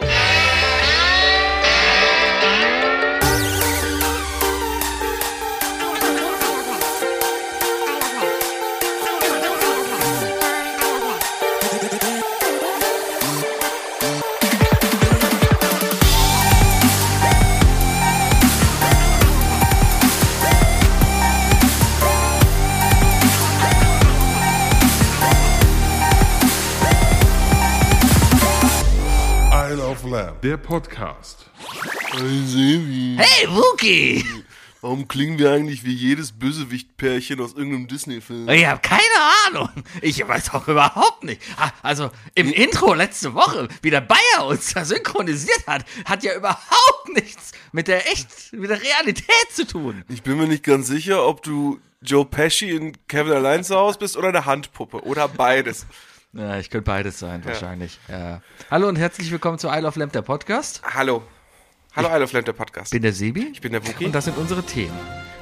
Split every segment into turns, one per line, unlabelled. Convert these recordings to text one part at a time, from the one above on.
Intro.
Isle of Lamb.
Der Podcast.
Hey Sebi,
Hey, Wookie!
warum klingen wir eigentlich wie jedes Bösewicht-Pärchen aus irgendeinem Disney-Film?
Ich habe keine Ahnung. Ich weiß auch überhaupt nicht. Ah, Also
Hm?
im Intro letzte Woche, wie der Bayer uns da synchronisiert hat, hat ja überhaupt nichts mit der echt, mit der Realität zu tun.
Ich bin mir nicht ganz sicher, ob du Joe Pesci in Kevin Allein zu Hause bist oder eine Handpuppe oder beides.
Ja, ich könnte beides sein, wahrscheinlich. Ja. Hallo und herzlich willkommen zu Isle of Lamp, der Podcast.
Hallo. Hallo Isle of Lamb, der Podcast.
Ich bin der Sebi.
ich bin der Wookie.
Und das sind unsere Themen.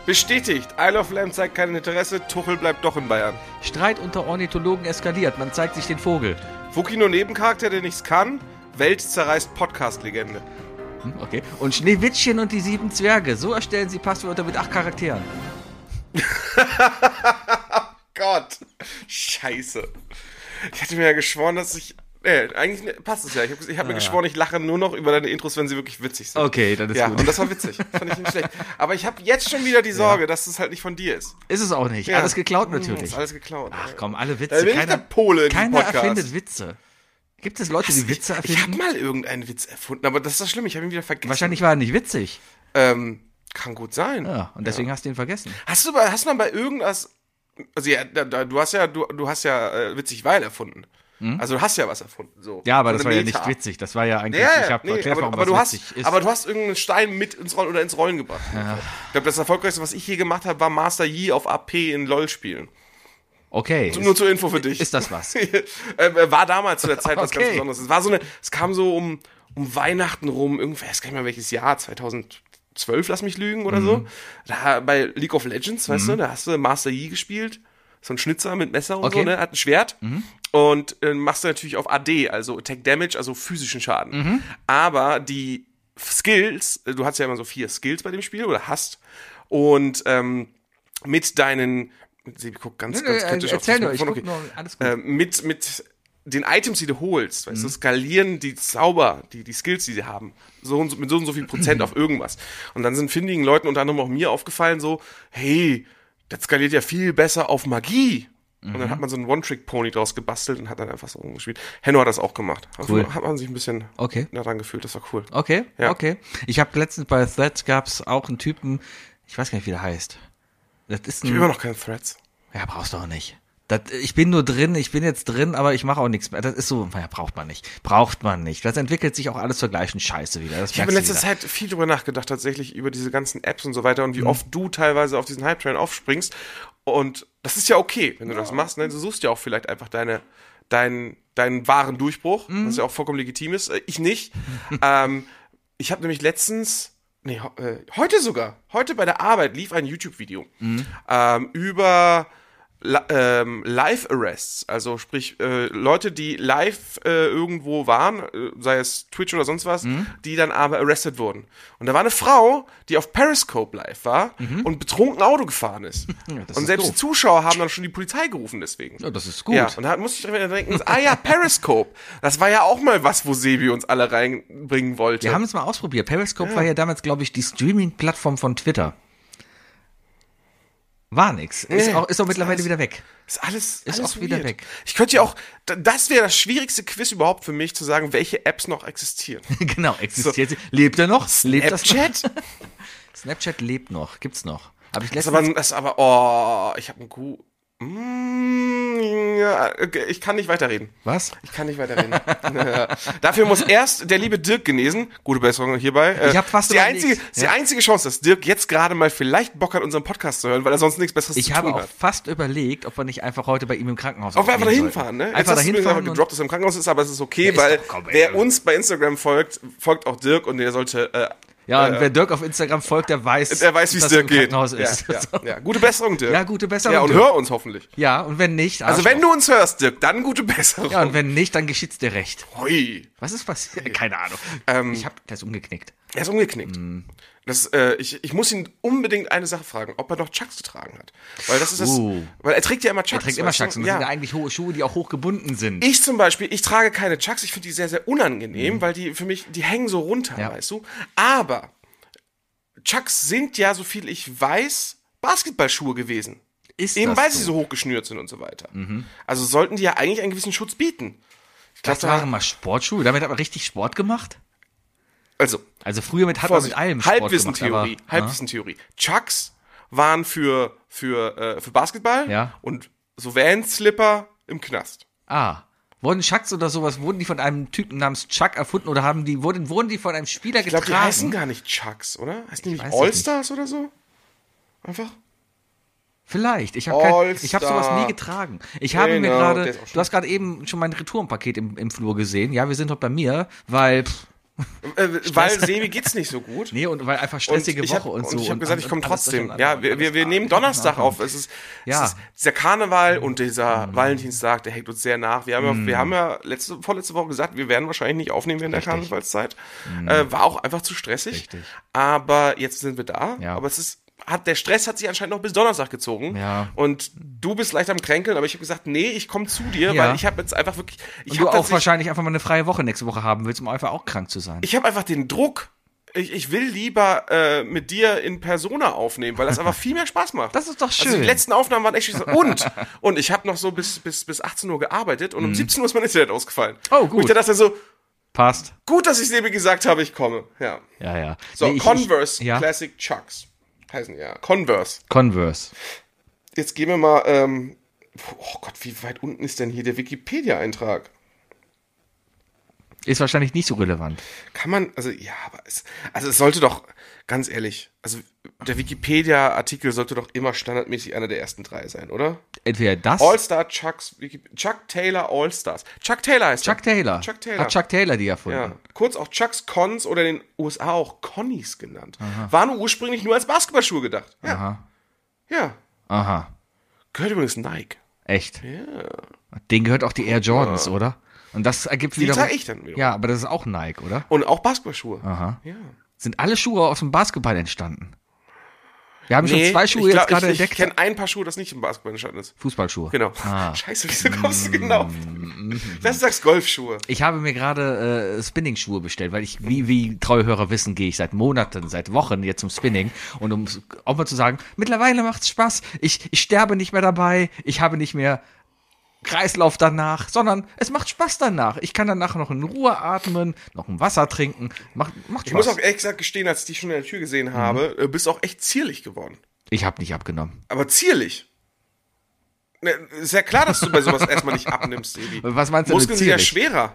Bestätigt, Isle of Lamb zeigt kein Interesse, Tuchel bleibt doch in Bayern.
Streit unter Ornithologen eskaliert, man zeigt sich den Vogel.
Wookie nur Nebencharakter, der nichts kann. Welt zerreißt Podcast-Legende.
Hm, okay. Und Schneewittchen und die sieben Zwerge, so erstellen sie Passwörter mit acht Charakteren.
Gott. Scheiße. Ich hatte mir ja geschworen, dass ich. Äh, eigentlich ne, passt es ja. Ich habe ich hab mir geschworen, ich lache nur noch über deine Intros, wenn sie wirklich witzig sind.
Okay, dann ist
ja,
gut.
und das war witzig. Das fand ich nicht schlecht. Aber ich habe jetzt schon wieder die Sorge, dass es halt nicht von dir ist.
Ist es auch nicht.
Ja.
Alles geklaut
Das
natürlich.
ist alles geklaut.
Ach komm, alle
Da
Witze.
bin ich
keiner
der Pole in diesem
keiner
Podcast.
erfindet Witze. Gibt es Leute, die Witze
ich habe
erfinden?
mal irgendeinen Witz erfunden, aber das ist das Schlimme. Ich habe ihn wieder vergessen.
Wahrscheinlich war er nicht witzig.
Ähm, kann gut sein.
Ja, und deswegen hast du ihn vergessen.
Hast du bei, hast du mal bei irgendwas, also ja, da, da, du hast ja, du, du hast ja äh, witzig weil erfunden. Also du hast ja was erfunden. So.
Hm? Ja, aber
So
das war
eine
ja nicht
Meta.
witzig. Das war ja eigentlich,
Ja, ja,
ich habe
nee,
erklärt,
aber,
warum
aber du
das
hast,
witzig ist.
aber du hast irgendeinen Stein mit ins Rollen oder ins Rollen gebracht. Ich glaube, das erfolgreichste, was ich hier gemacht habe, war Master Yi auf AP in LOL spielen.
okay,
Nur
ist,
zur Info für dich.
ist das was?
Äh, war damals zu der Zeit was ganz
Okay.
Besonderes. Es war so eine, es kam so um, um Weihnachten rum, irgendwie, ich weiß gar nicht mehr welches Jahr, 2012, lass mich lügen oder
Mhm.
so. Da bei League of Legends, weißt du, da hast du Master Yi gespielt, so ein Schnitzer mit Messer und so,
Okay. Mhm.
ne, hat ein Schwert. Und äh, machst du natürlich auf AD, also Attack Damage, also physischen Schaden.
Mhm.
Aber die Skills, äh, du hast ja immer so vier Skills bei dem Spiel oder hast. Und ähm, mit deinen, sie guckt ganz,
Nö, nö,
ganz kritisch auf
erzähl
das
nur, ich
Mikrofon,
guck nur, alles gut. Mhm.
ähm, mit, mit den Items, die du holst, weißt du, skalieren die Zauber, die, die Skills, die sie haben, so und so, mit so und so viel Prozent auf irgendwas. Und dann sind findigen Leuten, unter anderem auch mir, aufgefallen, so, hey, das skaliert ja viel besser auf Magie. Und
Mhm.
dann hat man so einen One-Trick-Pony draus gebastelt und hat dann einfach so rumgespielt. Henno hat das auch gemacht. Also
Cool.
Hat man sich ein bisschen
Okay.
daran gefühlt, das war cool.
Okay,
Ja.
okay. Ich habe letztens bei Threads gab's auch einen Typen, ich weiß gar nicht, wie der heißt. Das ist
Ich
ein
habe immer noch keine Threads.
Ja, brauchst du auch nicht. Das, ich bin nur drin, ich bin jetzt drin, aber ich mache auch nichts mehr. Das ist so, naja, braucht man nicht. Braucht man nicht. Das entwickelt sich auch alles zur gleichen Scheiße wieder. Das
Ich habe in letzter
wieder. Mhm.
Zeit viel drüber nachgedacht, tatsächlich über diese ganzen Apps und so weiter und wie oft du teilweise auf diesen Hype-Train aufspringst. Und das ist ja okay, wenn du das machst. Ne? Du suchst ja auch vielleicht einfach deine, deinen, deinen wahren Durchbruch,
Mhm.
was ja auch vollkommen legitim ist. Äh, Ich nicht. ähm, ich habe nämlich letztens, nee, ho- äh, heute sogar, heute bei der Arbeit lief ein YouTube-Video
Mhm.
ähm, über La- ähm, Live-Arrests, also sprich äh, Leute, die live äh, irgendwo waren, äh, sei es Twitch oder sonst was,
Mhm.
die dann aber arrested wurden. Und da war eine Frau, die auf Periscope live war und betrunken Auto gefahren ist.
Mhm. das
und
ist
selbst
doof.
die Zuschauer haben dann schon die Polizei gerufen deswegen.
Ja, das ist gut.
Ja, und da musste ich dran wieder denken, ah ja, Periscope. Das war ja auch mal was, wo Sebi uns alle reinbringen wollte.
Wir haben es mal ausprobiert. Periscope war ja damals, glaube ich, die Streaming-Plattform von Twitter. War nix. Ist
Nee,
auch, ist auch
ist
mittlerweile
alles-
wieder weg.
Ist alles,
Ist
alles
auch wieder
weird.
weg.
Ich könnte ja auch, da- das wäre das schwierigste Quiz überhaupt für mich, zu sagen, welche Apps noch existieren.
genau, existiert sie. Lebt er noch? Lebt das noch?
Snapchat?
Snapchat lebt noch. Gibt's noch. Aber ich letztens,
Das ist aber, das ist aber oh, ich habe einen Kuh. Mm, ja, okay, ich kann nicht weiterreden.
was?
Ich kann nicht weiterreden. Ja. Dafür muss erst der liebe Dirk genesen. Gute Besserung hierbei. Äh,
Ich hab fast
ist die
überlegt.
einzige, ist die einzige Chance, dass Dirk jetzt gerade mal vielleicht Bock hat, unseren Podcast zu hören, weil er sonst nichts Besseres
Ich
zu
habe
tun
auch
hat.
fast überlegt, ob wir nicht einfach heute bei ihm im Krankenhaus
Auch einfach
aufnehmen
dahin
sollten.
fahren, ne?
Einfach
Jetzt hast du
dahin
mir
fahren.
einfach
und-
gedroppt, dass er im Krankenhaus ist, aber es ist okay,
ist
weil
doch- komm, ey,
wer
also-
uns bei Instagram folgt, folgt auch Dirk und der sollte äh,
Ja, und wer Dirk auf Instagram folgt, der weiß,
Der weiß, wie es
dass
dir
du im
geht.
Krankenhaus ist.
Ja, ja, ja. Gute Besserung, Dirk.
Ja, gute Besserung,
Ja, und
Dirk.
hör uns hoffentlich.
Ja, und wenn nicht,
Also, wenn du uns hörst, Dirk, dann gute Besserung.
Ja, und wenn nicht, dann geschieht's dir recht.
Hui.
Was ist passiert? Keine Ahnung.
Ähm,
ich habe das umgeknickt.
Er ist umgeknickt.
Mhm.
Das, äh, ich, ich muss ihn unbedingt eine Sache fragen, ob er noch Chucks getragen hat. Weil das ist das.
Uh.
Weil er trägt ja immer Chucks.
Er trägt immer
weißt du?
Chucks und das
Ja.
sind ja eigentlich hohe Schuhe, die auch hoch gebunden sind.
Ich zum Beispiel, ich trage keine Chucks, ich finde die sehr, sehr unangenehm, weil die für mich, die hängen so runter,
Mhm. Ja.
weißt du? Aber Chucks sind ja, so viel ich weiß, Basketballschuhe gewesen.
Ist
Eben
das Mhm.
weil sie so hochgeschnürt sind und so weiter. Also sollten die ja eigentlich einen gewissen Schutz bieten. Ich glaub,
Das waren
da,
mal Sportschuhe. Damit hat man richtig Sport gemacht.
also,
Also früher mit hat
Vorsicht,
man mit allem Sport gemacht.
Halbwissentheorie,
aber- ne?
Halbwissentheorie. Chucks waren für, für, äh, für Basketball
Ja.
und so Van-Slipper im Knast.
Ah. Wurden Chucks oder sowas, wurden die von einem Typen namens Chuck erfunden oder haben die, wurden, wurden die von einem Spieler
Ich glaube, die
getragen?
heißen gar nicht Chucks, oder? Heißen die nicht
weiß es
All-Stars oder so? Einfach?
Vielleicht. Ich habe
All-Star.
ich hab sowas nie getragen. Ich habe mir
Genau,
gerade,
der ist auch
du hast gerade eben schon mein Retourenpaket im, im Flur gesehen. Ja, wir sind heute bei mir, weil, pff,
Äh, weil Sebi geht's nicht so gut.
nee, und weil einfach
Und
stressige
ich
Woche
hab,
und so.
ich habe gesagt, ich komme
alles
trotzdem.
durcheinander.
Ja, wir, wir, wir nehmen Donnerstag auf. Es ist,
Ja. Mhm.
es ist dieser Karneval und dieser Valentinstag, der hängt uns sehr nach. Wir haben ja, wir haben ja letzte, vorletzte Woche gesagt, wir werden wahrscheinlich nicht aufnehmen während der Karnevalszeit. Äh, war auch einfach zu stressig.
Mhm. Richtig.
Aber jetzt sind wir da.
Ja.
Aber es ist, hat, der Stress hat sich anscheinend noch bis Donnerstag gezogen.
Ja.
Und du bist leicht am Kränkeln, aber ich habe gesagt, nee, ich komme zu dir,
Ja.
weil ich habe jetzt einfach wirklich. Ich
Und du
hab
auch
tatsächlich-
wahrscheinlich einfach mal eine freie Woche nächste Woche haben willst, um einfach auch krank zu sein.
ich habe einfach den Druck. Ich, ich will lieber äh, mit dir in Persona aufnehmen, weil das einfach viel mehr Spaß macht.
Das ist doch
Also
schön.
die letzten Aufnahmen waren echt so, und und ich habe noch so bis bis bis 18 Uhr gearbeitet und um 17 Uhr ist mein Internet ausgefallen.
Mhm. Oh,
Und
gut.
ich dachte so,
Passt.
gut, dass ich Sebi gesagt habe, ich komme. Ja.
Ja, ja.
So
Nee, ich-
Converse
Ich, ja,
Classic Chucks heißen die, ja Converse.
Converse.
Jetzt gehen wir mal. Ähm, oh Gott, wie weit unten ist denn hier der Wikipedia-Eintrag?
Ist wahrscheinlich nicht so relevant.
Kann man, also ja, aber es, also es sollte doch, ganz ehrlich, also der Wikipedia-Artikel sollte doch immer standardmäßig einer der ersten drei sein, oder?
Entweder das.
All-Star Chucks, Wiki- Chuck Taylor All-Stars. Chuck Taylor heißt
Chuck
er.
Taylor.
Chuck Taylor.
Hat Chuck Taylor die erfunden.
ja. Kurz auch Chucks Cons oder in den USA auch Connies genannt. Waren ursprünglich nur als Basketballschuhe gedacht. Ja.
Aha.
ja.
Aha.
Gehört übrigens Nike.
Echt? Ja. Den gehört auch die Air Jordans, oder? Und das ergibt
Die
wieder.
trage ich dann wiederum.
Ja, aber das ist auch Nike, oder?
Und auch Basketballschuhe.
Aha.
Ja.
Sind alle Schuhe aus dem Basketball entstanden? Wir haben
Nee,
schon zwei Schuhe
ich
jetzt
glaub,
gerade
Ich, ich
entdeckt.
kenne ein paar Schuhe, das nicht im Basketball entstanden ist.
Fußballschuhe.
Genau.
Ah. Mm.
Scheiße, wieso kommst du genau? Das sagst Golfschuhe.
Ich habe mir gerade äh, Spinning-Schuhe bestellt, weil ich, wie, wie treue Hörer wissen, gehe ich seit Monaten, seit Wochen jetzt zum Spinning. Und um auch mal zu sagen, mittlerweile macht's Spaß. Ich, ich sterbe nicht mehr dabei. Ich habe nicht mehr Kreislauf danach, sondern es macht Spaß danach. Ich kann danach noch in Ruhe atmen, noch ein Wasser trinken. Macht, macht
Ich muss
Spaß.
auch ehrlich gesagt gestehen, als ich dich schon in der Tür
Mhm.
gesehen habe, äh, bist auch echt zierlich geworden.
Ich habe nicht abgenommen.
Aber zierlich. Ne, Ist ja klar, dass du bei sowas erstmal nicht abnimmst, Sebi.
Was meinst du mit
Muskeln sind ja
zierlich?
schwerer.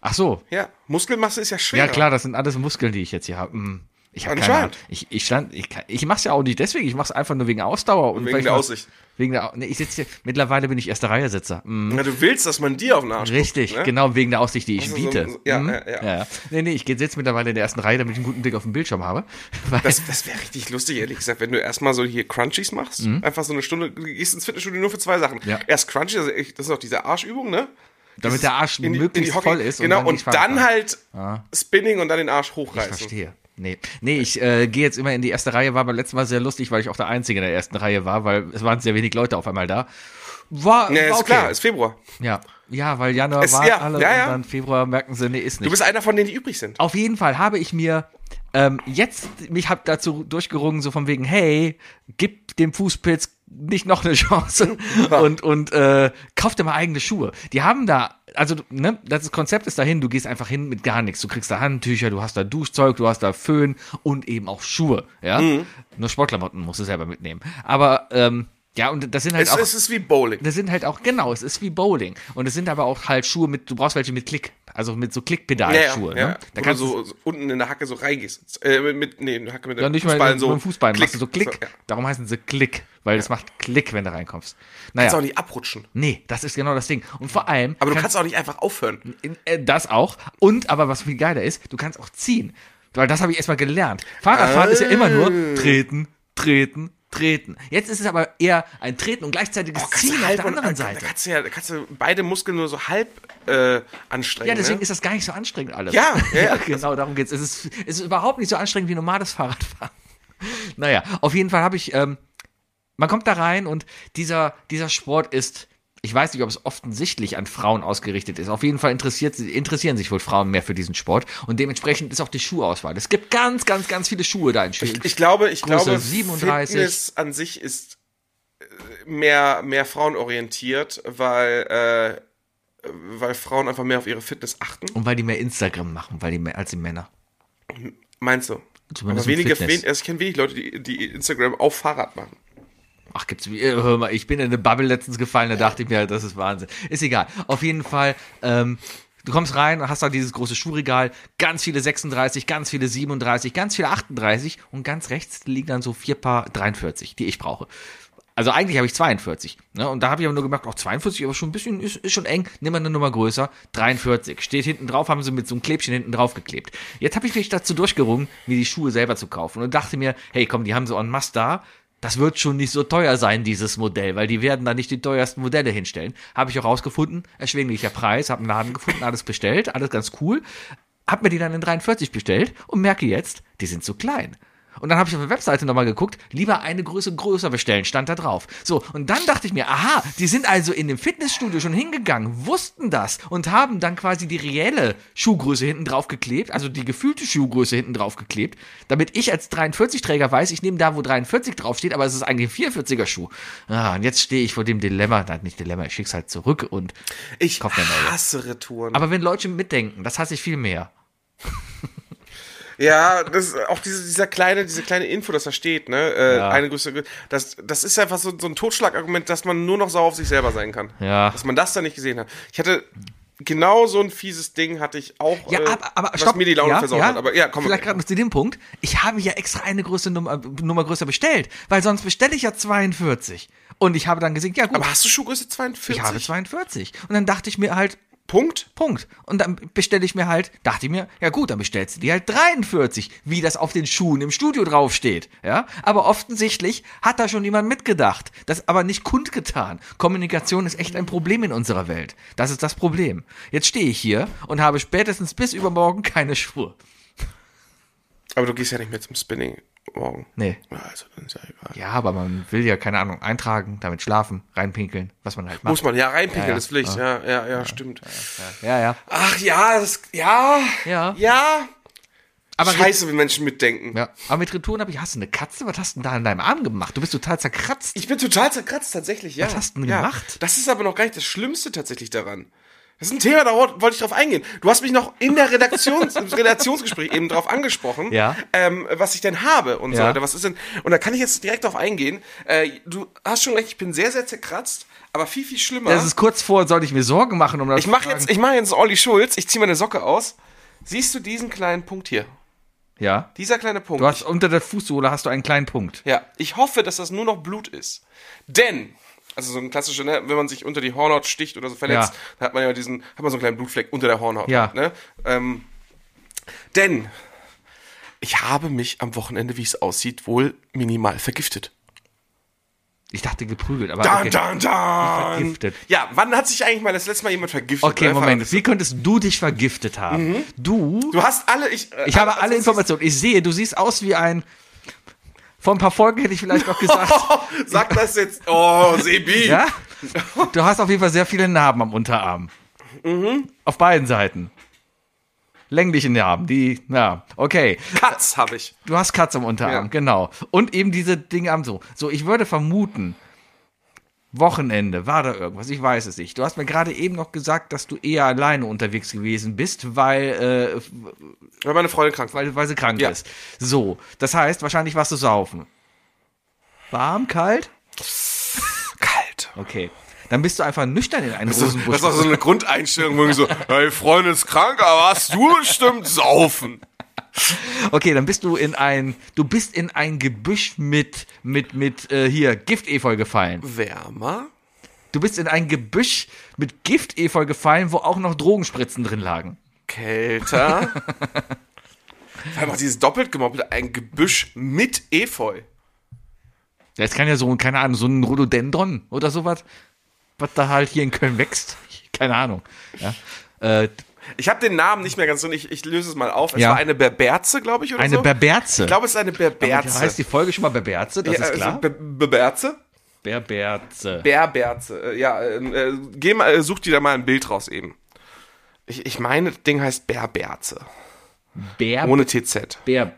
Ach so.
Ja, Muskelmasse ist ja schwerer.
Ja klar, das sind alles Muskeln, die ich jetzt hier habe. Hm. Ich habe keine Ahnung.
Anscheinend.
Ich, ich stand, ich, kann- ich mach's ja auch nicht deswegen, ich mach's einfach nur wegen Ausdauer und
wegen
weil ich
der
mal-
Aussicht.
Wegen der, Au- nee, ich sitze hier, mittlerweile bin ich erster Reihe Sitzer. Hm.
Na, du willst, dass man dir auf den Arsch guckt,
Richtig,
ne?
genau wegen der Aussicht, die ich
Also so-
biete.
so- ja,
Hm.
ja, ja.
Nee, nee, ich sitze mittlerweile in der ersten Reihe, damit ich einen guten Blick auf den Bildschirm habe. Weil,
Das, das wäre richtig lustig, ehrlich gesagt, wenn du erstmal so hier Crunchies machst. Einfach so eine Stunde, du gehst ins Fitnessstudio nur für zwei Sachen.
Mhm. Ja.
Erst Crunchies, also ich, das ist auch diese Arschübung, ne?
damit der Arsch
In die- in die
möglichst
Hockey-
voll ist.
Genau, und
nicht fahren
dann,
kann.
halt Spinning und dann den Arsch
Ich
hochreißen.
verstehe. Nee, nee ich äh, gehe jetzt immer in die erste Reihe, war beim letzten Mal sehr lustig, weil ich auch der Einzige in der ersten Reihe war, weil es waren sehr wenig Leute auf einmal da. War,
Ja,
war
ist
okay.
klar, ist Februar.
Ja, ja, weil Januar
Es-
waren
ja,
alle
ja, ja.
und dann Februar merken sie, nee, ist
Du
nicht.
bist einer von denen, die übrig sind.
Auf jeden Fall habe ich mir ähm, jetzt mich hab dazu durchgerungen, so von wegen, hey, gib dem Fußpilz nicht noch eine Chance und und äh, kauf dir mal eigene Schuhe. Die haben da, also ne, das Konzept ist dahin, du gehst einfach hin mit gar nichts. Du kriegst da Handtücher, du hast da Duschzeug, du hast da Föhn und eben auch Schuhe. Ja,
Mhm.
nur Sportklamotten musst du selber mitnehmen. Aber ähm, ja, und das sind halt
Es,
auch
es ist wie Bowling.
das sind halt auch, genau, es ist wie Bowling. Und es sind aber auch halt Schuhe mit, du brauchst welche mit Klick, also mit so Klickpedalschuhe.
ja.
ne? Da
Wo du
kannst du
so, so unten in der Hacke so reingehst. Äh, mit, mit, nee, in der Hacke mit
ja
dem
nicht mal
Fußballen
mit
so.
dem Fußball,
Klick.
machst du so Klick.
So, ja.
Darum heißen sie Klick, weil es macht Klick, wenn du reinkommst.
Kannst
Naja,
auch nicht abrutschen.
nee, das ist genau das Ding. Und vor allem,
Aber du kannst auch nicht einfach aufhören.
in, äh, das auch. Und aber was viel geiler ist, du kannst auch ziehen. Du Weil das habe ich erstmal gelernt. Fahrradfahren
Ah.
ist ja immer nur treten, treten, treten. Jetzt ist es aber eher ein Treten und
Oh,
gleichzeitiges Ziehen auf der
und-
anderen
da
Seite.
Kannst du ja, da kannst du beide Muskeln nur so halb äh, anstrengen.
Ja, deswegen
ne?
ist das gar nicht so anstrengend alles.
Ja, ja, ja.
genau, darum geht's. Es ist, es ist überhaupt nicht so anstrengend wie normales Fahrradfahren. Naja, auf jeden Fall habe ich, ähm, man kommt da rein und dieser, dieser Sport ist, ich weiß nicht, ob es offensichtlich an Frauen ausgerichtet ist. Auf jeden Fall interessiert, sie- interessieren sich wohl Frauen mehr für diesen Sport und dementsprechend ist auch die Schuhauswahl. Es gibt ganz, ganz, ganz viele Schuhe da in Schweden.
ich, ich glaube, ich
Größe
glaube,
37.
Fitness an sich ist äh, mehr, mehr frauenorientiert, weil, äh, weil Frauen einfach mehr auf ihre Fitness achten.
Und weil die mehr Instagram machen, weil die mehr als die Männer.
Meinst du?
Zumindest
Aber
im
wenige,
Fitness.
wen, also ich kenne wenig Leute, die, die Instagram auf Fahrrad machen.
Ach, gibt's, äh, hör mal, ich bin in eine Bubble letztens gefallen, da dachte ich mir, halt, das ist Wahnsinn. Ist egal. Auf jeden Fall, ähm, du kommst rein und hast da dieses große Schuhregal, ganz viele 36, ganz viele 37, ganz viele 38 und ganz rechts liegen dann so vier Paar 43, die ich brauche. Also eigentlich habe ich 42. Ne? Und da habe ich aber nur gemerkt, auch 42 aber schon ein bisschen, ist, ist schon eng. Nimm mal eine Nummer größer. 43. Steht hinten drauf, haben sie mit so einem Klebchen hinten drauf geklebt. Jetzt habe ich mich dazu durchgerungen, mir die Schuhe selber zu kaufen und dachte mir, hey komm, die haben sie en masse da. Das wird schon nicht so teuer sein, dieses Modell, weil die werden da nicht die teuersten Modelle hinstellen. Habe ich auch rausgefunden, erschwinglicher Preis, habe einen Laden gefunden, alles bestellt, alles ganz cool. Hab mir die dann in 43 bestellt und merke jetzt, die sind zu klein. Und dann habe ich auf der Webseite nochmal geguckt, lieber eine Größe größer bestellen, stand da drauf. So, und dann dachte ich mir, aha, die sind also in dem Fitnessstudio schon hingegangen, wussten das und haben dann quasi die reelle Schuhgröße hinten drauf geklebt, also die gefühlte Schuhgröße hinten drauf geklebt, damit ich als 43-Träger weiß, ich nehme da, wo 43 draufsteht, aber es ist eigentlich ein 44er Schuh. Ah, und jetzt stehe ich vor dem Dilemma, nein, nicht Dilemma, ich schick's halt zurück und,
Ich
Kauf mir neue.
hasse Retouren.
aber wenn Leute mitdenken, das hasse ich viel mehr.
Ja, das auch diese, dieser kleine, diese kleine Info, dass da steht, ne? Äh,
Ja.
Eine größere, das, das ist einfach so, so ein Totschlagargument, dass man nur noch sauer auf sich selber sein kann.
Ja.
Dass man das da nicht gesehen hat. Ich hatte genau so ein fieses Ding hatte ich auch,
Ja,
äh,
aber, aber
was
stopp.
mir die Laune
ja,
versaut
ja.
hat. Aber ja, komm
Vielleicht gerade noch zu dem Punkt. Ich habe ja extra eine Größe Nummer, äh, Nummer größer bestellt, weil sonst bestelle ich ja 42. Und ich habe dann gesehen, ja gut,
Aber hast du Schuhgröße 42?
ich habe 42. Und dann dachte ich mir halt,
Punkt?
Punkt. Und dann bestelle ich mir halt, dachte ich mir, ja gut, dann bestellst du die halt 43, wie das auf den Schuhen im Studio draufsteht. Ja, aber offensichtlich hat da schon jemand mitgedacht. Das aber nicht kundgetan. Kommunikation ist echt ein Problem in unserer Welt. Das ist das Problem. Jetzt stehe ich hier und habe spätestens bis übermorgen keine Schuhe.
Aber du gehst ja nicht mehr zum Spinning morgen.
Nee.
Ja, Also, dann ist ja egal.
Ja, aber man will ja, keine Ahnung, eintragen, damit schlafen, reinpinkeln, was man halt
Muss
macht.
man, ja, reinpinkeln
Ja, ja.
ist Pflicht. Ja, ja, ja, stimmt.
Ja, ja.
Ach ja, das, ja,
Ja.
ja.
Aber
Scheiße, wie Menschen mitdenken.
Ja, aber mit Retouren habe ich, hast du eine Katze? Was hast du denn da an deinem Arm gemacht? Du bist total zerkratzt.
Ich bin total zerkratzt, tatsächlich, ja.
Was hast du denn
ja.
gemacht?
Das ist aber noch gar nicht das Schlimmste tatsächlich daran. Das ist ein Thema, da wollte ich drauf eingehen. Du hast mich noch in der Redaktions im Redaktionsgespräch eben drauf angesprochen,
Ja.
ähm, was ich denn habe und so
Ja.
weiter. Was ist denn? Und da kann ich jetzt direkt drauf eingehen. Äh, du hast schon recht, ich bin sehr, sehr zerkratzt, aber viel, viel schlimmer.
Das ist kurz vor, soll ich mir Sorgen machen um das?
ich mache jetzt, ich mache jetzt einen Olli Schulz, ich ziehe meine Socke aus. Siehst du diesen kleinen Punkt hier?
Ja.
Dieser kleine Punkt.
Du hast unter der Fußsohle hast du einen kleinen Punkt.
Ja, ich hoffe, dass das nur noch Blut ist. Denn, also so ein klassischer, ne, wenn man sich unter die Hornhaut sticht oder so verletzt,
Ja.
dann hat man ja diesen, hat man so einen kleinen Blutfleck unter der Hornhaut.
Ja.
Ne? Ähm, denn ich habe mich am Wochenende, wie es aussieht, wohl minimal vergiftet.
Ich dachte geprügelt, aber
Dan,
Ah, okay.
dan, dan.
Vergiftet.
Ja, wann hat sich eigentlich mal das letzte Mal jemand vergiftet?
Okay,
Ne?
Moment. Wie könntest du dich vergiftet haben? Du,
Mhm. Du hast alle, ich, äh,
ich habe alle
also,
Informationen. Ich sehe, du siehst aus wie ein. Vor ein paar Folgen hätte ich vielleicht noch gesagt.
Oh. Sag das jetzt, oh, Sebi.
ja? Du hast auf jeden Fall sehr viele Narben am Unterarm.
Mhm.
Auf beiden Seiten. Längliche Narben, die, na, okay.
Katz habe ich.
Du hast Katz am Unterarm,
Ja.
genau. Und eben diese Dinge am so. So, ich würde vermuten, Wochenende, war da irgendwas, ich weiß es nicht. Du hast mir gerade eben noch gesagt, dass du eher alleine unterwegs gewesen bist, weil, äh,
Weil meine Freundin krank war.
weil, weil sie krank
Ja.
ist. So, das heißt, wahrscheinlich warst du saufen. Warm, kalt?
Kalt.
Okay. Dann bist du einfach nüchtern in einen
Das
Rosenbusch.
ist auch so eine Grundeinstellung, wo irgendwie so, hey, Freundin ist krank, aber hast du bestimmt saufen.
Okay, dann bist du in ein, du bist in ein Gebüsch mit, mit, mit, äh, hier, Giftefeu gefallen.
Wärmer?
Du bist in ein Gebüsch mit Giftefeu gefallen, wo auch noch Drogenspritzen drin lagen.
Kälter? Vor allem auch dieses doppelt gemoppelte, ein Gebüsch mit Efeu.
Jetzt kann ja so, ein- keine Ahnung, so ein Rhododendron oder sowas, was da halt hier in Köln wächst. Keine Ahnung. Ja. Äh,
Ich habe den Namen nicht mehr ganz und ich, ich löse es mal auf. Es
Ja.
war eine Berberze, glaube ich, oder
eine
so.
Berberze.
ich glaube, es ist eine Berberze.
heißt die Folge schon mal Berberze, das
Ja,
ist
also
klar.
Be- Berberze?
Berberze.
Berberze. äh, Ja, äh, äh, geh mal, äh, such dir da mal ein Bild raus eben. Ich, ich meine, das Ding heißt Berberze.
Ber
Ohne TZ.
Ber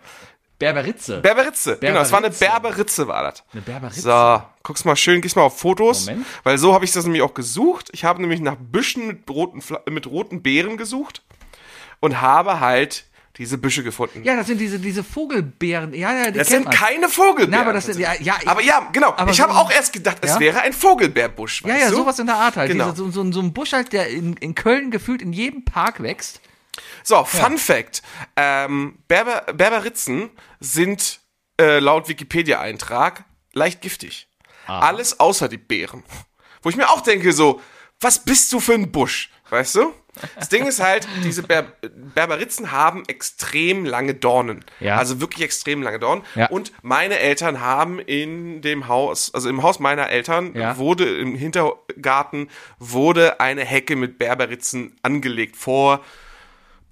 Berberitze.
Berberitze. Genau, es war eine
Berberitze.
Berberitze, war das.
Eine Berberitze.
So, guck's mal schön, gehst mal auf Fotos,
Moment.
weil so habe ich das nämlich auch gesucht. Ich habe nämlich nach Büschen mit roten, Fla- mit roten Beeren gesucht und habe halt diese Büsche gefunden.
Ja, das sind diese, diese Vogelbeeren. Ja, ja, die
das
kennt
sind
man.
keine Vogelbeeren.
Na, aber das sind- ja, ja, ich-
aber ja, genau.
aber
ich
so-
habe auch erst gedacht, es
Ja?
wäre ein Vogelbeerbusch.
Ja,
weißt
ja,
du?
sowas in der Art halt.
Genau.
Diese, so, so, so ein Busch halt, der in, in Köln gefühlt in jedem Park wächst.
So, Fun Fact: ähm, Berber, Berberitzen sind äh, laut Wikipedia-Eintrag leicht giftig.
Ah.
Alles außer die Beeren. Wo ich mir auch denke, so, was bist du für ein Busch? Weißt du? Das Ding ist halt, diese Ber Berberitzen haben extrem lange Dornen.
Ja.
Also wirklich extrem lange Dornen.
Ja.
Und meine Eltern haben in dem Haus, also im Haus meiner Eltern,
Ja.
wurde im Hintergarten wurde eine Hecke mit Berberitzen angelegt vor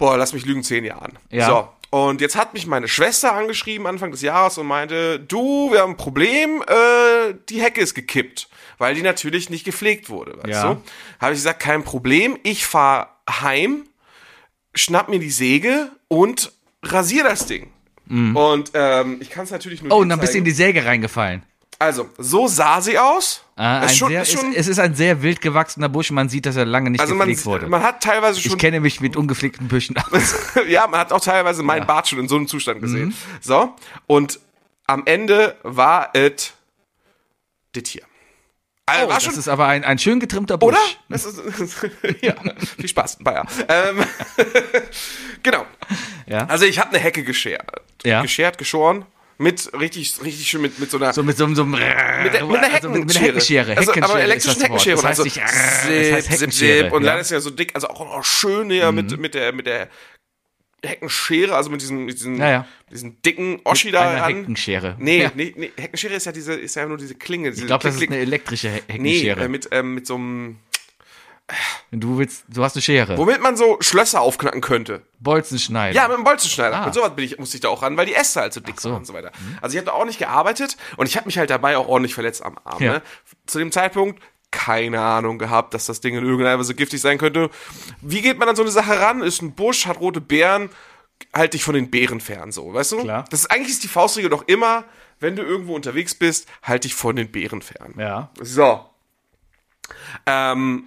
boah, lass mich lügen, zehn Jahren.
Ja.
So. Und jetzt hat mich meine Schwester angeschrieben Anfang des Jahres und meinte, du, wir haben ein Problem, äh, die Hecke ist gekippt, weil die natürlich nicht gepflegt wurde, weißt
Ja.
du? Habe ich gesagt, kein Problem, ich fahre heim, schnapp mir die Säge und rasier das Ding. Und ähm, ich kann es natürlich nur
Mhm. Oh,
dir
und dann bist du in
zeigen.
die Säge reingefallen.
Also, so sah sie aus.
Ah, ein
Ist schon-
sehr,
ist schon-
es, es ist ein sehr wild gewachsener Busch. Man sieht, dass er lange nicht
also man,
gepflegt wurde.
man hat teilweise
ich
schon Oh,
kenne mich mit ungepflegten Büschen aus. Oh,
ja, man hat auch teilweise meinen Bart schon in so einem Zustand
Mhm.
gesehen. So, und am Ende war es das hier. Also, war
Oh, das
schon,
ist aber ein, ein schön getrimmter Busch.
oder? Das ist, ja, viel Spaß, Bayer. Ähm, genau.
Ja.
Also ich habe eine Hecke geschert,
Ja.
geschert, geschoren, mit richtig, richtig schön mit, mit so einer
So mit so, einem- so einem.
mit, der, mit einer
also
Heckenschere.
mit, mit einer Heckenschere.
Also, aber
Heckenschere ist
elektrischen
das Wort.
Heckenschere.
Das heißt
also
nicht, ah, das heißt
zip, zip,
Heckenschere.
zip. Und
ja. Mhm.
dann ist ja so dick, also auch noch schön hier mit, mit, der, mit der Heckenschere, also mit diesem, mit diesem,
Ja, ja.
diesem dicken Oschi da
eine
an.
Heckenschere.
Nee,
Ja.
nee, nee, Heckenschere ist ja diese, ist ja nur diese Klinge. Diese
Ich glaube, das ist
Klick,
eine
Klick.
elektrische He-
Nee,
Heckenschere.
äh, mit, ähm, mit so einem,
Und du willst, du hast eine Schere.
womit man so Schlösser aufknacken könnte.
Bolzen schneiden.
Ja, mit dem Bolzenschneider.
Ah.
Mit sowas bin ich, musste ich da auch ran, weil die Äste halt so dick
so. Mhm.
waren und so weiter. Also ich habe da auch nicht gearbeitet und ich habe mich halt dabei auch ordentlich verletzt am Arm.
Ja.
Ne? Zu dem Zeitpunkt keine Ahnung gehabt, dass das Ding in irgendeiner Weise giftig sein könnte. Wie geht man an so eine Sache ran? Ist ein Busch, hat rote Beeren, halt dich von den Beeren fern, so, weißt du?
Klar.
Das ist eigentlich ist die Faustregel doch immer, wenn du irgendwo unterwegs bist, halt dich von den Beeren fern.
Ja.
So. Ähm,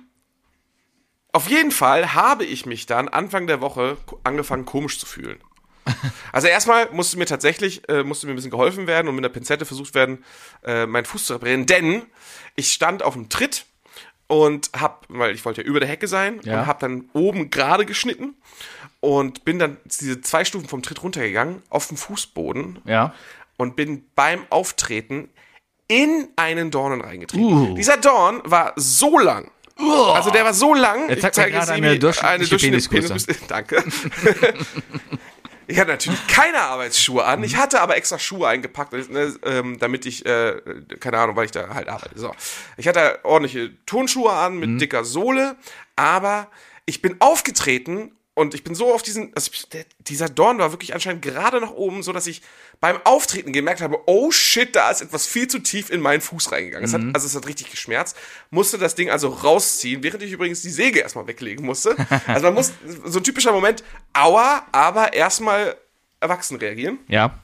auf jeden Fall habe ich mich dann Anfang der Woche ko- angefangen, komisch zu fühlen. Also erstmal musste mir tatsächlich, äh, musste mir ein bisschen geholfen werden und mit einer Pinzette versucht werden, äh, meinen Fuß zu reparieren, denn ich stand auf dem Tritt und hab, weil ich wollte ja über der Hecke sein,
Ja.
und hab dann oben gerade geschnitten und bin dann diese zwei Stufen vom Tritt runtergegangen auf dem Fußboden
Ja.
und bin beim Auftreten in einen Dornen reingetreten.
Uh.
Dieser Dorn war so lang. Also der war so lang.
Jetzt zeigt mir gerade
es ihm,
eine durchschnittliche Penisgröße.
Penis- Danke. ich hatte natürlich keine Arbeitsschuhe an.
Mhm.
Ich hatte aber extra Schuhe eingepackt, ne, ähm, damit ich, äh, keine Ahnung, weil ich da halt arbeite. So. Ich hatte ordentliche Tonschuhe an
Mhm.
mit dicker Sohle, aber ich bin aufgetreten und ich bin so auf diesen, also ich- der, dieser Dorn war wirklich anscheinend gerade nach oben, so dass ich beim Auftreten gemerkt habe, oh shit, da ist etwas viel zu tief in meinen Fuß reingegangen. Es hat, also es hat richtig geschmerzt. Musste das Ding also rausziehen, während ich übrigens die Säge erstmal weglegen musste. Also man muss, so ein typischer Moment, aua, aber erstmal erwachsen reagieren.
Ja.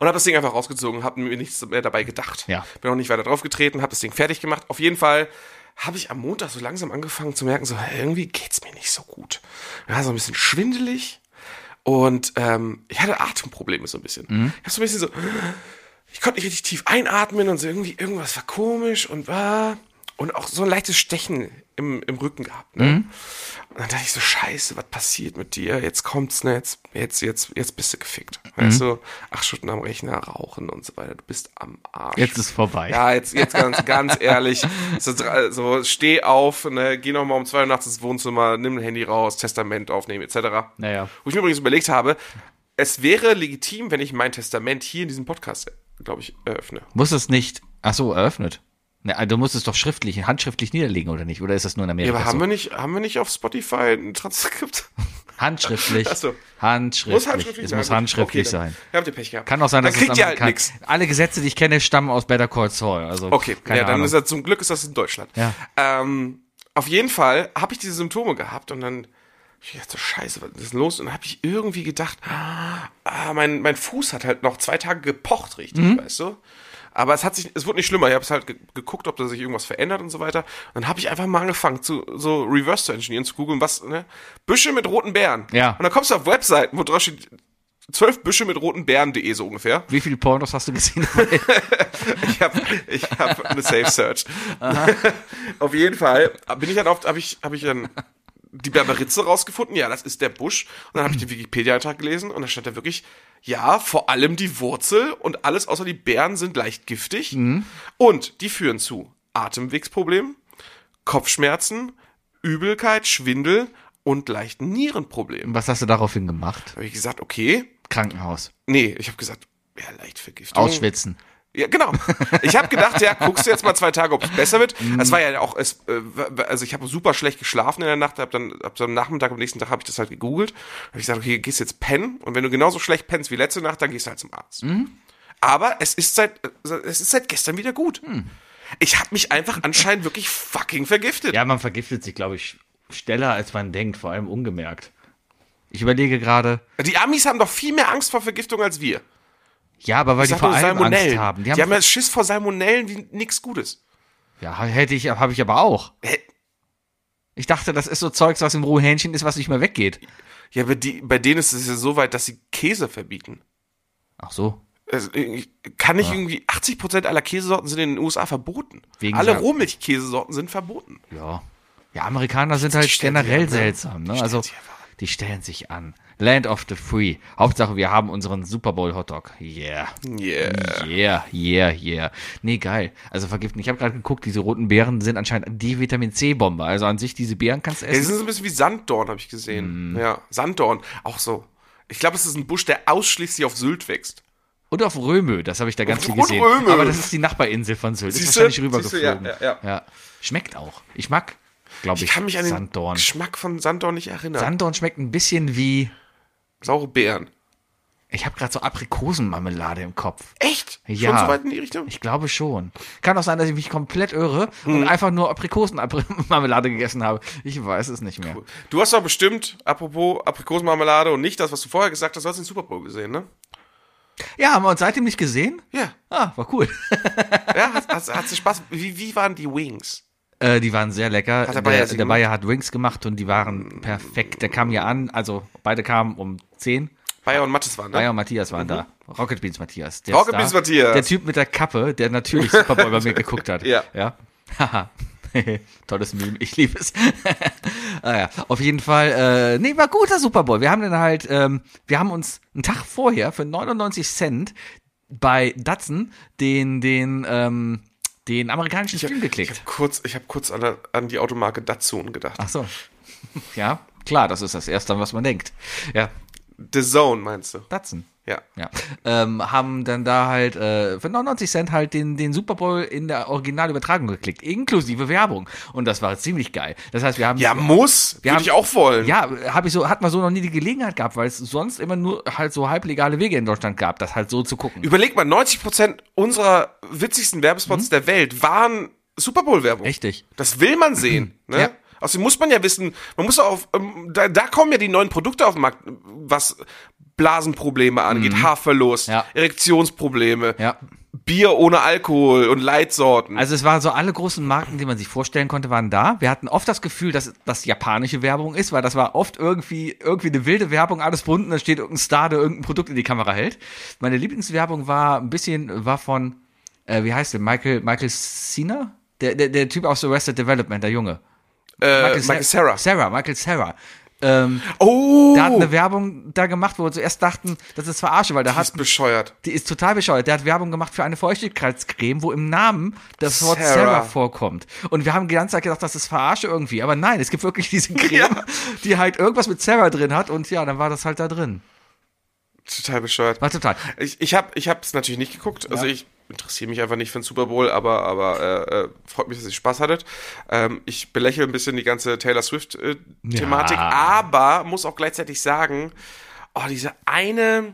Und habe das Ding einfach rausgezogen, habe mir nichts mehr dabei gedacht.
Ja.
Bin auch nicht weiter draufgetreten, habe das Ding fertig gemacht. Auf jeden Fall habe ich am Montag so langsam angefangen zu merken, so "Hä, irgendwie geht's mir nicht so gut. Ja, so ein bisschen schwindelig und ähm, ich hatte Atemprobleme so ein bisschen. Ich habe so ein bisschen so, ich konnte nicht richtig tief einatmen und so irgendwie irgendwas war komisch und war und auch so ein leichtes Stechen im, im Rücken gehabt. Ne?
Mhm.
Und dann dachte ich so, scheiße, was passiert mit dir? Jetzt kommt's, ne? Jetzt, jetzt, jetzt, jetzt bist du gefickt.
Mhm.
Weißt du, acht Stunden am Rechner rauchen und so weiter. Du bist am Arsch.
Jetzt ist vorbei.
ja, jetzt, jetzt ganz, ganz ehrlich, so, dra- so steh auf, ne, geh nochmal um zwei Uhr nachts ins Wohnzimmer, nimm ein Handy raus, Testament aufnehmen, etc.
Naja.
Wo ich mir übrigens überlegt habe, es wäre legitim, wenn ich mein Testament hier in diesem Podcast, glaube ich, eröffne.
Muss es nicht. Ach so, eröffnet. Na, du musst es doch schriftlich, handschriftlich niederlegen, oder nicht? Oder ist das nur in
Ja,
Amerika?
aber haben
so?
wir nicht, haben wir nicht auf Spotify ein Transkript?
Handschriftlich.
Ach so.
Handschriftlich.
Muss handschriftlich
es
sein.
muss
gut.
handschriftlich
Okay, dann
sein.
Habt ihr Pech gehabt.
Kann auch sein,
dann
dass es
kriegt ihr halt
Amerika-
nichts.
Alle Gesetze, die ich kenne, stammen aus Better Call Saul. Also,
Okay,
keine
ja, dann
Ahnung.
ist das zum Glück ist das in Deutschland.
Ja.
Ähm, auf jeden Fall habe ich diese Symptome gehabt und dann ich dachte, scheiße, was ist denn los? Und dann habe ich irgendwie gedacht, ah, mein, mein Fuß hat halt noch zwei Tage gepocht, richtig,
Mhm.
weißt du? Aber es hat sich, es wurde nicht schlimmer. Ich habe es halt ge geguckt, ob da sich irgendwas verändert und so weiter. Und dann habe ich einfach mal angefangen, zu, so Reverse zu engineeren, zu googeln, was, ne? Büsche mit roten Bären.
Ja.
Und dann kommst du auf Webseiten, wo drauf steht, 12 Büsche mit roten Bären.de so ungefähr.
Wie viele Pornos hast du gesehen?
Ich habe ich hab eine Safe Search. auf jeden Fall bin ich dann oft, habe ich, hab ich dann die Berberitze rausgefunden. Ja, das ist der Busch. Und dann habe ich den Wikipedia-Eintrag gelesen und da stand da wirklich, ja, vor allem die Wurzel und alles außer die Beeren sind leicht giftig. Und die führen zu Atemwegsproblemen, Kopfschmerzen, Übelkeit, Schwindel und leichten Nierenproblemen.
Was hast du daraufhin gemacht?
Da habe ich gesagt, okay.
Krankenhaus.
Nee, ich habe gesagt, ja, leicht Vergiftung.
Ausschwitzen.
Ja, genau. Ich habe gedacht, ja, guckst du jetzt mal zwei Tage, ob es besser wird.
Mhm.
Es war ja auch, es, äh, also ich habe super schlecht geschlafen in der Nacht, hab dann ab so am Nachmittag, am nächsten Tag habe ich das halt gegoogelt. Habe ich gesagt, okay, gehst jetzt pennen und wenn du genauso schlecht pennst wie letzte Nacht, dann gehst du halt zum Arzt.
Mhm.
Aber es ist seit, äh, es ist seit gestern wieder gut.
Mhm.
Ich habe mich einfach anscheinend wirklich fucking vergiftet.
Ja, man vergiftet sich, glaube ich, schneller, als man denkt, vor allem ungemerkt. Ich überlege gerade,
Die Amis haben doch viel mehr Angst vor Vergiftung als wir.
ja, aber weil die
Sag
vor
nur
allem Angst
Salmonellen.
haben.
Die haben, die haben ja Schiss vor Salmonellen wie nix Gutes.
ja, hätte ich, habe ich aber auch.
Hä?
Ich dachte, das ist so Zeugs, was im rohen Hähnchen ist, was nicht mehr weggeht.
Ja, aber die, bei denen ist es ja so weit, dass sie Käse verbieten.
Ach so.
Also, irgendwie- kann nicht irgendwie 80% aller Käsesorten sind in den USA verboten.
Wegen
Alle
der-
Rohmilchkäsesorten sind verboten.
Ja. Ja, Amerikaner sind
Die
halt
stellen sich
generell
an, ne?
seltsam, ne?
Die
Also,
stellen sich
die stellen sich an. Land of the Free. Hauptsache, wir haben unseren Super Bowl Hotdog. Yeah.
Yeah.
Yeah, yeah, yeah. Nee, geil. Also vergiften. Ich habe gerade geguckt, diese roten Beeren sind anscheinend die Vitamin C-Bombe. Also an sich, diese Beeren kannst du
Es
essen.
ist so ein bisschen wie Sanddorn, habe ich gesehen.
Mhm.
Ja, Sanddorn. Auch so. Ich glaube, es ist ein Busch, der ausschließlich auf Sylt wächst.
Und auf Römö, das habe ich da ganz viel
Und
gesehen.
Röme.
Aber das ist die Nachbarinsel von Sylt. Ist
Siehste?
wahrscheinlich rübergeflogen.
Siehste, ja, ja,
Schmeckt auch. Ich mag, glaube ich,
Ich kann mich an den
Sanddorn.
Geschmack von Sanddorn nicht erinnern.
Sanddorn schmeckt ein bisschen wie.
Saure Beeren.
Ich habe gerade so Aprikosenmarmelade im Kopf.
Echt?
Ja.
Schon so weit in die Richtung?
Ich glaube schon. Kann auch sein, dass ich mich komplett irre und
Mhm.
einfach nur Aprikosenmarmelade gegessen habe. Ich weiß es nicht mehr.
Du hast doch bestimmt, apropos Aprikosenmarmelade und nicht das, was du vorher gesagt hast, du hast den Super Bowl gesehen, ne?
Ja, haben wir uns seitdem nicht gesehen?
Ja.
Ah, war cool.
Ja, hat, hat, hat Spaß. Wie, wie waren die Wings?
Äh, die waren sehr lecker.
Hat
der
der Bayer
Bayer,
sie
der
gemacht?
Bayer hat Wings gemacht und die waren perfekt. Der kam hier an, also beide kamen um 10.
Bayer und Mattes waren, ne?
Bayer und Matthias waren da. Rocket Beans Matthias. Der
Mhm. Rocket Beans Matthias.
Der Typ mit der Kappe, der natürlich Super Bowl bei mir geguckt hat.
Ja.
Ja. Haha. Tolles Meme, ich liebe es. ah, ja. Auf jeden Fall, äh, nee, war guter Super Bowl. Wir haben dann halt, ähm, wir haben uns einen Tag vorher für 99 Cent bei Datsun den, den, ähm, den amerikanischen Stream geklickt.
Ich habe kurz, ich hab kurz an, der- an die Automarke Datsun gedacht.
Ach so. Ja, klar, das ist das Erste, an was man denkt. Ja,
The Zone meinst du?
Datsun.
Ja.
Ja. Ähm, haben dann da halt äh, für 99 Cent halt den, den Super Bowl in der Originalübertragung geklickt, inklusive Werbung. Und das war ziemlich geil. Das heißt, wir haben.
Ja, muss.
Wir
Würde
haben-
ich auch wollen.
Ja, hab ich so, hat man so noch nie die Gelegenheit gehabt, weil es sonst immer nur halt so halblegale Wege in Deutschland gab, das halt so zu gucken.
Überleg mal, 90% unserer witzigsten Werbespots der Welt waren Super Bowl-Werbung.
Mhm. Richtig.
Das will man sehen. Ne?
Ja.
Außerdem muss man ja wissen, man muss auch auf, ähm, da, da kommen ja die neuen Produkte auf den Markt, was Blasenprobleme angeht, Haarverlust,
Mhm. Ja.
Erektionsprobleme,
Ja.
Bier ohne Alkohol und Leitsorten.
Also es waren so alle großen Marken, die man sich vorstellen konnte, waren da. Wir hatten oft das Gefühl, dass das japanische Werbung ist, weil das war oft irgendwie irgendwie eine wilde Werbung, alles bunt und dann steht irgendein Star, der irgendein Produkt in die Kamera hält. Meine Lieblingswerbung war ein bisschen war von äh, wie heißt der Michael Michael Cena, der der, der Typ aus Arrested Development, der Junge.
äh, Michael
Sa-
Sarah.
Sarah, Michael Sarah. Ähm,
Oh,
Da hat eine Werbung da gemacht, wo wir zuerst dachten, das ist Verarsche, weil da
die
hat
ist bescheuert.
die ist total bescheuert. Der hat Werbung gemacht für eine Feuchtigkeitscreme, wo im Namen das Wort
Sarah.
Sarah, vorkommt. Und wir haben die ganze Zeit gedacht, das ist Verarsche irgendwie. Aber nein, es gibt wirklich diese Creme,
Ja.
die halt irgendwas mit Sarah drin hat. Und ja, dann war das halt da drin.
Total bescheuert.
War total.
Ich, ich habe ich hab's natürlich nicht geguckt. Also ich interessiere mich einfach nicht für den Super Bowl, aber, aber äh, äh, freut mich, dass ihr Spaß hattet. Ähm, ich belächle ein bisschen die ganze Taylor Swift-Thematik,
Ja.
aber muss auch gleichzeitig sagen, oh, diese eine,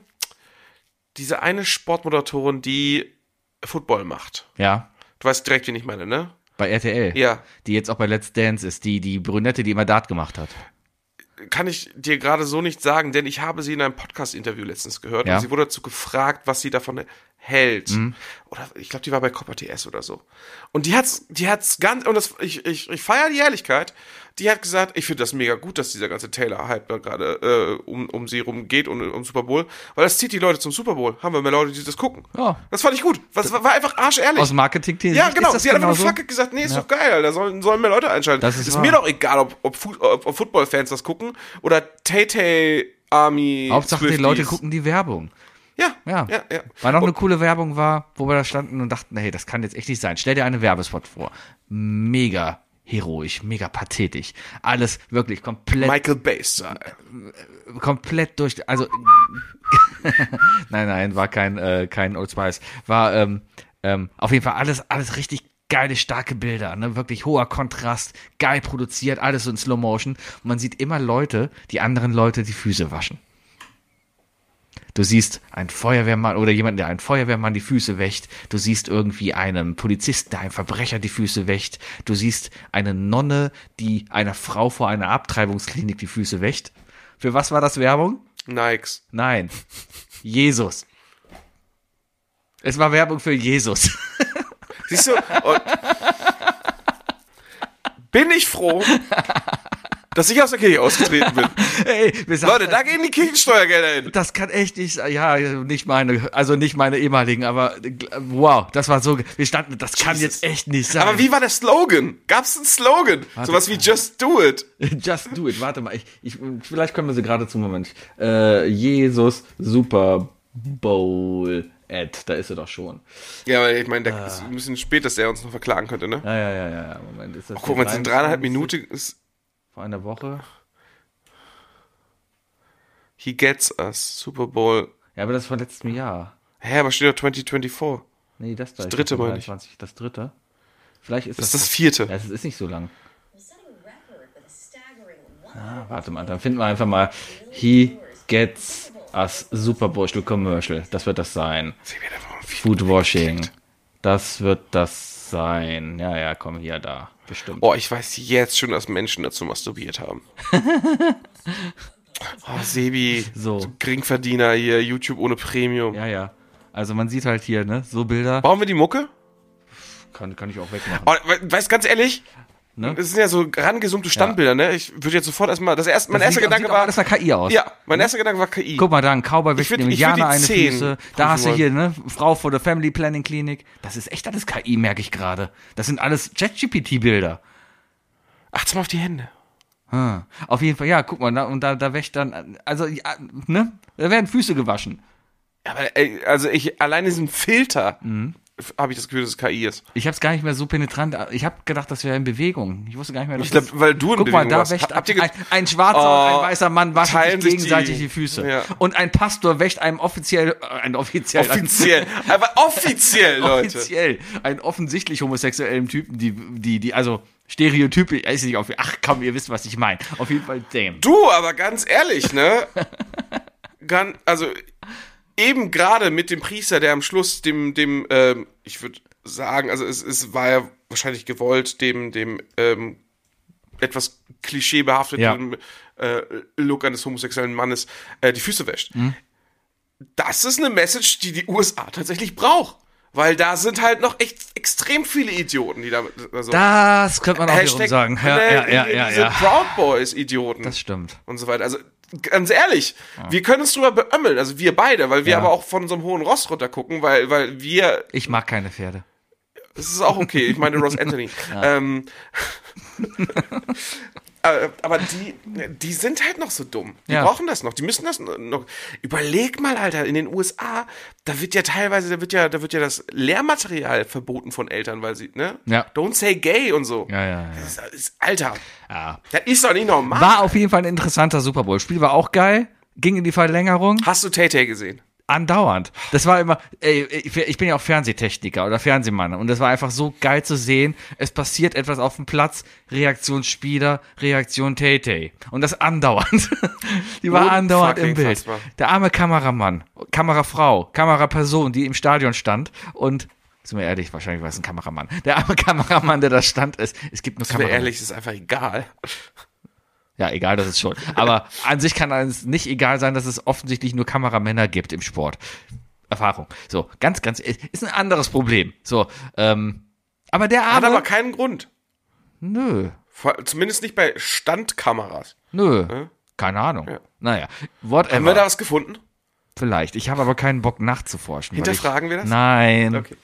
diese eine Sportmoderatorin, die Football macht.
Ja.
Du weißt direkt, wen ich meine, ne?
Bei RTL.
Ja.
Die jetzt auch bei Let's Dance ist, die, die Brünette, die immer Dart gemacht hat.
kann ich dir gerade so nicht sagen, denn ich habe sie in einem Podcast-Interview letztens gehört
Ja. Mhm.
und sie wurde dazu gefragt, was sie davon hält. Oder ich glaube, die war bei Copper TS oder so. Und die hat's, die hat's ganz, und das, ich, ich, ich feiere die Ehrlichkeit, die hat gesagt, ich finde das mega gut, dass dieser ganze Taylor-Hype da gerade äh, um, um sie rum geht und um Super Bowl, weil das zieht die Leute zum Super Bowl. Haben wir mehr Leute, die das gucken.
Ja.
Das fand ich gut. Das war war einfach arschehrlich.
Aus marketing
Ja, genau.
Ist das
Sie hat
genau
einfach nur
so?
Fuck it gesagt, nee, ist doch geil, Alter. Sollen, sollen mehr Leute einschalten.
Das ist wahr.
mir doch egal, ob, ob, Fu- ob, ob Football-Fans das gucken oder Tay-Tay Army.
Hauptsache, die
Swifties.
Leute gucken die Werbung.
Ja,
Ja.
ja, ja. ja.
Weil noch eine coole Werbung war, wo wir da standen und dachten, hey, das kann jetzt echt nicht sein. Stell dir einen Werbespot vor. Mega heroisch, mega pathetisch. Alles wirklich komplett,
Michael Bay Style.
komplett durch. Also, nein, nein, war kein, äh, kein Old Spice. War ähm, ähm, auf jeden Fall alles, alles richtig geile, starke Bilder. Ne? Wirklich hoher Kontrast, geil produziert, alles so in Slow Motion. Und man sieht immer Leute, die anderen Leute die Füße waschen. Du siehst einen Feuerwehrmann oder jemanden, der einen Feuerwehrmann die Füße wäscht. Du siehst irgendwie einen Polizisten, der einem Verbrecher die Füße wäscht. Du siehst eine Nonne, die einer Frau vor einer Abtreibungsklinik die Füße wäscht. Für was war das Werbung?
Nikes.
Nein. Jesus. Es war Werbung für Jesus.
Siehst du? Und bin ich froh, dass ich aus der Kirche ausgetreten bin.
Ey, wir sagen,
Leute, da gehen die Kirchensteuergelder hin.
das kann echt nicht, sein. ja, nicht meine, also nicht meine ehemaligen, aber äh, wow, das war so, ge- wir standen, das kann
Jesus.
jetzt echt nicht sein.
Aber wie war der Slogan? Gab's einen Slogan? Sowas wie Just Do It.
Just do it. Warte mal, ich, ich, vielleicht können wir sie gerade zum Moment. Äh, Jesus Super Bowl Ad, da ist sie doch schon.
Ja, aber ich meine,
Ah.
der ist ein bisschen spät, dass der uns noch verklagen könnte, ne?
Ja, ja, ja, ja, ja, Moment. Ist das
Guck mal, es sind dreieinhalb Minuten. Ist,
Vor einer Woche.
He gets us. Super Bowl.
Ja, aber das ist von letztem Jahr.
Hä, aber steht doch 2024.
Nee, das da. Das
dritte meine ich.
Das dritte. Vielleicht ist
Das
das.
ist das vierte.
ja, es ist nicht so lang.
was setting a record with a staggering
Ah, warte mal, dann finden wir einfach mal He Gets Us Super Bowl Commercial. Das wird das sein.
Sehen wir davon viel.
Foodwashing. Das wird das sein. Ja, ja, komm hier, da. Bestimmt.
Oh, ich weiß jetzt schon, dass Menschen dazu masturbiert haben. oh, Sebi.
So.
Geringverdiener hier. YouTube ohne Premium.
Ja, ja. Also man sieht halt hier, ne, so Bilder.
Brauchen wir die Mucke?
Kann, kann ich auch wegmachen.
Oh, we- weißt ganz ehrlich,
Ne?
das sind ja so rangesummte Standbilder, ne? Ich würde jetzt sofort erstmal. Das erste, mein
Das
erster
sieht-
Gedanke
sieht auch
war.
alles nach KI aus. Ne?
Ja, mein erster Gedanke war KI.
Guck mal da, ein Cowboy
Ich
wäscht
würd-
dem
ich würd die
Indianer eine
10
Füße. Da hast du
prüfen
hier, ne, Frau vor der Family Planning Klinik. Das ist echt alles KI, merke ich gerade. Das sind alles ChatGPT-Bilder.
Acht's mal auf die Hände.
Hm. Auf jeden Fall, ja, guck mal, da, und da, da wäscht dann, also, ja, ne, da werden Füße gewaschen.
Aber, ey, also ich, allein diesen Filter
Mhm.
f- habe ich das Gefühl, dass es KI ist.
Ich hab's gar nicht mehr so penetrant, ich hab gedacht, das wäre in Bewegung. Ich wusste gar nicht mehr, dass
Ich glaub,
das-
weil du in
Guck
Bewegung
mal, da
warst.
wäscht
Habt ihr
ein,
ge-
ein, ein schwarzer
Oh,
und ein weißer Mann waschen
teilen
sich
sich
gegenseitig die,
die-
Füße.
Ja.
Und ein Pastor wäscht einem offiziell, äh, ein offiziell,
Offiziell. Aber offiziell, Leute.
offiziell, einen offensichtlich homosexuellen Typen, die, die, die, also Stereotype, ich weiß nicht, auf, ach komm, ihr wisst, was ich meine. Auf jeden Fall, damn.
Du, aber ganz ehrlich, ne? Gan, also eben gerade mit dem Priester, der am Schluss dem, dem, ähm, ich würde sagen, also es, es war ja wahrscheinlich gewollt, dem, dem ähm, etwas klischeebehafteten äh, Look eines homosexuellen Mannes äh, die Füße wäscht. Das ist eine Message, die die USA tatsächlich braucht. Weil da sind halt noch echt extrem viele Idioten, die damit. Also
Das könnte man auch wiederum sagen. Ja,
ne,
ja, ja, ja,
diese
ja.
Proud Boys-Idioten
Das stimmt.
und so weiter. Also ganz ehrlich, wir können uns drüber beömmeln, also wir beide, weil wir
Ja.
aber auch von unserem hohen Ross runter gucken, weil, weil wir,
Ich mag keine Pferde.
das ist auch okay, ich meine Ross Anthony. Ähm, aber aber die, die sind halt noch so dumm. Die
Ja.
brauchen das noch, die müssen das noch. Überleg mal, Alter, in den USA, da wird ja teilweise, da wird ja, da wird ja das Lehrmaterial verboten von Eltern, weil sie, ne?
Ja.
Don't say gay und so.
Ja, ja, ja.
Das ist, Alter,
ja.
das ist doch nicht normal.
War auf jeden Fall ein interessanter Super Bowl. Spiel war auch geil. ging in die Verlängerung.
Hast du Tay-Tay gesehen?
andauernd. Das war immer, ey, ich ich bin ja auch Fernsehtechniker oder Fernsehmann und das war einfach so geil zu sehen. Es passiert etwas auf dem Platz, Reaktion Spieler, Reaktion Tay-Tay. Und das andauernd. Die war andauernd im Bild.
Unfassbar.
Der arme Kameramann, Kamerafrau, Kameraperson, die im Stadion stand und sind wir ehrlich, wahrscheinlich war es ein Kameramann. Der arme Kameramann, der da stand, ist, es gibt nur
Sind wir
Kameramann.
ehrlich, ist einfach egal.
Ja, egal, das ist schon. Aber an sich kann es nicht egal sein, dass es offensichtlich nur Kameramänner gibt im Sport. Erfahrung. So, ganz, ganz, ist ein anderes Problem. So, ähm, aber der
Hat
Arme,
aber keinen Grund.
nö,
Vor- Zumindest nicht bei Standkameras.
nö, keine Ahnung. Naja, whatever.
Äh? Haben wir da was gefunden?
Vielleicht. Ich habe aber keinen Bock nachzuforschen. weil
Hinterfragen
ich,
wir das?
Nein.
Okay.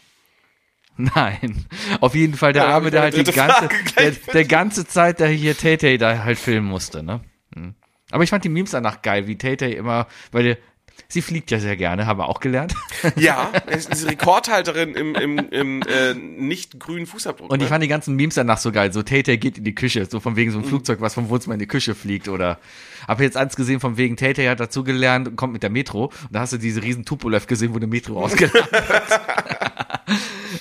Nein. Auf jeden Fall der
Ja,
Arme,
hab ich
der
noch
halt
eine
die
dritte
ganze,
Frage
der,
gleich.
der ganze Zeit, der hier Tay-Tay da halt filmen musste, ne? Hm. Aber ich fand die Memes danach geil, wie Tay-Tay immer, weil die, sie fliegt ja sehr gerne, haben wir auch gelernt.
Ja, es ist die Rekordhalterin im, im, im äh, nicht grünen Fußabdruck.
Und
ne?
ich fand die ganzen Memes danach so geil, so Tay-Tay geht in die Küche, so von
Mhm.
wegen so ein Flugzeug, was vom Wohnzimmer in die Küche fliegt oder hab jetzt eins gesehen von wegen Tay-Tay hat dazugelernt und kommt mit der Metro und da hast du diese riesen Tupolev gesehen, wo eine Metro ausgeladen wird.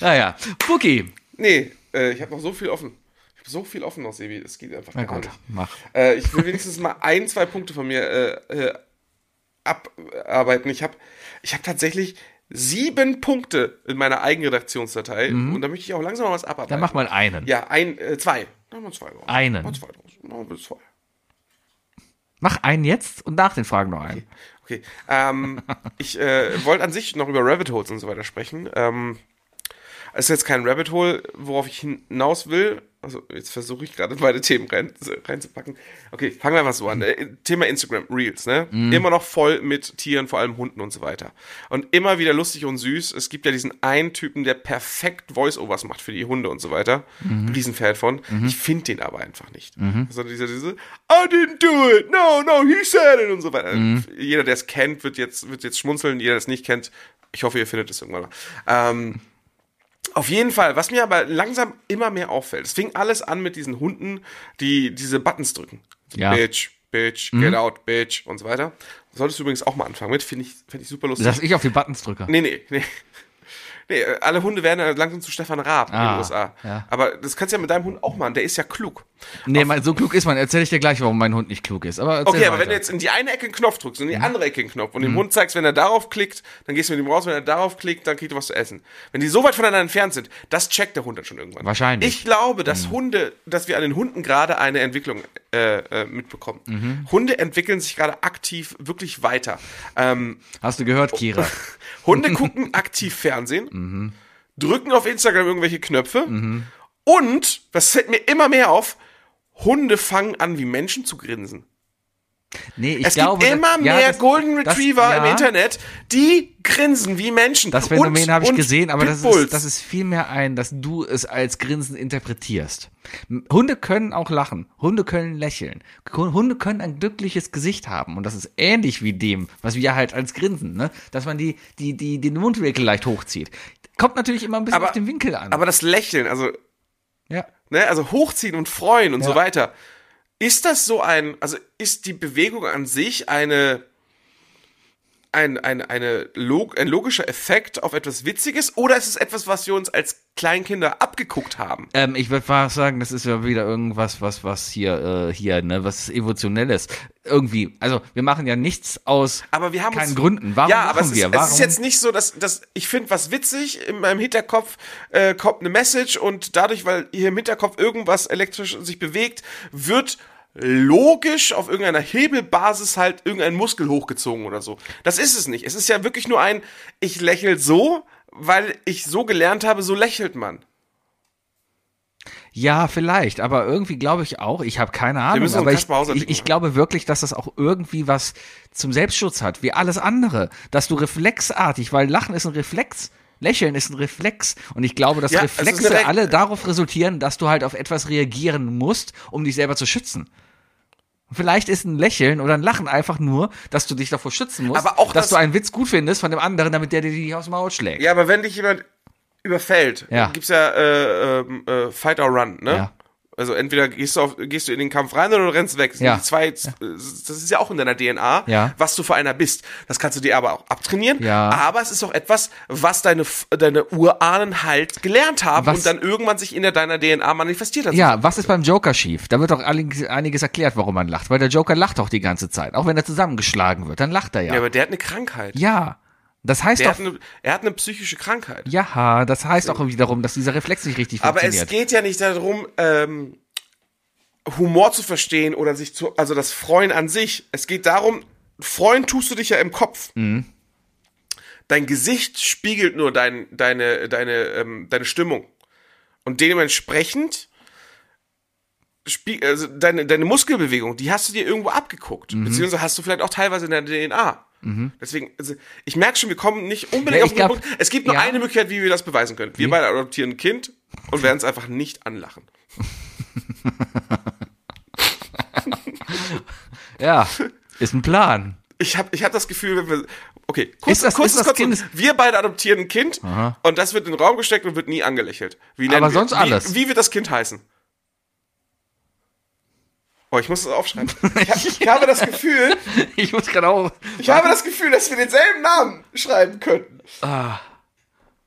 naja, Fuki.
nee, äh, ich habe noch so viel offen. Ich habe so viel offen noch, Sebi. Das geht einfach
Na
gar
gut,
nicht.
mach.
Äh, ich will wenigstens mal ein, zwei Punkte von mir äh, äh, abarbeiten. Ich habe ich hab tatsächlich sieben Punkte in meiner Eigenredaktionsdatei und da möchte ich auch langsam mal was abarbeiten.
Mhm. Dann mach mal einen.
Ja, ein, äh, zwei. Machen wir zwei draus.
Einen.
Machen wir zwei draus. Machen wir zwei.
Mach einen jetzt und nach den Fragen noch einen.
Okay. Ähm, ich äh, wollte an sich noch über Rabbit Holes und so weiter sprechen. Ähm, es ist jetzt kein Rabbit Hole, worauf ich hinaus will. Also jetzt versuche ich gerade beide Themen rein, reinzupacken. Okay, fangen wir einfach so an. Äh, Thema Instagram, Reels, ne? Immer noch voll mit Tieren, vor allem Hunden und so weiter. Und immer wieder lustig und süß. Es gibt ja diesen einen Typen, der perfekt Voice-Overs macht für die Hunde und so weiter. Riesenfan von. Ich finde den aber einfach nicht. Sondern dieser, diese, I didn't do it, no, no, he said it und so weiter. Jeder, der es kennt, wird jetzt, wird jetzt schmunzeln. Jeder, der es nicht kennt, ich hoffe, ihr findet es irgendwann mal. Ähm, auf jeden Fall, was mir aber langsam immer mehr auffällt, es fing alles an mit diesen Hunden, die diese Buttons drücken.
Ja. Mhm.
Bitch, bitch, get out, bitch und so weiter. Solltest du übrigens auch mal anfangen mit, finde ich, find ich super lustig.
Dass ich auf die Buttons drücke.
nee, nee, nee. Nee, äh, alle Hunde werden ja langsam zu Stefan Raab in
Ah,
den USA.
ja.
Aber das kannst du ja mit deinem Hund auch machen, der ist ja klug.
Nee, mein, so klug ist man. Erzähl ich dir gleich, warum mein Hund nicht klug ist. Aber erzähl
Okay, aber wenn
weiter. Mhm.
du jetzt in die eine Ecke einen Knopf drückst und in die andere Ecke einen Knopf und dem Hund zeigst, wenn er darauf klickt, dann gehst du mit ihm raus, wenn er darauf klickt, dann kriegt er was zu essen. Wenn die so weit voneinander entfernt sind, das checkt der Hund dann schon irgendwann.
Wahrscheinlich. Mhm.
Ich glaube, dass Hunde, dass wir an den Hunden gerade eine Entwicklung äh, äh, mitbekommen.
Mhm.
Hunde entwickeln sich gerade aktiv wirklich weiter. Ähm,
Hast du gehört,
Oh.
Kira?
Hunde gucken aktiv Fernsehen,
Mhm.
drücken auf Instagram irgendwelche Knöpfe und, das fällt mir immer mehr auf, Hunde fangen an, wie Menschen zu grinsen.
Nee, ich
Es
glaube.
gibt immer
dass- ja,
mehr
das-
Golden
das-
Retriever im
ja,
Internet, die grinsen wie Menschen.
Das
Und-
Phänomen habe ich
und
gesehen, aber das
Pitbulls.
ist, das ist vielmehr ein, dass du es als Grinsen interpretierst. M- Hunde können auch lachen. Hunde können lächeln. K- Hunde können ein glückliches Gesicht haben. Und das ist ähnlich wie dem, was wir halt als Grinsen, ne? Dass man die, die, die, den Mundwinkel leicht hochzieht. Kommt natürlich immer ein bisschen
Aber-
auf den Winkel an.
aber das Lächeln, also,
ja.
ne, also hochziehen und freuen und so
Ja.
weiter. Ist das so ein, also ist die Bewegung an sich eine, ein, ein, eine log, ein logischer Effekt auf etwas Witziges oder ist es etwas, was wir uns als Kleinkinder abgeguckt haben?
Ähm, ich würde fast sagen, das ist ja wieder irgendwas, was, was hier, äh, hier, ne, was Emotionelles. Irgendwie. Also, wir machen ja nichts aus
Aber wir haben
keinen
uns,
Gründen. Warum
ja,
machen
aber es ist,
wir?
es
Warum?
ist jetzt nicht so, dass, dass ich finde was witzig, in meinem Hinterkopf äh, kommt eine Message und dadurch, weil hier im Hinterkopf irgendwas elektrisch sich bewegt, wird logisch auf irgendeiner Hebelbasis halt irgendein Muskel hochgezogen oder so. Das ist es nicht. Es ist ja wirklich nur ein, ich lächel so, weil ich so gelernt habe, so lächelt man.
Ja, vielleicht, aber irgendwie glaube ich auch, ich habe keine Ahnung,
müssen so ein
aber ich,
Kaspar Hauser-Ding
ich, ich
machen.
glaube wirklich, dass das auch irgendwie was zum Selbstschutz hat, wie alles andere, dass du reflexartig, weil Lachen ist ein Reflex, Lächeln ist ein Reflex und ich glaube, dass
Ja, es ist eine
Reflexe
Re-
alle darauf resultieren, dass du halt auf etwas reagieren musst, um dich selber zu schützen. Vielleicht ist ein Lächeln oder ein Lachen einfach nur, dass du dich davor schützen musst,
Aber auch
dass
das-
du einen Witz gut findest von dem anderen, damit der dir nicht aufs Maul schlägt.
Ja, aber wenn dich jemand überfällt,
Ja.
gibt's ja äh, ähm, äh, Fight or Run, ne?
Ja.
Also entweder gehst du, auf, gehst du in den Kampf rein oder du rennst weg. Das sind
Ja.
die Zwei, äh, Das ist ja auch in deiner DNA,
Ja.
was du für einer bist. Das kannst du dir aber auch abtrainieren.
Ja.
Aber es ist auch etwas, was deine, F- deine Urahnen halt gelernt haben
Was-
und dann irgendwann sich in der, deiner DNA manifestiert hat.
Ja, was ist beim Joker schief? Da wird doch einiges einiges erklärt, warum man lacht. Weil der Joker lacht doch die ganze Zeit. Auch wenn er zusammengeschlagen wird, dann lacht er ja.
Ja,
Ja,
aber der hat eine Krankheit.
das heißt
Der
doch.
hat eine, er hat eine psychische Krankheit.
Ja, das heißt auch wiederum, dass dieser Reflex nicht richtig
Aber es
funktioniert.
geht ja nicht darum, ähm, Humor zu verstehen oder sich zu, also das Freuen an sich. Es geht darum, freuen tust du dich ja im Kopf.
Mhm.
Dein Gesicht spiegelt nur dein, deine, deine, ähm, deine Stimmung. Und dementsprechend spie- also deine, deine Muskelbewegung, die hast du dir irgendwo abgeguckt.
Mhm.
Beziehungsweise hast du vielleicht auch teilweise in der DNA. Deswegen, also ich merke schon, wir kommen nicht unbedingt
Ja,
auf
ich
den
glaub-
Punkt. Es gibt nur
ja.
eine Möglichkeit, wie wir das beweisen können. Wir beide adoptieren ein Kind und werden es einfach nicht anlachen.
Ja, ist ein Plan.
Ich habe ich hab das Gefühl, wenn wir. Okay, kurz,
Ist das-
kurz,
ist das
kurz,
Kind-
wir beide adoptieren ein Kind und das wird in den Raum gesteckt und wird nie angelächelt. Wie nennen wir,
sonst
wie,
alles.
Wie wird das Kind heißen? Oh, ich muss das aufschreiben. Ich, hab, ich habe das Gefühl,
Ich muss gerade auch
ich habe das Gefühl, dass wir denselben Namen schreiben könnten.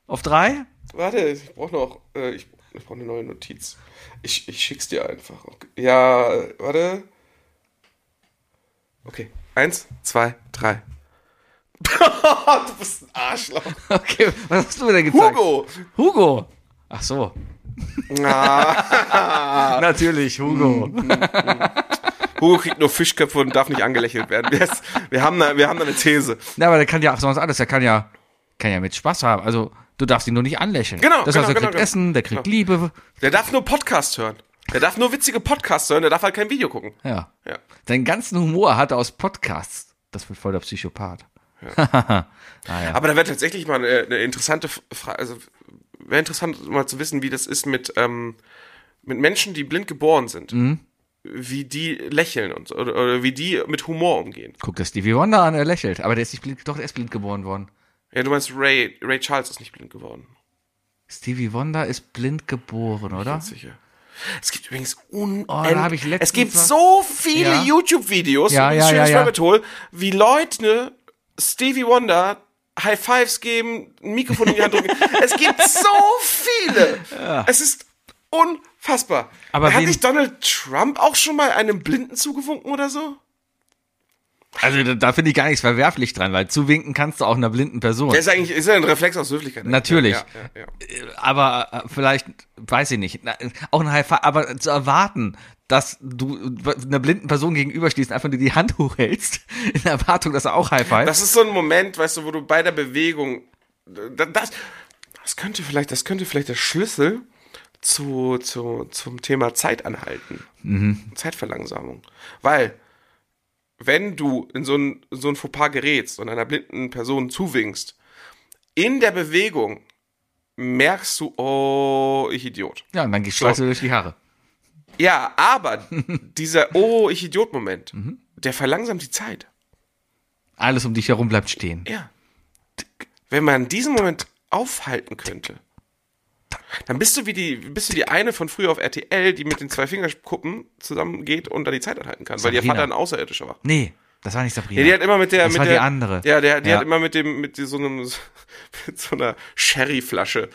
auf drei.
Warte, ich brauche noch. Äh, ich ich brauche eine neue Notiz. Ich, ich schick's dir einfach. Okay. Ja, warte. Okay. Eins, zwei, drei. du bist ein Arschloch.
Okay, was hast du mir denn gezeigt?
Hugo!
Hugo. Ach so.
Ah.
Natürlich, Hugo.
Mhm. Hugo kriegt nur Fischköpfe und darf nicht angelächelt werden. Wir, wir, haben, da, wir haben da eine These.
Na, aber der kann ja auch sonst alles. Der kann ja, kann ja mit Spaß haben. Also, du darfst ihn nur nicht anlächeln.
Genau,
Das heißt,
genau,
er
genau,
kriegt
genau.
Essen, der kriegt Liebe.
Der darf nur Podcast hören. Der darf nur witzige Podcasts hören, der darf halt kein Video gucken.
Ja.
Ja.
Seinen ganzen Humor hat er aus Podcasts. Das wird voll der Psychopath.
Aber da wäre tatsächlich mal äh, eine, eine interessante Frage, also wäre interessant mal zu wissen, wie das ist mit, ähm, mit Menschen, die blind geboren sind. Wie die lächeln und so, oder, oder wie die mit Humor umgehen.
Guck das Stevie Wonder an, er lächelt. Aber der ist nicht blind, doch, der ist blind geboren worden.
Ja, du meinst, Ray, Ray Charles ist nicht blind geworden.
Stevie Wonder ist blind geboren, oder?
Ganz sicher. Es gibt übrigens un
Oh, da hab ich letztens
Es gibt
was-
so viele
Ja.
YouTube-Videos,
Ja,
ein
ja,
schönes
ja, ja.
Rabbit Hole, wie Leute Stevie Wonder High Fives geben, ein Mikrofon in die Hand drücken. es gibt so viele. Es ist unfassbar.
Aber
Hat
wen-
nicht Donald Trump auch schon mal einem Blinden zugewunken oder so?
Also, da, da finde ich gar nichts verwerflich dran, weil zuwinken kannst du auch einer blinden Person.
Der ist eigentlich ist ja ein Reflex aus Höflichkeit.
Natürlich.
Ja, ja, ja.
aber äh, vielleicht, weiß ich nicht, na, auch ein High Five, aber zu erwarten, dass du äh, einer blinden Person gegenüberstehst, einfach nur die Hand hochhältst, in der Erwartung, dass er auch High Five.
Das ist so ein Moment, weißt du, wo du bei der Bewegung da- das, das könnte vielleicht, das könnte vielleicht der Schlüssel zu, zu, zum Thema Zeit anhalten. Zeitverlangsamung. Weil, wenn du in so ein, so ein Fauxpas gerätst und einer blinden Person zuwinkst, in der Bewegung merkst du, oh, ich Idiot.
ja, und dann schleißt du also durch die Haare.
Ja, aber dieser Oh, ich Idiot-Moment, der verlangsamt die Zeit.
Alles um dich herum bleibt stehen.
Ja. Wenn man diesen Moment aufhalten könnte, dann bist du wie die, bist du die eine von früher auf RTL, die mit den zwei Fingerkuppen zusammengeht und dann die Zeit anhalten kann, weil ihr
Sabrina.
Vater ein Außerirdischer war.
Nee, das war nicht Sabrina.
Ja, die hat immer mit der,
Das
mit
war
der,
die andere.
Ja, der, die
Ja.
hat immer mit dem, mit so einem, mit so einer Sherryflasche.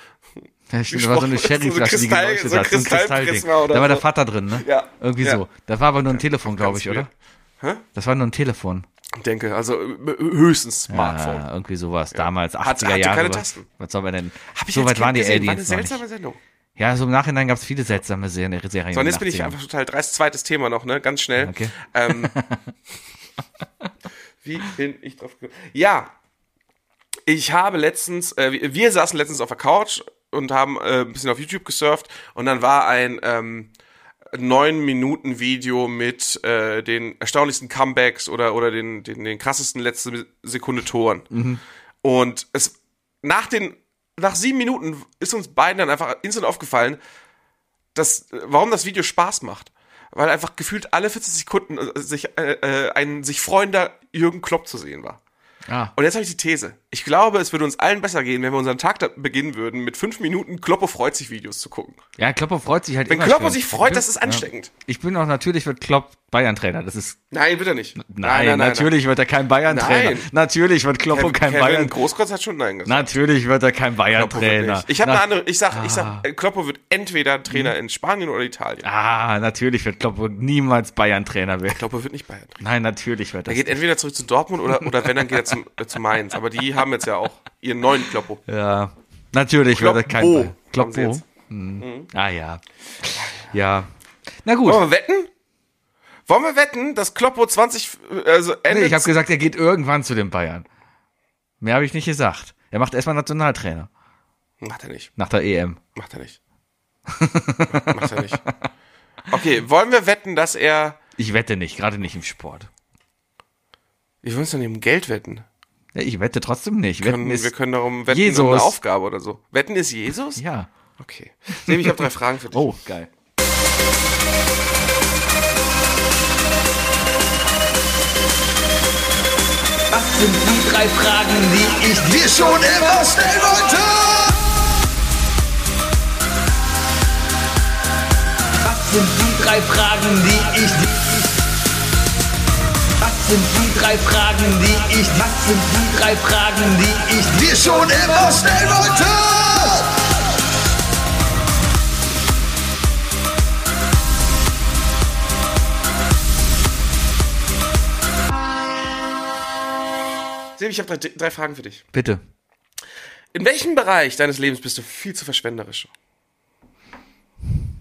Ja, stimmt, da war so eine
gesprochen.
Sherryflasche, die
So ein
geleuchtet
Kristall- so ein
hat. So ein Kristallding.
Kristallprisma oder
Da war der
so.
Vater drin, ne?
Ja.
Irgendwie
Ja.
so. Das war aber nur ein Telefon, glaube ich,
ganz
oder? Das war nur ein Telefon.
Ich denke, also äh, höchstens Smartphone.
Ah, irgendwie sowas. Damals, 80er
Hat- hatte
Jahre.
keine
was-
Tasten.
Was soll man denn?
Hab ich
so
als
weit
Kind
waren die
gesehen, war eine
Aliens noch
seltsame
nicht.
Sendung.
Ja, so im Nachhinein gab es viele seltsame Serien. Serien
So, und
in den
jetzt bin ich
80ern.
einfach total dreist. Zweites Thema noch, ne? Ganz schnell.
Okay.
Ähm, wie bin ich drauf gekommen? Ja, ich habe letztens, äh, wir- wir saßen letztens auf der Couch und haben äh, ein bisschen auf YouTube gesurft und dann war ein ähm, 9-Minuten-Video mit äh, den erstaunlichsten Comebacks oder, oder den, den, den krassesten letzte Sekunde Toren. Und es nach den nach sieben Minuten ist uns beiden dann einfach instant aufgefallen, dass, warum das Video Spaß macht. Weil einfach gefühlt alle 40 Sekunden äh, sich, äh, äh, ein sich freuender Jürgen Klopp zu sehen war.
Ah,
Und jetzt habe ich die These. Ich glaube, es würde uns allen besser gehen, wenn wir unseren Tag da beginnen würden, mit fünf Minuten Kloppe freut sich Videos zu gucken.
Ja, Kloppo freut sich halt
Wenn
immer
Kloppe
schon.
sich freut, das ist ansteckend.
Ich bin auch natürlich wird Klopp Bayern-Trainer. Das ist
Nein, wird er nicht.
nein, natürlich wird er kein Bayern-Trainer.
Nein.
Natürlich wird Kloppo
Kevin,
kein
Kevin
Bayern.
Großkreuz hat schon Nein gesagt.
Natürlich wird er kein
Kloppo wird
Bayern-Trainer.
nicht. Ich habe
Na- Hm.
eine andere, ich sag, ich sag, äh, Kloppo wird entweder Trainer in Spanien oder Italien.
Ah, natürlich wird Kloppo niemals Bayern-Trainer werden.
Kloppo wird nicht Bayern Trainer.
Nein, natürlich wird
Er
das.
geht entweder zurück zu Dortmund oder, oder wenn, dann geht er zum, äh, zu Mainz. Aber die haben jetzt ja auch ihren neuen Kloppo.
Ja, natürlich wird er kein
Kloppo,
Bayern.
haben sie
Kloppo.
jetzt.
Mhm. Ah ja. Ja. Na gut.
Wollen wir wetten? Wollen wir wetten, dass Kloppo 20, äh, also Ende
Nee, ich habe gesagt, er geht irgendwann zu den Bayern. Mehr habe ich nicht gesagt. Er macht erstmal Nationaltrainer
Macht er nicht.
nach der E EM.
Macht er nicht. Macht er nicht. Okay, wollen wir wetten, dass er.
Ich wette nicht, gerade nicht im Sport.
Wir wollen es doch nicht um Geld wetten.
Ja, ich wette trotzdem nicht.
Wir
Wetten
können, wir
ist,
können darum wetten
Jesus.
um eine Aufgabe oder so. Wetten ist Jesus?
ja.
Okay. Sebi, ich habe drei Fragen für dich.
Oh, geil.
Was sind die drei Fragen, die ich dir schon immer stellen wollte? Was sind die drei Fragen, die ich dir... Was sind die drei Fragen, die ich... Was sind die drei Fragen, die ich dir schon immer stellen wollte?
Sebi, ich habe drei, drei Fragen für dich.
Bitte.
In welchem Bereich deines Lebens bist du viel zu verschwenderisch?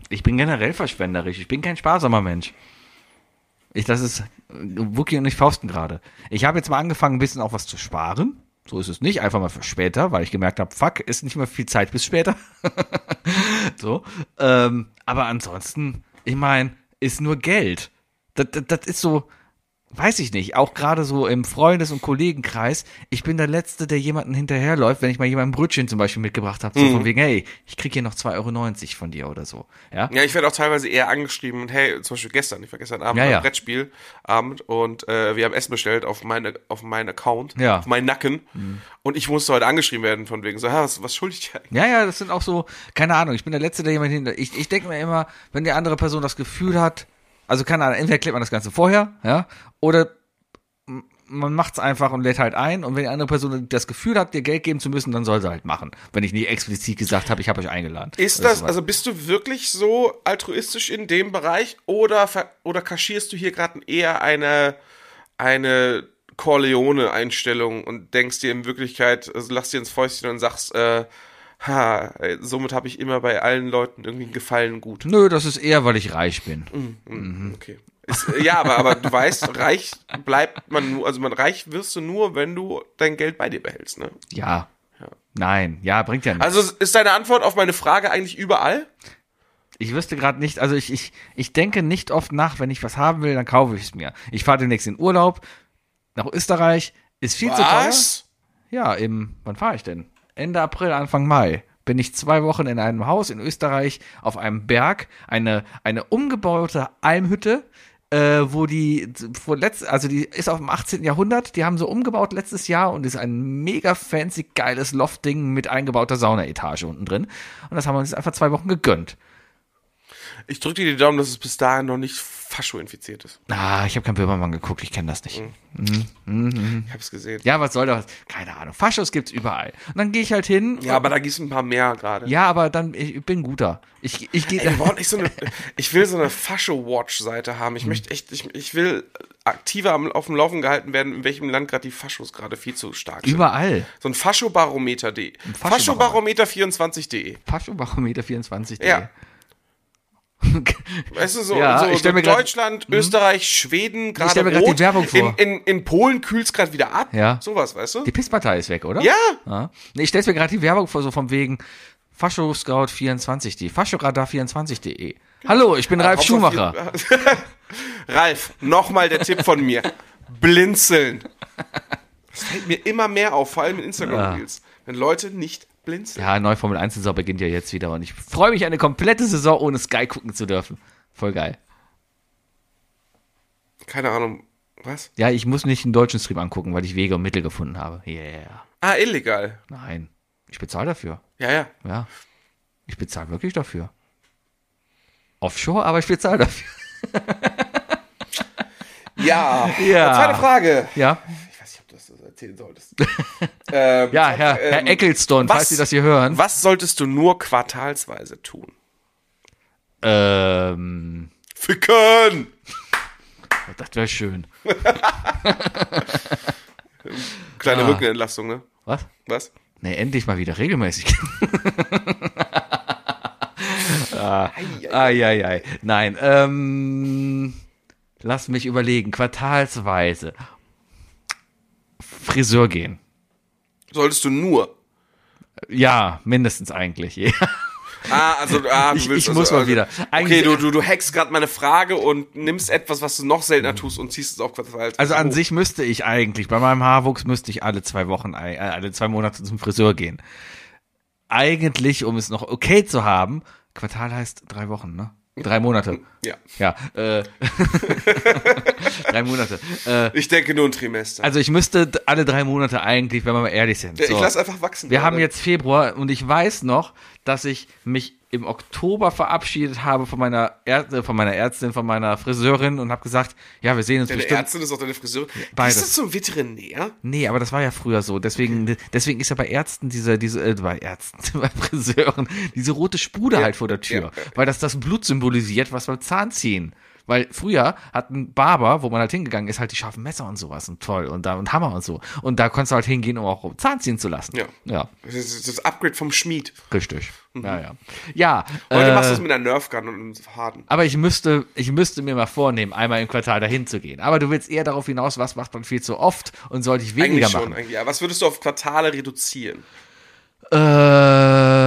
Ich bin generell verschwenderisch. Ich bin kein sparsamer Mensch. Ich, das ist äh, Wookie und ich fausten gerade. Ich habe jetzt mal angefangen, ein bisschen auch was zu sparen. So ist es nicht. Einfach mal für später, weil ich gemerkt habe, fuck, ist nicht mehr viel Zeit bis später. so. Ähm, aber ansonsten, ich meine, ist nur Geld. Das, das, das ist so, weiß ich nicht, auch gerade so im Freundes- und Kollegenkreis, ich bin der Letzte, der jemanden hinterherläuft, wenn ich mal jemandem Brötchen zum Beispiel mitgebracht habe, so von wegen, hey, ich krieg hier noch 2,90 Euro von dir oder so. Ja?
Ja, ich werde auch teilweise eher angeschrieben und hey, zum Beispiel gestern, ich war gestern Abend
Ja,
beim
ja.
Brettspielabend und äh, wir haben Essen bestellt auf meine, auf meinen Account,
Ja. Mhm.
auf meinen Nacken und ich musste heute angeschrieben werden von wegen so, ha, was, was schuldig ich eigentlich?
Ja, ja, das sind auch so, keine Ahnung, ich bin der Letzte, der jemand hinter. Ich, ich denke mir immer, wenn die andere Person das Gefühl hat, also keine Ahnung, entweder klärt man das Ganze vorher, ja, oder m- man macht's einfach und lädt halt ein und wenn die andere Person das Gefühl hat, dir Geld geben zu müssen, dann soll sie halt machen. Wenn ich nie explizit gesagt habe, ich habe euch eingeladen.
Ist
Oder
das,
sowas.
also bist du wirklich so altruistisch in dem Bereich oder, ver- oder kaschierst du hier gerade eher eine, eine Corleone-Einstellung und denkst dir in Wirklichkeit, also lass dir ins Fäustchen und sagst, äh, ha, äh, somit habe ich immer bei allen Leuten irgendwie einen Gefallen gut.
Nö, das ist eher, weil ich reich bin.
Mhm. Hm,
Mhm.
Okay. Ist, äh, ja, aber, aber du weißt, reich bleibt man nur, also man reich wirst du nur, wenn du dein Geld bei dir behältst, ne?
Ja. Nein, ja, bringt ja nichts.
Also ist deine Antwort auf meine Frage eigentlich überall?
Ich wüsste gerade nicht, also ich, ich, ich denke nicht oft nach, wenn ich was haben will, dann kaufe ich es mir. Ich fahre demnächst in Urlaub nach Österreich, ist viel zu teuer. Ja, im, wann fahre ich denn? Ende April, Anfang Mai bin ich zwei Wochen in einem Haus in Österreich auf einem Berg, eine, eine umgebaute Almhütte, äh, wo die, wo letzt, also die ist auf dem 18. Jahrhundert, die haben so umgebaut letztes Jahr und ist ein mega fancy, geiles Loftding mit eingebauter Saunaetage unten drin. Und das haben wir uns einfach zwei Wochen gegönnt.
Ich drücke dir die Daumen, dass es bis dahin noch nicht fascho-infiziert ist.
Ah, ich habe keinen Böhmermann geguckt, ich kenne das nicht.
Mhm. Ich hab's gesehen.
Ja, was soll das? Keine Ahnung. Faschos gibt's überall. Und dann gehe ich halt hin.
Ja, aber da gibt's ein paar mehr gerade.
Ja, aber dann, ich ich bin guter. Ich, ich gehe.
Ey, wir brauchen echt so eine, ich will so eine Fascho-Watch-Seite haben. Ich
Mhm.
möchte echt, ich, ich will aktiver am, auf dem Laufen gehalten werden, in welchem Land gerade die Faschos gerade viel zu stark sind.
Überall.
So ein Faschobarometer.de.
Faschobarometer.
Faschobarometer24.de.
Faschobarometer 24.
Ja. Weißt du, so,
Ja,
so,
ich stell
so
mir grad- Hm?
Deutschland, Österreich, Schweden, gerade
stell mir grad
rot.
die Werbung vor.
In, in, in Polen kühlt's grad gerade wieder ab.
Ja.
Sowas, weißt du?
Die Pisspartei ist weg, oder?
ja,
ja. Nee, ich stell's mir gerade die Werbung vor, so vom wegen Faschoscout24.de, Faschoradar24.de. E. Hallo, ich bin Ralf
Hauptsache
Schumacher.
Ralf, nochmal der Tipp von mir. Blinzeln. Das fällt mir immer mehr auf, vor allem in Instagram-Reels. Wenn Leute nicht blinzeln.
Ja, neue Formel 1 Saison beginnt ja jetzt wieder und ich freue mich, eine komplette Saison ohne Sky gucken zu dürfen. Voll geil.
Keine Ahnung, Was?
Ja, ich muss nicht einen deutschen Stream angucken, weil ich Wege und Mittel gefunden habe. Yeah.
Ah, illegal.
Nein. Ich bezahle dafür.
Ja, ja.
Ja. Ich bezahle wirklich dafür. Offshore, aber ich bezahle dafür.
Ja.
Ja.
Zweite Frage.
Ja.
Ich weiß nicht, ob du das erzählen solltest. ähm,
Ja, Herr,
ähm,
Herr Eccleston,
was-
falls Sie das hier hören.
Was solltest du nur quartalsweise tun?
Ähm,
Ficken!
das wäre schön.
Kleine
Ah.
Rückenentlastung, ne?
Was?
Was?
Ne, endlich mal wieder regelmäßig. ah, ja, ja. Nein, ähm, lass mich überlegen. Quartalsweise. Friseur gehen.
Solltest du nur.
Ja, mindestens eigentlich. Ja.
Ah, also, ah, du
Ich-
willst
ich
also,
muss mal
also,
wieder.
Okay,
Eigentlich-
du, du, du hackst gerade meine Frage und nimmst etwas, was du noch seltener tust und ziehst es auf Oh. quartalsweise.
Also an
hoch.
sich müsste ich eigentlich, bei meinem Haarwuchs müsste ich alle zwei Wochen, ei- äh, alle zwei Monate zum Friseur gehen. Eigentlich, um es noch okay zu haben, Quartal heißt drei Wochen, ne? Drei Monate.
Ja.
Ja, äh, drei Monate. Äh,
Ich denke nur ein Trimester.
also ich müsste d- alle drei Monate eigentlich, wenn wir mal ehrlich sind.
Ich
So.
lass einfach wachsen.
Wir
Leute.
haben jetzt Februar und ich weiß noch, dass ich mich im Oktober verabschiedet habe von meiner, Ärz- äh, von meiner Ärztin, von meiner Friseurin und habe gesagt, ja, wir sehen uns
Deine
bestimmt.
Ärztin ist auch deine Friseurin.
Beides.
Ist das so ein Veterinär?
Nee, aber das war ja früher so. Deswegen, deswegen ist ja bei Ärzten diese, diese, äh, bei Ärzten, bei Friseuren, diese rote Spude halt vor der Tür.
ja.
Weil das das Blut symbolisiert, was beim Zahnziehen. Weil früher hatten Barber, wo man halt hingegangen ist, halt die scharfen Messer und sowas und toll und da und Hammer und so. Und da konntest du halt hingehen, um auch Zahnziehen zu lassen.
Ja.
Ja,
Das ist das Upgrade vom Schmied.
richtig. Naja. Ja.
Heute machst du
äh,
es mit einer Nerf Gun und einem Harden.
aber ich müsste, ich müsste mir mal vornehmen, einmal im Quartal dahin zu gehen. Aber du willst eher darauf hinaus, was macht man viel zu oft und sollte ich weniger
Eigentlich
machen.
schon, eigentlich. Ja. Was würdest du auf Quartale reduzieren?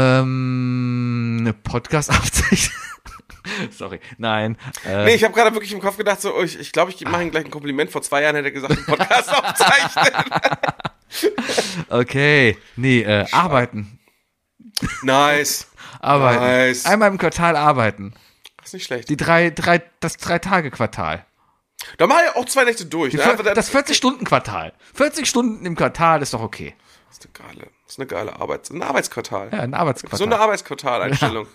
Ähm, eine Podcast-Aufzeichnung. Sorry, nein. Äh,
Nee, ich habe gerade wirklich im Kopf gedacht, so, oh, ich, ich glaube, ich mache ihm gleich ein Kompliment. Vor zwei Jahren hätte er gesagt, einen Podcast aufzeichnen.
okay, nee, äh, arbeiten.
Nice.
Arbeiten.
Nice.
Einmal im Quartal arbeiten.
Ist nicht schlecht.
Die drei, drei, das Drei-Tage-Quartal.
Da mach ich auch zwei Nächte durch.
Die
Ne?
vier-
Einfach,
Das 40-Stunden-Quartal. 40 Stunden im Quartal ist doch okay.
ist eine geile, ist eine geile Arbeit. Ein Arbeitsquartal.
Ja, ein
So eine
Arbeitsquartal.
Arbeitsquartaleinstellung.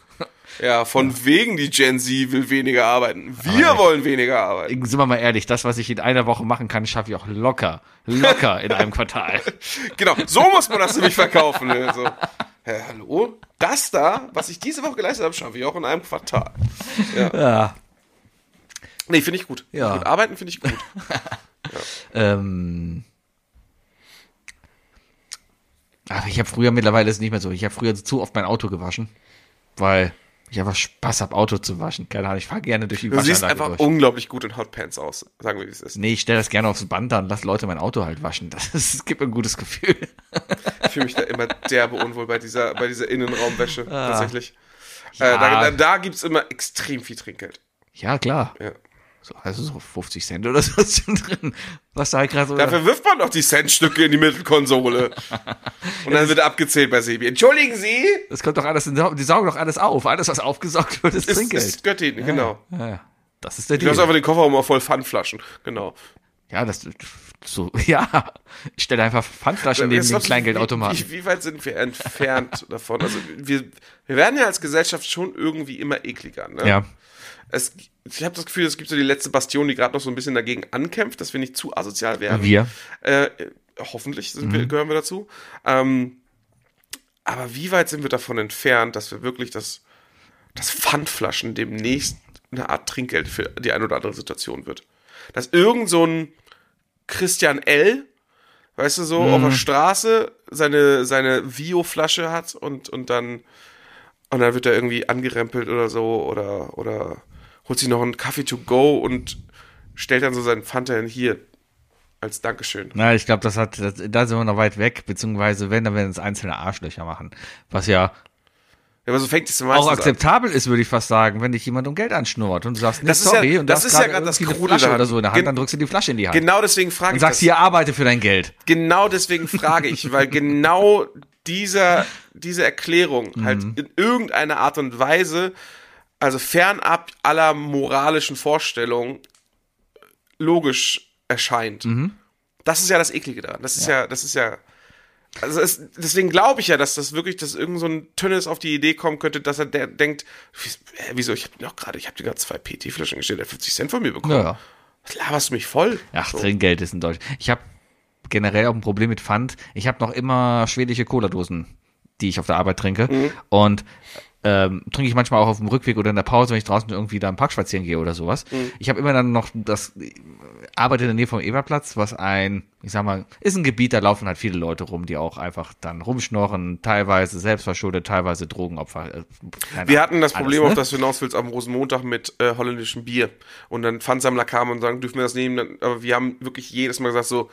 Ja. von wegen die Gen Z will weniger arbeiten. Wir wollen weniger arbeiten.
Sind wir mal ehrlich, das, was ich in einer Woche machen kann, schaffe ich auch locker. Locker in einem Quartal.
Genau, so muss man das nämlich verkaufen. ne? So. Hä, hallo? Das da, was ich diese Woche geleistet habe, schaffe ich auch in einem Quartal. Ja. Nee, finde ich gut.
Ja.
gut. Arbeiten finde ich gut.
Ähm, aber ich habe früher, mittlerweile ist es nicht mehr so. Ich habe früher zu oft mein Auto gewaschen, weil ich einfach Spaß habe, Auto zu waschen. Keine Ahnung, ich fahre gerne durch die
Du siehst
Waschanlage
einfach
durch.
unglaublich gut in Hotpants aus. Sagen wir, wie es ist.
Nee, ich stelle das gerne aufs Band dann, lass Leute mein Auto halt waschen. Das, ist, das gibt mir ein gutes Gefühl.
Ich fühle mich da immer derbe unwohl bei dieser, bei dieser Innenraumwäsche.
Ah.
Tatsächlich. Äh, da da, da gibt es immer extrem viel Trinkgeld.
Ja, klar.
Ja.
So, also so 50 Cent oder so ist schon drin. Was da halt gerade so.
Dafür wirft man doch die Centstücke in die Mittelkonsole. Und dann wird abgezählt bei Sebi. Entschuldigen Sie,
Das kommt doch alles, in, Sau- die saugen doch alles auf. Alles, was aufgesaugt wird, ist,
ist,
Trinkgeld.
ist Göttin, genau.
ja, ja. Das ist der
Du hast einfach den Kofferraum mal voll Pfandflaschen. Genau.
Ja, das so, ja. Ich stelle einfach Pfandflaschen neben
Jetzt
den
glaubst du,
Kleingeldautomaten.
Wie, wie weit sind wir entfernt davon? Also wir, wir werden ja als Gesellschaft schon irgendwie immer ekliger. Ne?
ja.
Es, ich habe das Gefühl, es gibt so die letzte Bastion, die gerade noch so ein bisschen dagegen ankämpft, dass wir nicht zu asozial werden.
Wir.
Äh, hoffentlich sind wir, gehören wir dazu. Ähm, aber wie weit sind wir davon entfernt, dass wir wirklich das, das Pfandflaschen demnächst eine Art Trinkgeld für die ein oder andere Situation wird? Dass irgend so ein Christian L., weißt du, so auf der Straße seine, seine Vio-Flasche hat und, und dann und dann wird er irgendwie angerempelt oder so oder, oder holt sich noch einen Kaffee to go und stellt dann so seinen Fanta hin, hier als Dankeschön.
Na, ich glaube, das hat, das, da sind wir noch weit weg, beziehungsweise wenn, dann werden es einzelne Arschlöcher machen. Was ja
Ja, aber so fängt es
auch
meistens an.
akzeptabel ist, würde ich fast sagen, wenn dich jemand um Geld anschnurrt und du sagst, nee,
Das ist
sorry,
ja-
und
das
du hast
ist ja
gerade
gerade das
irgendwie eine
Krude
Flasche
daran.
oder so in der Hand,
Gen-
dann drückst du die Flasche in die Hand.
Genau deswegen frage
Und
ich
sagst,
das.
hier, arbeite für dein Geld.
Genau deswegen frage ich, weil genau dieser, diese Erklärung halt in irgendeiner Art und Weise, also fernab aller moralischen Vorstellungen, logisch erscheint. Das ist ja das Eklige daran. Das ist ja, das ist ja. Also es, deswegen glaube ich ja, dass das wirklich, dass irgend so ein Tönnis auf die Idee kommen könnte, dass er der, denkt, "Wies- hä, wieso, ich habe doch gerade, ich habe dir gerade zwei PT-Flaschen gestellt, der hat 50 Cent von mir bekommen.
Ja.
Was laberst du mich voll?
Ach, Trinkgeld ist in Deutsch. Ich habe generell auch ein Problem mit Pfand. Ich habe noch immer schwedische Cola-Dosen, die ich auf der Arbeit trinke.
Mhm.
Und ähm, trinke ich manchmal auch auf dem Rückweg oder in der Pause, wenn ich draußen irgendwie da im Park spazieren gehe oder sowas.
Mhm.
Ich habe immer dann noch das arbeite in der Nähe vom Eberplatz, was ein, ich sag mal, ist ein Gebiet, da laufen halt viele Leute rum, die auch einfach dann rumschnorren, teilweise selbstverschuldet, teilweise Drogenopfer. äh, keine Ahnung,
Wir hatten das
alles,
Problem,
ne?
auf das du hinaus willst, am Rosenmontag mit äh, holländischem Bier. Und dann Pfandsammler kamen und sagen, dürfen wir das nehmen? Dann, aber wir haben wirklich jedes Mal gesagt, so,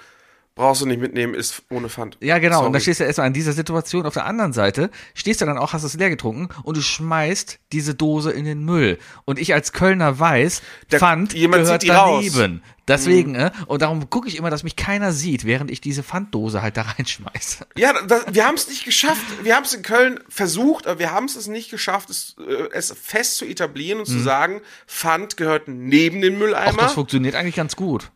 brauchst du nicht mitnehmen, ist ohne Pfand.
Ja, genau. Und da
Sorry.
stehst du erstmal an dieser Situation. Auf der anderen Seite stehst du dann auch, hast es leer getrunken und du schmeißt diese Dose in den Müll. Und ich als Kölner weiß,
Da-
Pfand
jemand
gehört
sieht die Mhm.
daneben. Deswegen, äh, und darum gucke ich immer, dass mich keiner sieht, während ich diese Pfanddose halt da reinschmeiße.
Ja, das, wir haben es nicht geschafft. Wir haben es in Köln versucht, aber wir haben es nicht geschafft, es, äh, es fest zu etablieren und zu sagen, Pfand gehört neben den
Mhm. Auch
Mülleimer.
das funktioniert eigentlich ganz gut.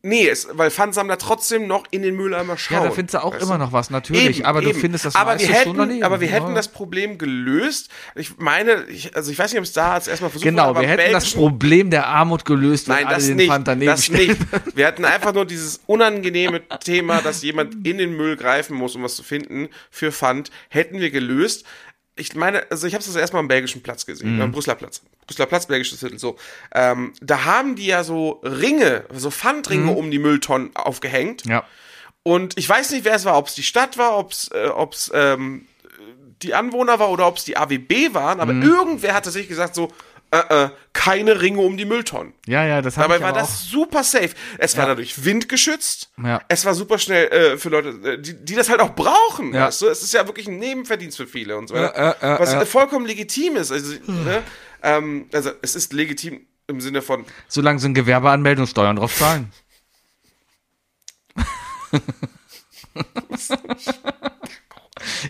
nee, es, weil Pfandsammler trotzdem noch in den Mülleimer schauen.
Ja, da findest du auch
Weißt
immer noch was, natürlich.
Eben,
aber du
eben.
findest das
aber
meiste
wir hätten,
schon daneben. ne?
Aber wir
Ja.
hätten das Problem gelöst. Ich meine, ich, also ich weiß nicht, ob es da als erstmal versucht
Genau,
wurde,
wir hätten das
belgischen-
Problem der Armut gelöst, wenn
Nein,
alle
das
den
nicht.
Pfand daneben
das
stellen.
nicht. Wir hatten einfach nur dieses unangenehme Thema, dass jemand in den Müll greifen muss, um was zu finden für Pfand, hätten wir gelöst. Ich meine, also ich habe es das erstmal am belgischen Platz gesehen,
Mhm.
am Brüsseler Platz. Brüsseler Platz, belgisches Viertel, so. Ähm, da haben die ja so Ringe, so Pfandringe
Mhm.
um die Mülltonnen aufgehängt.
Ja.
Und ich weiß nicht, wer es war, ob es die Stadt war, ob es äh, ob's, ähm, die Anwohner war oder ob es die AWB waren,
Mhm.
aber irgendwer hat tatsächlich gesagt so, äh, äh, keine Ringe um die Mülltonnen.
Ja, ja, das habe
Dabei
ich
war
aber
das super safe. Es war dadurch windgeschützt.
Ja.
Es war super schnell äh, für Leute, äh, die, die das halt auch brauchen.
Ja.
Weißt du? Es ist ja wirklich ein Nebenverdienst für viele und so weiter.
Ja, Hm. äh, äh,
was
äh.
vollkommen legitim ist. Also, ne? ähm, also es ist legitim im Sinne von,
auch, solange sind Gewerbeanmeldungssteuern drauf zahlen.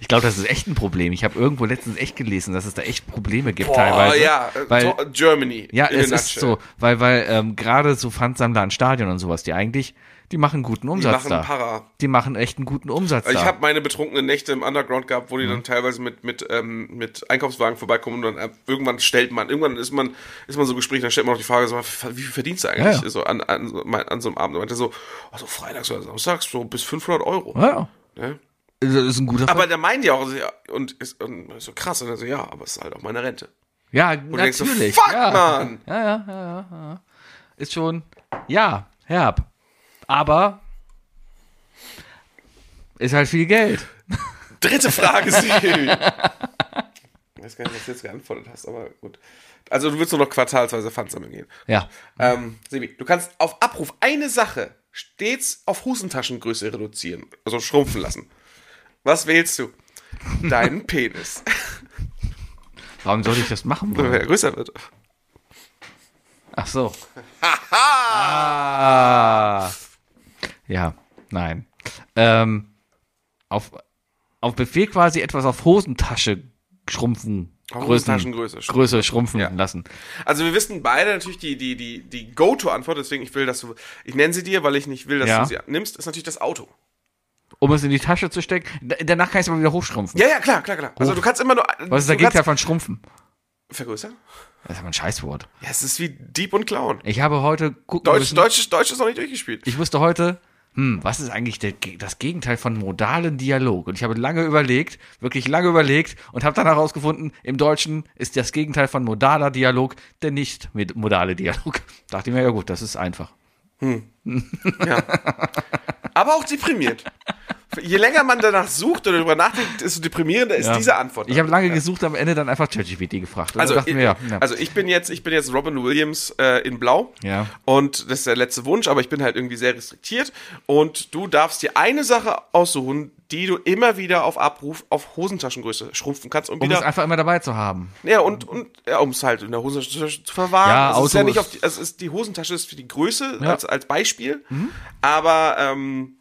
Ich glaube, das ist echt ein Problem. Ich habe irgendwo letztens echt gelesen, dass es da echt Probleme gibt
oh,
teilweise.
ja, äh,
weil,
to- Germany.
ja,
in a
es ist
nutshell.
so, weil weil ähm, gerade so Pfandsammler an Stadion und sowas, die eigentlich, die machen guten
Die
Umsatz
machen
da.
Para.
Die machen echt einen guten Umsatz
Also
da.
ich habe meine betrunkenen Nächte im Underground gehabt, wo
Mhm.
die dann teilweise mit, mit, ähm, mit Einkaufswagen vorbeikommen und dann äh, irgendwann stellt man, irgendwann ist man, ist man so Gespräch, dann stellt man auch die Frage, so, wie viel verdienst du eigentlich
Ja, ja.
So an, an, so- mein- an so einem Abend? Und meinte so, also freitags oder samstags, so bis 500 Euro.
ja.
Ne?
Das ist ein guter
Aber da meinen die auch, also, ja, und ist und ist so krass, und dann so, ja, aber es ist halt auch meine Rente.
Ja,
du denkst so,
natürlich.
fuck,
ja.
Mann!
Ja, ja, ja, ja, ja. Ist schon, ja, herb. Aber ist halt viel Geld.
Dritte Frage, Sie. ich weiß gar nicht, was du jetzt geantwortet hast, aber gut. Also du willst nur noch quartalsweise Pfand sammeln gehen.
Ja.
Ähm, Sebi, du kannst auf Abruf eine Sache stets auf Hosentaschengröße reduzieren, also schrumpfen lassen. Was wählst du? Deinen Penis.
Warum sollte ich das machen
Wenn
wollen?
er größer wird.
Ach so. ah. Ja, nein. Ähm, auf, auf Befehl quasi etwas auf Hosentasche schrumpfen.
Auf
Größen-
Hosentaschengröße schrumpfen.
Größe schrumpfen lassen.
Also wir wissen beide natürlich die, die, die, die Go-To-Antwort, deswegen ich will, dass du, ich nenne sie dir, weil ich nicht will, dass
Ja.
du sie nimmst, ist natürlich das Auto.
Um es in die Tasche zu stecken. Da- Danach kann ich es aber wieder hochschrumpfen.
Ja, ja, klar, klar, klar. Also du kannst immer nur...
Was ist
du
der Gegenteil
kannst-
von schrumpfen?
Vergrößern?
Das ist aber ein Scheißwort.
Ja, es ist wie Dieb und Clown.
Ich habe heute gucken
Deutsch,
müssen.
Deutsch, Deutsch ist noch nicht durchgespielt.
Ich wusste heute, hm, was ist eigentlich der, das Gegenteil von modalen Dialog? Und ich habe lange überlegt, wirklich lange überlegt und habe dann herausgefunden, im Deutschen ist das Gegenteil von modaler Dialog der nicht mit modale Dialog. Dachte ich mir, ja gut, das ist einfach.
Aber auch deprimiert. Je länger man danach sucht oder darüber nachdenkt, desto deprimierender ist
Ja.
diese Antwort.
Ich habe lange gesucht, am Ende dann einfach ChatGPT gefragt. Und
Also,
dann dachte
ich,
ich mir, ja, ja.
also ich bin jetzt, ich bin jetzt Robin Williams äh, in Blau.
Ja.
Und das ist der letzte Wunsch, aber ich bin halt irgendwie sehr restriktiert. Und du darfst dir eine Sache aussuchen, die du immer wieder auf Abruf auf Hosentaschengröße schrumpfen kannst und
um es
wieder.
einfach immer dabei zu haben.
Ja, und, und ja, um es halt in der Hosentasche zu verwahren.
Ja,
es ist
Auto
ja nicht auf
ist-
die, also es ist, die Hosentasche ist für die Größe
Ja. Mhm.
als, als Beispiel. Aber ähm,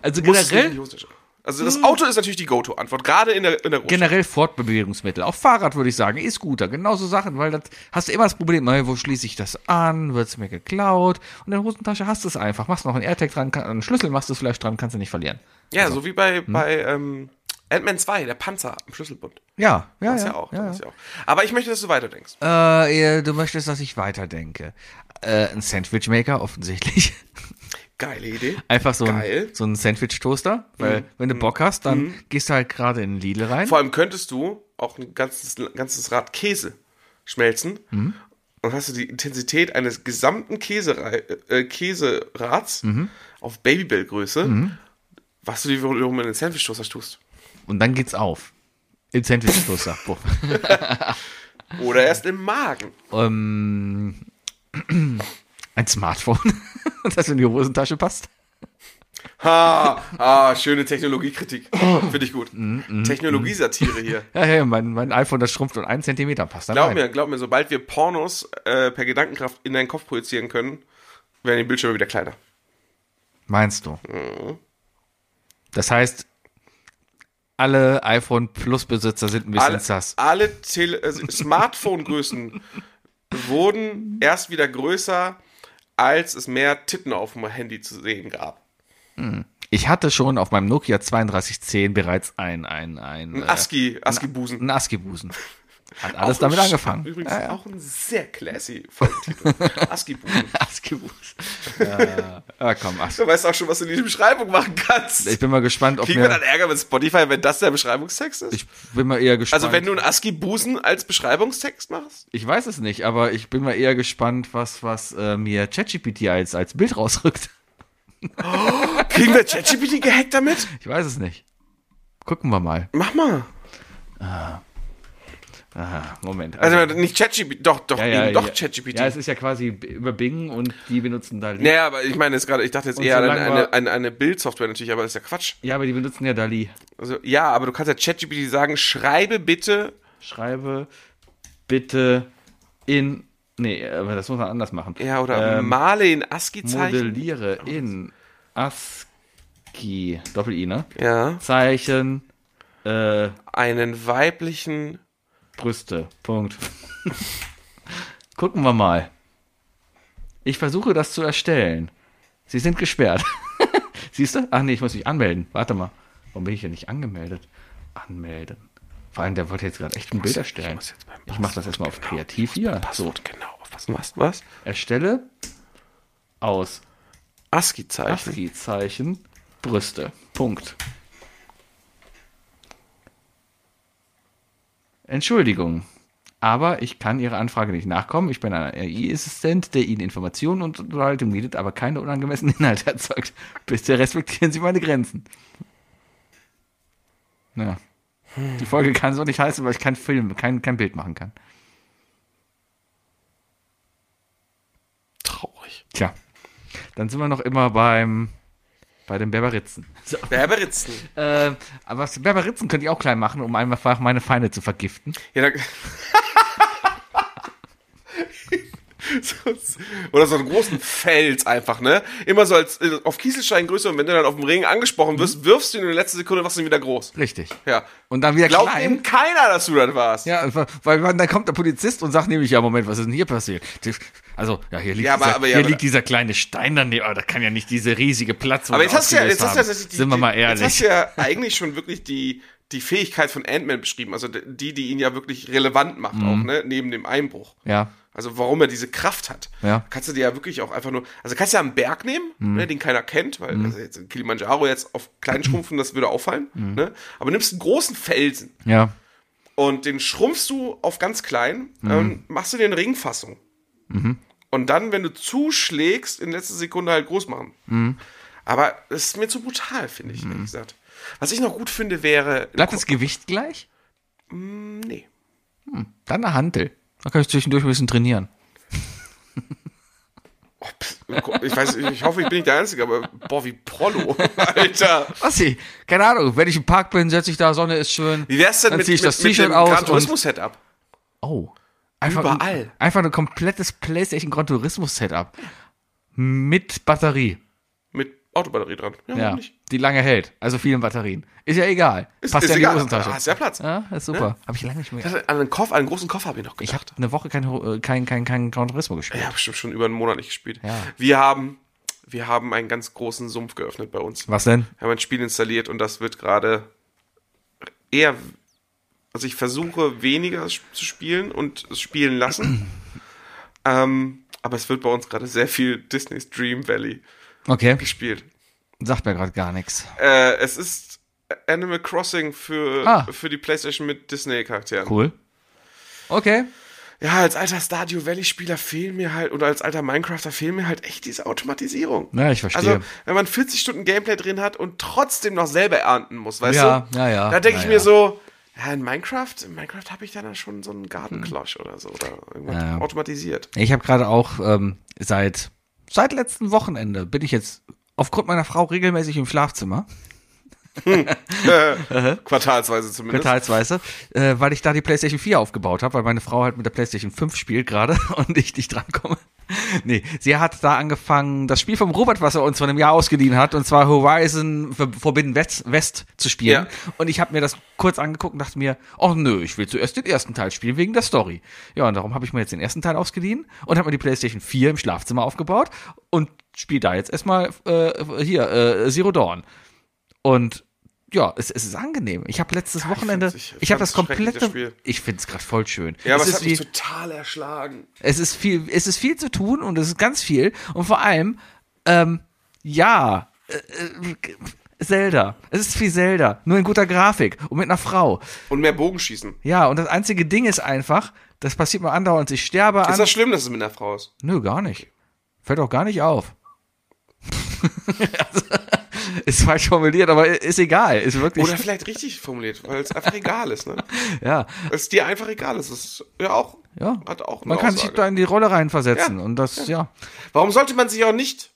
Also
muss es nicht in die
generell, Hm.
Hosentasche. Also das Auto ist natürlich die Go-To-Antwort, gerade in der, in der Großstadt.
Generell Fortbewegungsmittel, auch Fahrrad würde ich sagen, E-Scooter, genauso Sachen, weil das hast du immer das Problem, ey, wo schließe ich das an, wird es mir geklaut und in der Hosentasche hast du es einfach, machst noch einen AirTag dran, kann, einen Schlüssel machst du es vielleicht dran, kannst du nicht verlieren.
Ja, so wie bei,
Hm.
bei ähm, Ant-Man 2, der Panzer am Schlüsselbund.
Ja, ja,
Das
ja,
ja, auch, das ja auch. Aber ich möchte, dass du weiterdenkst.
Äh, ihr- du möchtest, dass ich weiterdenke. Äh, ein Sandwichmaker offensichtlich.
Geile Idee.
Einfach so
Geil. Mhm.
ein, so ein Sandwich-Toaster, weil wenn du Bock hast, dann gehst du halt gerade in Lidl rein.
Vor allem könntest du auch ein ganzes, ganzes Rad Käse schmelzen.
Mhm.
Und hast du die Intensität eines gesamten Käserei äh, Käserads
Mhm.
auf Babybell-Größe, was du dir wiederum in den Sandwich-Toaster tust.
Und dann geht's auf. Im Sandwich-Toaster. Boah.
Oder erst im Magen.
ähm, ein Smartphone, das in die Hosentasche passt.
Ha, ah, schöne Technologiekritik. Finde ich gut.
Mhm,
Technologiesatire hier.
Ja, hey, mein, mein iPhone, das schrumpft um einen Zentimeter, passt da
Glaub
rein.
mir, glaub mir, sobald wir Pornos äh, per Gedankenkraft in deinen Kopf projizieren können, werden die Bildschirme wieder kleiner.
Meinst du?
Mhm.
Das heißt, alle iPhone Plus-Besitzer sind ein bisschen
alle,
sass.
alle Tele also Smartphone-Größen wurden erst wieder größer, als es mehr Titten auf dem Handy zu sehen gab.
Ich hatte schon auf meinem Nokia 3210 bereits ein, ein, ein,
Ein
äh,
ASCII, ASCII-Busen.
ein ASCII-Busen. Hat alles damit angefangen.
Übrigens auch ein sehr classy Folgentitel. ASCII-Busen.
ASCII-Busen. ja, komm, ASCII.
Du weißt auch schon, was du in die Beschreibung machen kannst.
Ich bin mal gespannt, ob
Kriegen wir dann
mir,
Ärger mit Spotify, wenn das der Beschreibungstext ist?
ich bin mal eher gespannt.
also wenn du ein ASCII-Busen als Beschreibungstext machst?
ich weiß es nicht, aber ich bin mal eher gespannt, was, was äh, mir ChatGPT als, als Bild rausrückt.
Kriegen wir ChatGPT gehackt damit?
Ich weiß es nicht. Gucken wir mal.
Mach mal.
Ah, Moment.
Also nicht ChatGPT, doch, doch,
ja, ja,
eben doch
ja.
ChatGPT.
Ja, es ist ja quasi b- über Bing und die benutzen da.
Naja, aber ich meine jetzt gerade, ich dachte jetzt eher an
solange
eine,
war-
eine, eine, eine Bildsoftware natürlich, aber das ist ja Quatsch.
Ja, aber die benutzen ja Dali.
Also ja, aber du kannst ja ChatGPT sagen, schreibe bitte.
schreibe bitte in. Nee, aber das muss man anders machen.
Ja, oder
Ähm,
male in ASCII-Zeichen.
modelliere in ASCII, Doppel-I, ne?
Ja.
Zeichen, äh,
Einen weiblichen.
Brüste. Punkt. Gucken wir mal. Ich versuche das zu erstellen. Sie sind gesperrt. Siehst du? Ach nee, ich muss mich anmelden. Warte mal. Warum bin ich hier nicht angemeldet? Anmelden. Vor allem, der wollte jetzt gerade echt ein Bild erstellen.
muss jetzt beim genau,
Ich mache das erstmal auf Kreativ hier. So,
Passwort, genau. Was? Was? was?
erstelle aus
ASCII-Zeichen.
ASCII-Zeichen Brüste. Punkt. Entschuldigung, aber ich kann Ihrer Anfrage nicht nachkommen. Ich bin ein AI-Assistent, der Ihnen Informationen und Unterhaltung bietet, aber keine unangemessenen Inhalte erzeugt. Bitte respektieren Sie meine Grenzen. Ja. Die Folge kann so nicht heißen, weil ich keinen Film, kein, kein Bild machen kann.
Traurig.
Tja. Dann sind wir noch immer beim, bei den Berberitzen.
Berberitzen.
Äh, aber was- Berberitzen könnte ich auch klein machen, um einfach meine Feinde zu vergiften.
Ja, da, So- Oder so einen großen Fels einfach, ne? Immer so als äh, auf Kieselsteingröße und wenn du dann auf dem Regen angesprochen wirst, wirfst du ihn in der letzten Sekunde, machst du ihn wieder groß.
Richtig.
Ja.
Mhm. Und dann wieder
Glaubt
klein.
eben keiner, dass du das warst.
Ja, einfach, weil man- dann kommt der Polizist und sagt nämlich, ja, Moment, was ist denn hier passiert? Die- Also, ja, hier liegt,
Ja, aber-
dieser,
aber- ja,
hier
aber-
liegt dieser kleine Stein daneben, aber da kann ja nicht diese riesige Platz
Aber jetzt hast, du ja, jetzt, hast du ja, die-
Sind wir
die-
mal
jetzt hast du
ehrlich.
ja eigentlich schon wirklich die, die Fähigkeit von Ant-Man beschrieben, also die, die ihn ja wirklich relevant macht, auch
Mhm.
ne? neben dem Einbruch.
Ja.
Also warum er diese Kraft hat.
Ja.
Kannst du dir ja wirklich auch einfach nur, also kannst du ja einen Berg nehmen, ne, den keiner kennt, weil also jetzt Kilimanjaro jetzt auf klein schrumpfen, das würde auffallen. Ne? Aber nimmst einen großen Felsen
Ja.
und den schrumpfst du auf ganz klein, ähm, machst du den Ringfassung. Und dann, wenn du zuschlägst, in letzter Sekunde halt groß machen. Aber das ist mir zu brutal, finde ich, ehrlich gesagt. Was ich noch gut finde, wäre.
Bleibt das Gewicht gleich? Hm,
Mm, Nee.
Dann eine Hantel. Da kann ich zwischendurch ein bisschen trainieren.
Oh, pff, ich weiß, ich hoffe, ich bin nicht der Einzige, aber boah, wie Prollo, Alter.
Was sie? Keine Ahnung. Wenn ich im Park bin, setze ich da, Sonne ist schön.
Wie wär's denn
Dann
mit,
zieh ich
mit,
das
mit
T-Shirt
dem
aus
Gran
und-
Turismo-Setup?
Oh. Einfach
Überall.
Ein, einfach ein komplettes PlayStation Gran Turismo Setup. Mit Batterie.
Mit Autobatterie dran. Ja, warum
Ja,
nicht?
die lange hält. Also vielen Batterien. Ist ja egal. Passt ja in die Hosentasche.
Hast ja Platz.
Ja, ist super. Habe ich lange nicht mehr.
Ich hatte an einen, Koffer, an einen großen Koffer habe ich noch
Ich habe
gedacht.
eine Woche kein, äh, kein, kein, kein Gran Turismo gespielt.
Ich habe bestimmt schon über einen Monat nicht gespielt.
Ja.
Wir haben, wir haben einen ganz großen Sumpf geöffnet bei uns.
Was denn?
Wir haben ein Spiel installiert und das wird gerade eher, also ich versuche weniger s- zu spielen und es spielen lassen. ähm, aber es wird bei uns gerade sehr viel Disney's Dream Valley
Okay,
gespielt.
sagt mir gerade gar nichts.
Äh, es ist Animal Crossing für,
Ah.
für die Playstation mit Disney-Charakteren.
Cool. Okay.
Ja, als alter Stadio Valley-Spieler fehlen mir halt, oder als alter Minecrafter fehlen mir halt echt diese Automatisierung.
Ja, ich verstehe.
Also, wenn man 40 Stunden Gameplay drin hat und trotzdem noch selber ernten muss, weißt
Ja,
du?
ja, ja.
Da denke
Ja,
ich
ja.
mir so, ja, in Minecraft, in Minecraft habe ich da dann schon so einen Gartenklosch oder so, oder irgendwas
Ja.
automatisiert.
Ich habe gerade auch ähm, seit seit letzten Wochenende bin ich jetzt aufgrund meiner Frau regelmäßig im Schlafzimmer,
Äh, Quartalsweise zumindest.
quartalsweise, äh, weil ich da die PlayStation 4 aufgebaut habe, weil meine Frau halt mit der PlayStation 5 spielt gerade und ich nicht drankomme. Nee, sie hat da angefangen, das Spiel vom Robert, was er uns vor einem Jahr ausgeliehen hat, und zwar Horizon Ver- Forbidden West, West zu spielen.
Ja.
Und ich habe mir das kurz angeguckt und dachte mir, oh nö, ich will zuerst den ersten Teil spielen wegen der Story. Ja, und darum habe ich mir jetzt den ersten Teil ausgeliehen und habe mir die PlayStation 4 im Schlafzimmer aufgebaut und spiele da jetzt erstmal äh, hier äh, Zero Dawn. Und ja, es, es ist angenehm. Ich habe letztes Wochenende,
find's- ich
ich,
fand's
habe das
schrecklich, das
komplette,
Spiel.
ich finde es gerade voll schön.
Ja, aber
es
es
ist
hat
wie-
mich total erschlagen.
es ist viel, es ist viel zu tun und es ist ganz viel. Und vor allem, ähm, ja, äh, äh, Zelda. Es ist viel Zelda. Nur in guter Grafik und mit einer Frau.
Und mehr Bogenschießen.
Ja, und das einzige Ding ist einfach, das passiert mir andauernd, ich sterbe
Ist
an.
das schlimm, dass es mit einer Frau ist?
Nö, gar nicht. Fällt auch gar nicht auf. Also, ist falsch formuliert, aber ist egal. Ist wirklich.
Oder vielleicht richtig formuliert, weil es einfach egal ist, ne?
ja.
Weil es dir einfach egal ist. Das ist ja auch,
Ja.
hat auch eine
Man kann sich
Aussage.
da in die Rolle reinversetzen
Ja,
und das, ja.
Warum sollte man sich auch nicht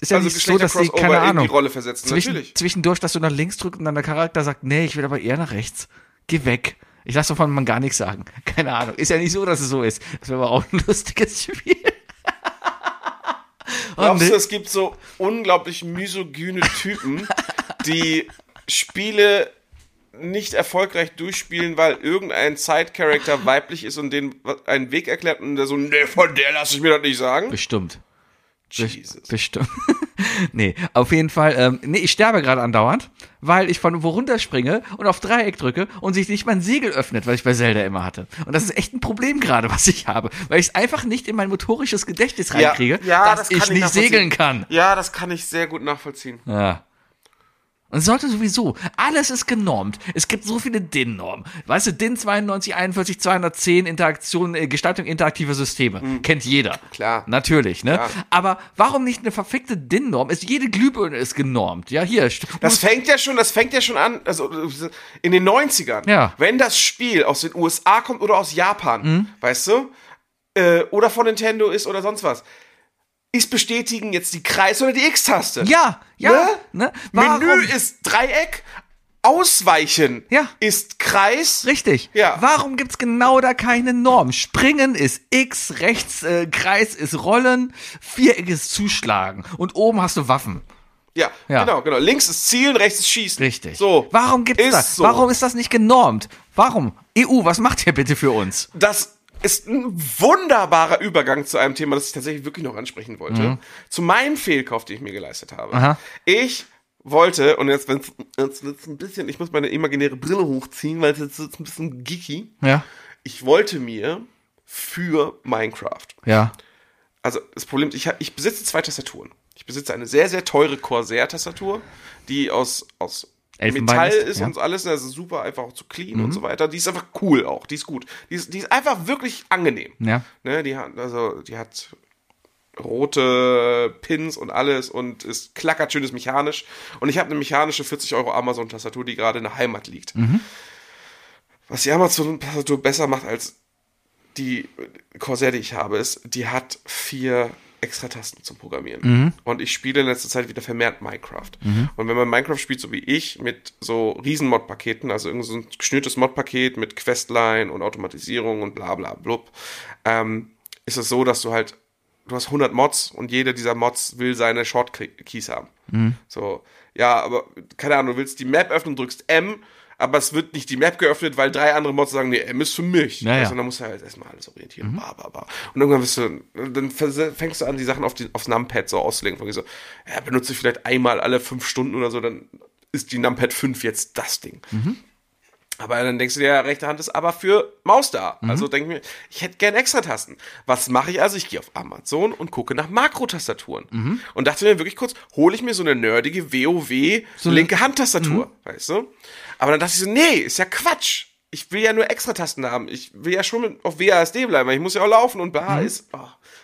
Ist ja
also
nicht so, dass die,
Geschlechtercrossover
keine
in
Ahnung,
die Rolle versetzen?
zwischen,
Natürlich.
zwischendurch, dass du nach links drückst und dann der Charakter sagt, nee, ich will aber eher nach rechts. Geh weg. Ich lasse davon man gar nichts sagen. Keine Ahnung. Ist ja nicht so, dass es so ist. Das wäre aber auch ein lustiges Spiel. Oh,
Glaubst
nee.
du, es gibt so unglaublich misogyne Typen, die Spiele nicht erfolgreich durchspielen, weil irgendein Side-Character weiblich ist und denen einen Weg erklärt und der so, nee, von der lasse ich mir das nicht sagen?
Bestimmt.
Jesus.
Bestimmt. nee, auf jeden Fall. Ähm, nee, ich sterbe gerade andauernd, weil ich von wo runterspringe und auf Dreieck drücke und sich nicht mein Segel öffnet, weil ich bei Zelda immer hatte. Und das ist echt ein Problem gerade, was ich habe, weil ich es einfach nicht in mein motorisches Gedächtnis reinkriege, dass ich nicht
nachvollziehen.
segeln kann.
Ja, das kann ich sehr gut nachvollziehen.
Ja. Und sollte sowieso. Alles ist genormt. Es gibt so viele DIN-Normen. Weißt du, DIN 92, 41, 210, Interaktion, äh, Gestaltung interaktiver Systeme. Kennt jeder.
Mhm. Klar.
Natürlich, ne? Aber warum nicht eine verfickte DIN-Norm? Ist, jede Glühbirne ist genormt. Ja, hier. st-
Das fängt ja schon, das fängt ja schon an, also in den 90ern.
Ja. Mhm.
Wenn das Spiel aus den USA kommt oder aus Japan, weißt du, äh, oder von Nintendo ist oder sonst was, ist bestätigen jetzt die Kreis- oder die X-Taste.
ja, ja. Ne?
Ne?
Warum?
Menü ist Dreieck, Ausweichen
Ja.
ist Kreis.
Richtig.
Ja.
Warum gibt's genau da keine Norm? Springen ist X, rechts äh, Kreis ist Rollen, Viereck ist Zuschlagen und oben hast du Waffen.
Ja,
Ja.
genau, genau. Links ist Zielen, rechts ist Schießen.
Richtig.
So.
Warum gibt's
ist
das?
So.
Warum ist das nicht genormt? Warum? EU, was macht ihr bitte für uns?
Das ist ein wunderbarer Übergang zu einem Thema, das ich tatsächlich wirklich noch ansprechen wollte. Zu meinem Fehlkauf, den ich mir geleistet habe.
Aha.
Ich wollte, und jetzt, wenn's, jetzt wird's ein bisschen, ich muss meine imaginäre Brille hochziehen, weil es jetzt wird's ein bisschen geeky.
Ja.
Ich wollte mir für Minecraft,
Ja.
also das Problem ist, ich, hab- ich besitze zwei Tastaturen. Ich besitze eine sehr, sehr teure Corsair-Tastatur, die aus, aus
Elfenbein
Metall
ist,
ist,
ja. Mhm.
und alles. Also super, einfach auch zu clean und so weiter. Die ist einfach cool auch. Die ist gut. Die ist, die ist einfach wirklich angenehm.
Ja.
Ne, die, hat, also, die hat rote Pins und alles und ist klackert schönes mechanisch. Und ich habe eine mechanische 40 Euro Amazon-Tastatur, die gerade in der Heimat liegt.
Mhm.
Was die Amazon-Tastatur besser macht als die Corsair, die ich habe, ist, die hat vier extra Tasten zum Programmieren. Und ich spiele in letzter Zeit wieder vermehrt Minecraft. Und wenn man Minecraft spielt, so wie ich, mit so Riesen-Mod-Paketen, also irgend so ein geschnürtes Mod-Paket mit Questline und Automatisierung und bla bla blub, ähm, ist es so, dass du halt, du hast 100 Mods und jeder dieser Mods will seine Shortkeys haben.
Mhm.
So, ja, aber keine Ahnung, du willst die Map öffnen, drückst M, aber es wird nicht die Map geöffnet, weil drei andere Mods sagen, nee, M ist für mich.
Ja, Mhm. ja.
Weißt du, Und dann musst du halt erstmal alles orientieren. Bah, bah, bah. Und irgendwann bist du, dann vers- fängst du an, die Sachen auf die, aufs Numpad so auszulegen. Von wegen so, ja, benutze ich vielleicht einmal alle fünf Stunden oder so, dann ist die Numpad 5 jetzt das Ding. Aber dann denkst du dir, ja, rechte Hand ist aber für Maus da. Also denk mir, ich hätte gern extra Tasten. Was mache ich also? Ich gehe auf Amazon und gucke nach Makrotastaturen. Und dachte mir wirklich kurz, hole ich mir so eine nerdige WoW linke Handtastatur, weißt du? Aber dann dachte ich so, nee, ist ja Quatsch. Ich will ja nur extra Tasten haben. Ich will ja schon mit- auf WASD bleiben, weil ich muss ja auch laufen und BH ist. Oh,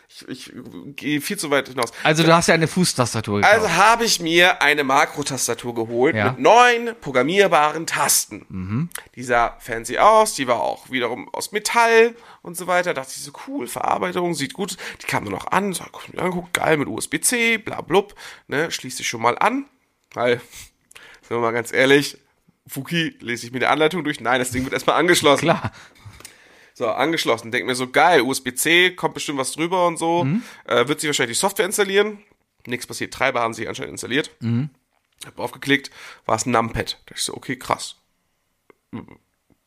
ich ich gehe viel zu weit hinaus.
Also du hast ja eine Fußtastatur gekauft.
Also habe ich mir eine Makrotastatur geholt
Genau. Ja. Mhm.
mit neun programmierbaren Tasten. Die sah fancy aus, die war auch wiederum aus Metall und so weiter. Dachte ich so, cool, Verarbeitung, sieht gut. Die kam dann auch an, so, guck, mir angeguckt, geil mit USB-C, bla blub, ne, schließt sich schon mal an. Weil, sind wir mal ganz ehrlich, Fuki, lese ich mir die Anleitung durch? Nein, das Ding wird erstmal angeschlossen.
Klar.
So, angeschlossen. Denk mir so, geil, USB-C, kommt bestimmt was drüber und so. Äh, wird sich wahrscheinlich die Software installieren. Nichts passiert. Treiber haben sich anscheinend installiert. Hab draufgeklickt, war es ein Numpad. Da ich so, okay, krass.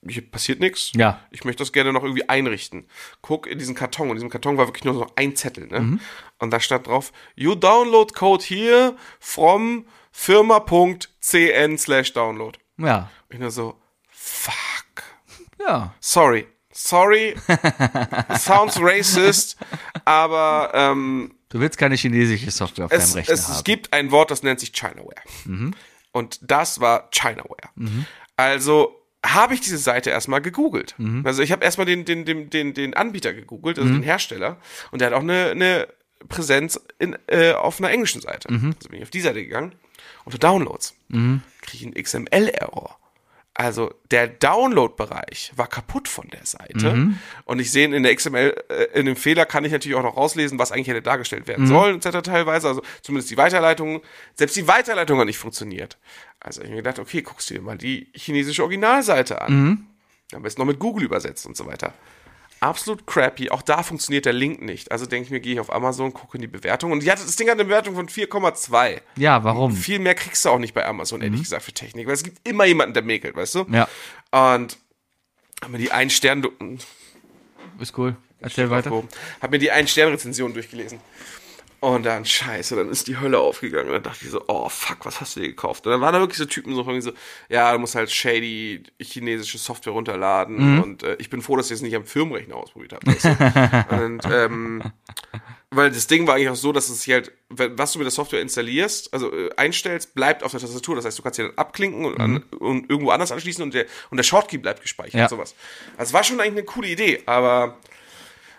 Hier passiert nichts.
Ja.
Ich möchte das gerne noch irgendwie einrichten. Guck in diesen Karton. In diesem Karton war wirklich nur so ein Zettel. Ne? Und da stand drauf, you download code here from firma.cn slash download.
Ja.
Ich nur so, fuck.
Ja.
Sorry. Sorry. Sounds racist, aber ähm,
Du willst keine chinesische Software auf
es,
deinem Rechner
es
haben. Mhm.
gibt ein Wort, das nennt sich Chinaware. Und das war Chinaware. Also habe ich diese Seite erstmal gegoogelt.
Mhm.
Also ich habe erstmal den, den, den, den, den Anbieter gegoogelt, also den Hersteller. Und der hat auch eine, eine Präsenz in, äh, auf einer englischen Seite.
Mhm.
Also bin ich auf die Seite gegangen. Unter Downloads kriege ich einen XML-Error. Also der Download-Bereich war kaputt von der Seite. Und ich sehe in der XML, äh, in dem Fehler kann ich natürlich auch noch rauslesen, was eigentlich hätte dargestellt werden sollen, etc. teilweise. Also zumindest die Weiterleitung, selbst die Weiterleitung hat nicht funktioniert. Also ich hab mir gedacht, okay, guckst du dir mal die chinesische Originalseite an. Am besten noch mit Google übersetzt und so weiter. Absolut crappy. Auch da funktioniert der Link nicht. Also denke ich mir, gehe ich auf Amazon, gucke in die Bewertung. Und die hatte, das Ding hat eine Bewertung von 4,2.
ja, warum?
Viel mehr kriegst du auch nicht bei Amazon, ehrlich gesagt, für Technik. Weil es gibt immer jemanden, der mäkelt, weißt du?
Ja,
Und hab mir die ein Stern
ist cool. Erzähl weiter.
hab mir die ein Stern Rezension durchgelesen. Und dann scheiße, dann ist die Hölle aufgegangen. Und dann dachte ich so, oh fuck, was hast du dir gekauft? Und dann waren da wirklich so Typen so von wegen so, ja, du musst halt shady chinesische Software runterladen.
Mhm.
Und äh, ich bin froh, dass ich es nicht am Firmenrechner ausprobiert habe. Weißt du? und ähm, weil das Ding war eigentlich auch so, dass es sich halt, wenn- was du mit der Software installierst, also äh, einstellst, bleibt auf der Tastatur. Das heißt, du kannst sie dann abklinken und, an, und irgendwo anders anschließen und der, und der Shortkey bleibt gespeichert
Mhm. Ja.
und sowas. Also war schon eigentlich eine coole Idee, aber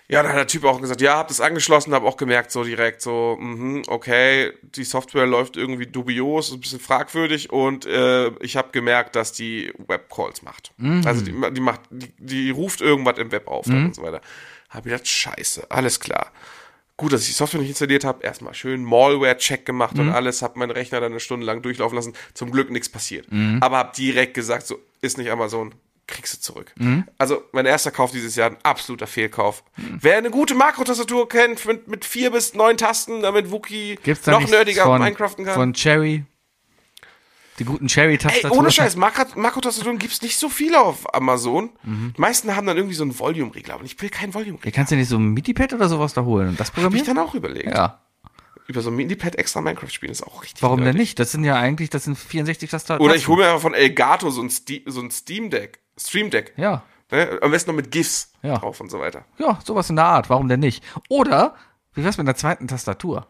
ja, dann hat der Typ auch gesagt, ja, hab das angeschlossen, hab auch gemerkt so direkt so, mhm, okay, die Software läuft irgendwie dubios, ist ein bisschen fragwürdig und äh, ich habe gemerkt, dass die Webcalls macht. Also die, ma- die macht, die, die ruft irgendwas im Web auf dann und so weiter. Hab ich gedacht, scheiße, alles klar. Gut, dass ich die Software nicht installiert habe. Erstmal schön Malware-Check gemacht
Mhm.
und alles. Hab meinen Rechner dann eine Stunde lang durchlaufen lassen. Zum Glück nichts passiert.
Mhm.
Aber hab direkt gesagt, so ist nicht Amazon, kriegst du zurück.
Mhm.
Also mein erster Kauf dieses Jahr, ein absoluter Fehlkauf. Wer eine gute Makrotastatur kennt, mit, mit vier bis neun Tasten, damit Wookie
Gibt's da
noch
nichts
nerdiger
von,
Minecraften kann.
Von Cherry. Die guten
Ey,
Cherry-Tastaturen.
ohne Scheiß, Makro- Makrotastaturen gibt's nicht so viele auf Amazon.
Mhm.
Die meisten haben dann irgendwie so einen Volume-Regler, aber ich will keinen Volume-Regler.
Ja, kannst du nicht so ein MIDI-Pad oder sowas da holen und das
Hab ich
programmieren?
dann auch überlegt.
Ja.
Über so ein Minipad extra Minecraft spielen ist auch richtig
Warum
nerdig.
denn nicht? Das sind ja eigentlich, das sind 64 Tastaturen.
Oder ich hole mir einfach von Elgato so ein, Ste so ein Steam Deck, Stream Deck.
Ja.
Ne? Am besten noch mit GIFs
Ja.
drauf und so weiter.
Ja, sowas in der Art. Warum denn nicht? Oder, wie wär's mit einer zweiten Tastatur?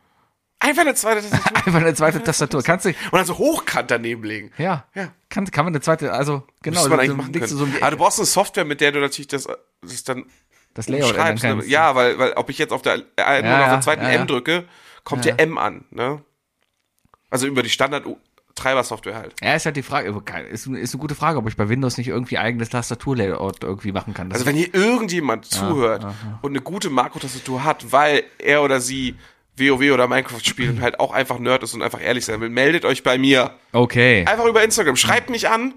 Einfach eine zweite Tastatur.
Einfach eine zweite Tastatur. Kannst du,
und dann so hochkant daneben legen.
ja.
Ja.
Kann, kann man eine zweite, also, genau.
Müsste man
so-
eigentlich
so-
machen können.
legst du so um die
Aber du
Ecke,
brauchst eine Software, mit der du natürlich das, das dann
das Layout ändern
schreibst. Ne?
kannst.
Ja, weil, weil ob ich jetzt auf der, äh, nur noch auf
ja,
der zweiten
ja, ja.
M drücke, kommt
Ja.
ja M an. Ne? Also über die Standard-Treiber-Software halt.
Ja, ist halt die Frage, ist, ist eine gute Frage, ob ich bei Windows nicht irgendwie eigenes Tastaturlayout irgendwie machen kann. Das
Also wenn hier irgendjemand zuhört und eine gute Makrotastatur hat, weil er oder sie WoW oder Minecraft spielt und halt auch einfach Nerd ist und einfach ehrlich sein will, meldet euch bei mir.
okay.
Einfach über Instagram. Schreibt mich an.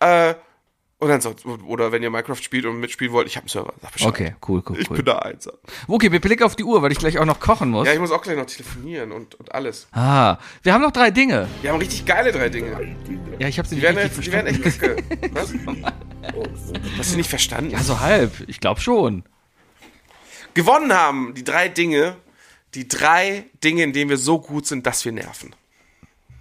Äh, Und dann sagt, oder wenn ihr Minecraft spielt und mitspielen wollt, ich habe einen Server. Sag Bescheid.
Okay, cool, cool,
Ich
cool.
bin da Einser.
Okay, wir blicken auf die Uhr, weil ich gleich auch noch kochen muss.
Ja, ich muss auch gleich noch telefonieren und, und alles.
ah, wir haben noch drei Dinge.
Wir haben richtig geile drei Dinge.
Ja, ich habe sie
Die
nicht
werden,
richtig
jetzt, die werden
verstanden.
echt kacke. Was? Hast du nicht verstanden?
Also halb, ich glaube schon.
Gewonnen haben die drei Dinge, die drei Dinge, in denen wir so gut sind, dass wir nerven.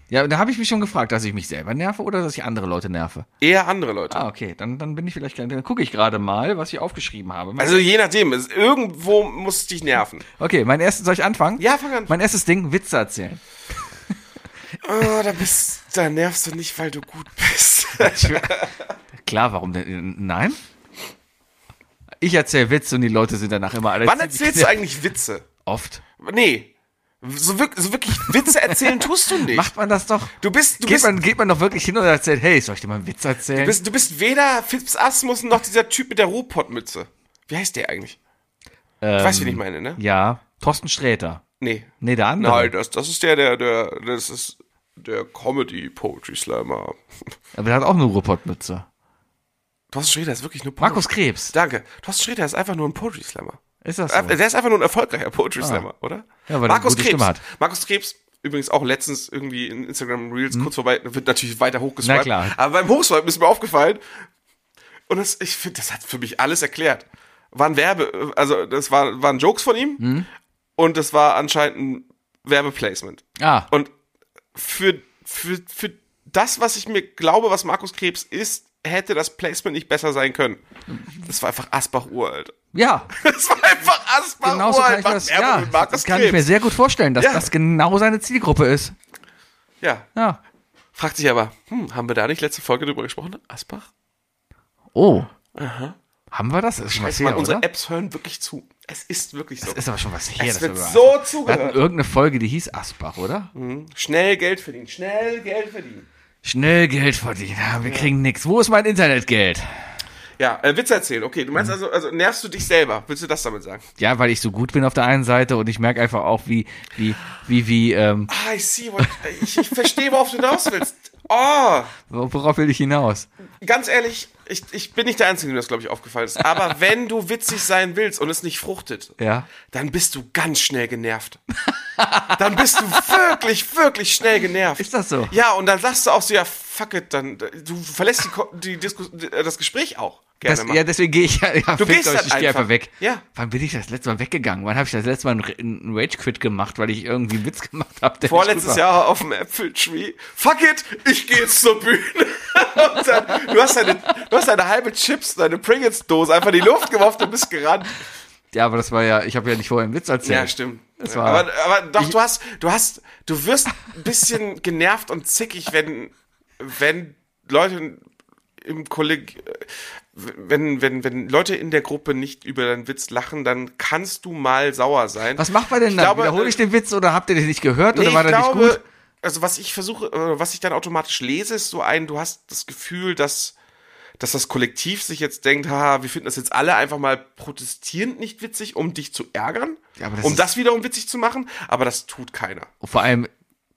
Ja, da habe ich mich schon gefragt, dass ich mich selber nerve oder dass ich andere Leute nerve.
Eher andere Leute.
Ah, okay, dann, dann bin ich vielleicht gleich. Dann gucke ich gerade mal, was ich aufgeschrieben habe. Mein-
Also je nachdem, es, irgendwo muss es dich nerven.
okay, mein erstes, soll ich anfangen?
Ja, fang an.
Mein erstes Ding, Witze erzählen.
Oh, da, bist, da nervst du nicht, weil du gut bist.
Klar, warum denn? äh, Nein? Ich erzähle Witze und die Leute sind danach immer alle.
Wann erzählst du eigentlich Witze?
Oft.
Nee. So, wirk- so wirklich Witze erzählen tust du nicht.
Macht man das doch?
Du bist, du
geht,
bist,
man, geht man doch wirklich hin und erzählt, hey, soll ich dir mal einen Witz erzählen?
du bist, du bist weder Fips Asmus noch dieser Typ mit der Ruhrpottmütze. Wie heißt der eigentlich?
ähm,
Ich weiß, wen ich meine, ne?
Ja, Thorsten Sträter.
Nee.
Nee, der andere.
Nein, das, das ist der, der, der, das ist der Comedy Poetry Slammer.
Aber der hat auch eine Ruhrpottmütze.
Thorsten Schröder ist wirklich nur Poetry
Markus Krebs.
Danke. Thorsten Schröder ist einfach nur ein Poetry Slammer.
Ist das so? Ah.
Äh, Der ist einfach nur ein erfolgreicher Poetry Slammer, oder?
Ja, weil er eine gute Stimme hat.
Markus Krebs, übrigens auch letztens irgendwie in Instagram Reels kurz vorbei, wird natürlich weiter hochgeswiped.
Hm? Na klar.
Aber beim Hochswipen ist mir aufgefallen. Und das, ich finde, das hat für mich alles erklärt. Waren Werbe, also das war, waren Jokes von ihm
Hm?
und das war anscheinend ein Werbeplacement.
Ah,
Und für, für, für das, was ich mir glaube, was Markus Krebs ist, hätte das Placement nicht besser sein können. Das war einfach Asbach uralt.
ja.
Das war einfach Asbach
Genau so kann ich
uralt.
mir
Macht
das,
Werbung
ja,
mit Markus
das kann ich mir
Krebs.
sehr gut vorstellen, dass
Ja.
das genau seine Zielgruppe ist.
Ja.
Ja.
Fragt sich aber, hm, haben wir da nicht letzte Folge drüber gesprochen? Asbach?
Oh. Haben wir das? Das ist schon was
Weiß
her,
man, unsere
oder?
Apps hören wirklich zu. Es ist wirklich so.
Das ist aber schon was her.
es
dass
wird
wir über-
so
wir hatten
zugehört. Mhm.
irgendeine Folge, die hieß Asbach, oder?
Schnell Geld verdienen, schnell Geld verdienen.
Schnell Geld verdienen. Ah, Wir kriegen nichts. Wo ist mein Internetgeld?
Ja, äh, Witz erzählen. Okay, du
Mhm.
meinst also, also nervst du dich selber? Willst du das damit sagen?
Ja, weil ich so gut bin auf der einen Seite und ich merke einfach auch, wie, wie, wie, wie, ähm,
Ah, I see. What, ich ich verstehe, worauf du hinaus willst. Oh,
worauf will ich hinaus?
ganz ehrlich, ich, ich bin nicht der Einzige, dem das, glaube ich, aufgefallen ist. Aber wenn du witzig sein willst und es nicht fruchtet,
Ja.
dann bist du ganz schnell genervt. Dann bist du wirklich, wirklich schnell genervt.
Ist das so?
Ja, und dann sagst du auch so, ja, fuck it, dann, du verlässt die, Ko- die Diskus das Gespräch auch gerne
Das,
mal.
ja, deswegen gehe ich ja, ja du
gehst dann
ich gehe
einfach.
einfach weg.
Ja.
Wann bin ich das letzte Mal weggegangen? Wann habe ich das letzte Mal einen R- einen Rage-Quit gemacht, weil ich irgendwie einen Witz gemacht habe? der nicht
Vorletztes
gut war?
Jahr auf dem Apple Tree. Fuck it, ich gehe jetzt zur Bühne. Und dann, du, hast deine, du hast deine halbe Chips, deine Pringles-Dose einfach in die Luft geworfen und bist gerannt.
Ja, aber das war ja, ich habe ja nicht vorher einen Witz erzählt.
Ja, stimmt.
Das
Ja,
war-
aber, aber doch, du hast, du hast, du wirst ein bisschen genervt und zickig, wenn, wenn Leute im Kolleg, wenn, wenn, wenn Leute in der Gruppe nicht über deinen Witz lachen, dann kannst du mal sauer sein.
Was macht man denn
Ich
dann?
glaube,
Wiederhole ich
äh,
den Witz oder habt ihr den nicht gehört
Nee,
oder war
ich
der
glaube,
nicht gut?
Also was ich versuche, äh, was ich dann automatisch lese, ist so ein, du hast das Gefühl, dass, dass das Kollektiv sich jetzt denkt, haha, wir finden das jetzt alle einfach mal protestierend nicht witzig, um dich zu ärgern,
Ja, aber das
um
ist-
das wiederum witzig zu machen, aber das tut keiner.
Und Vor allem,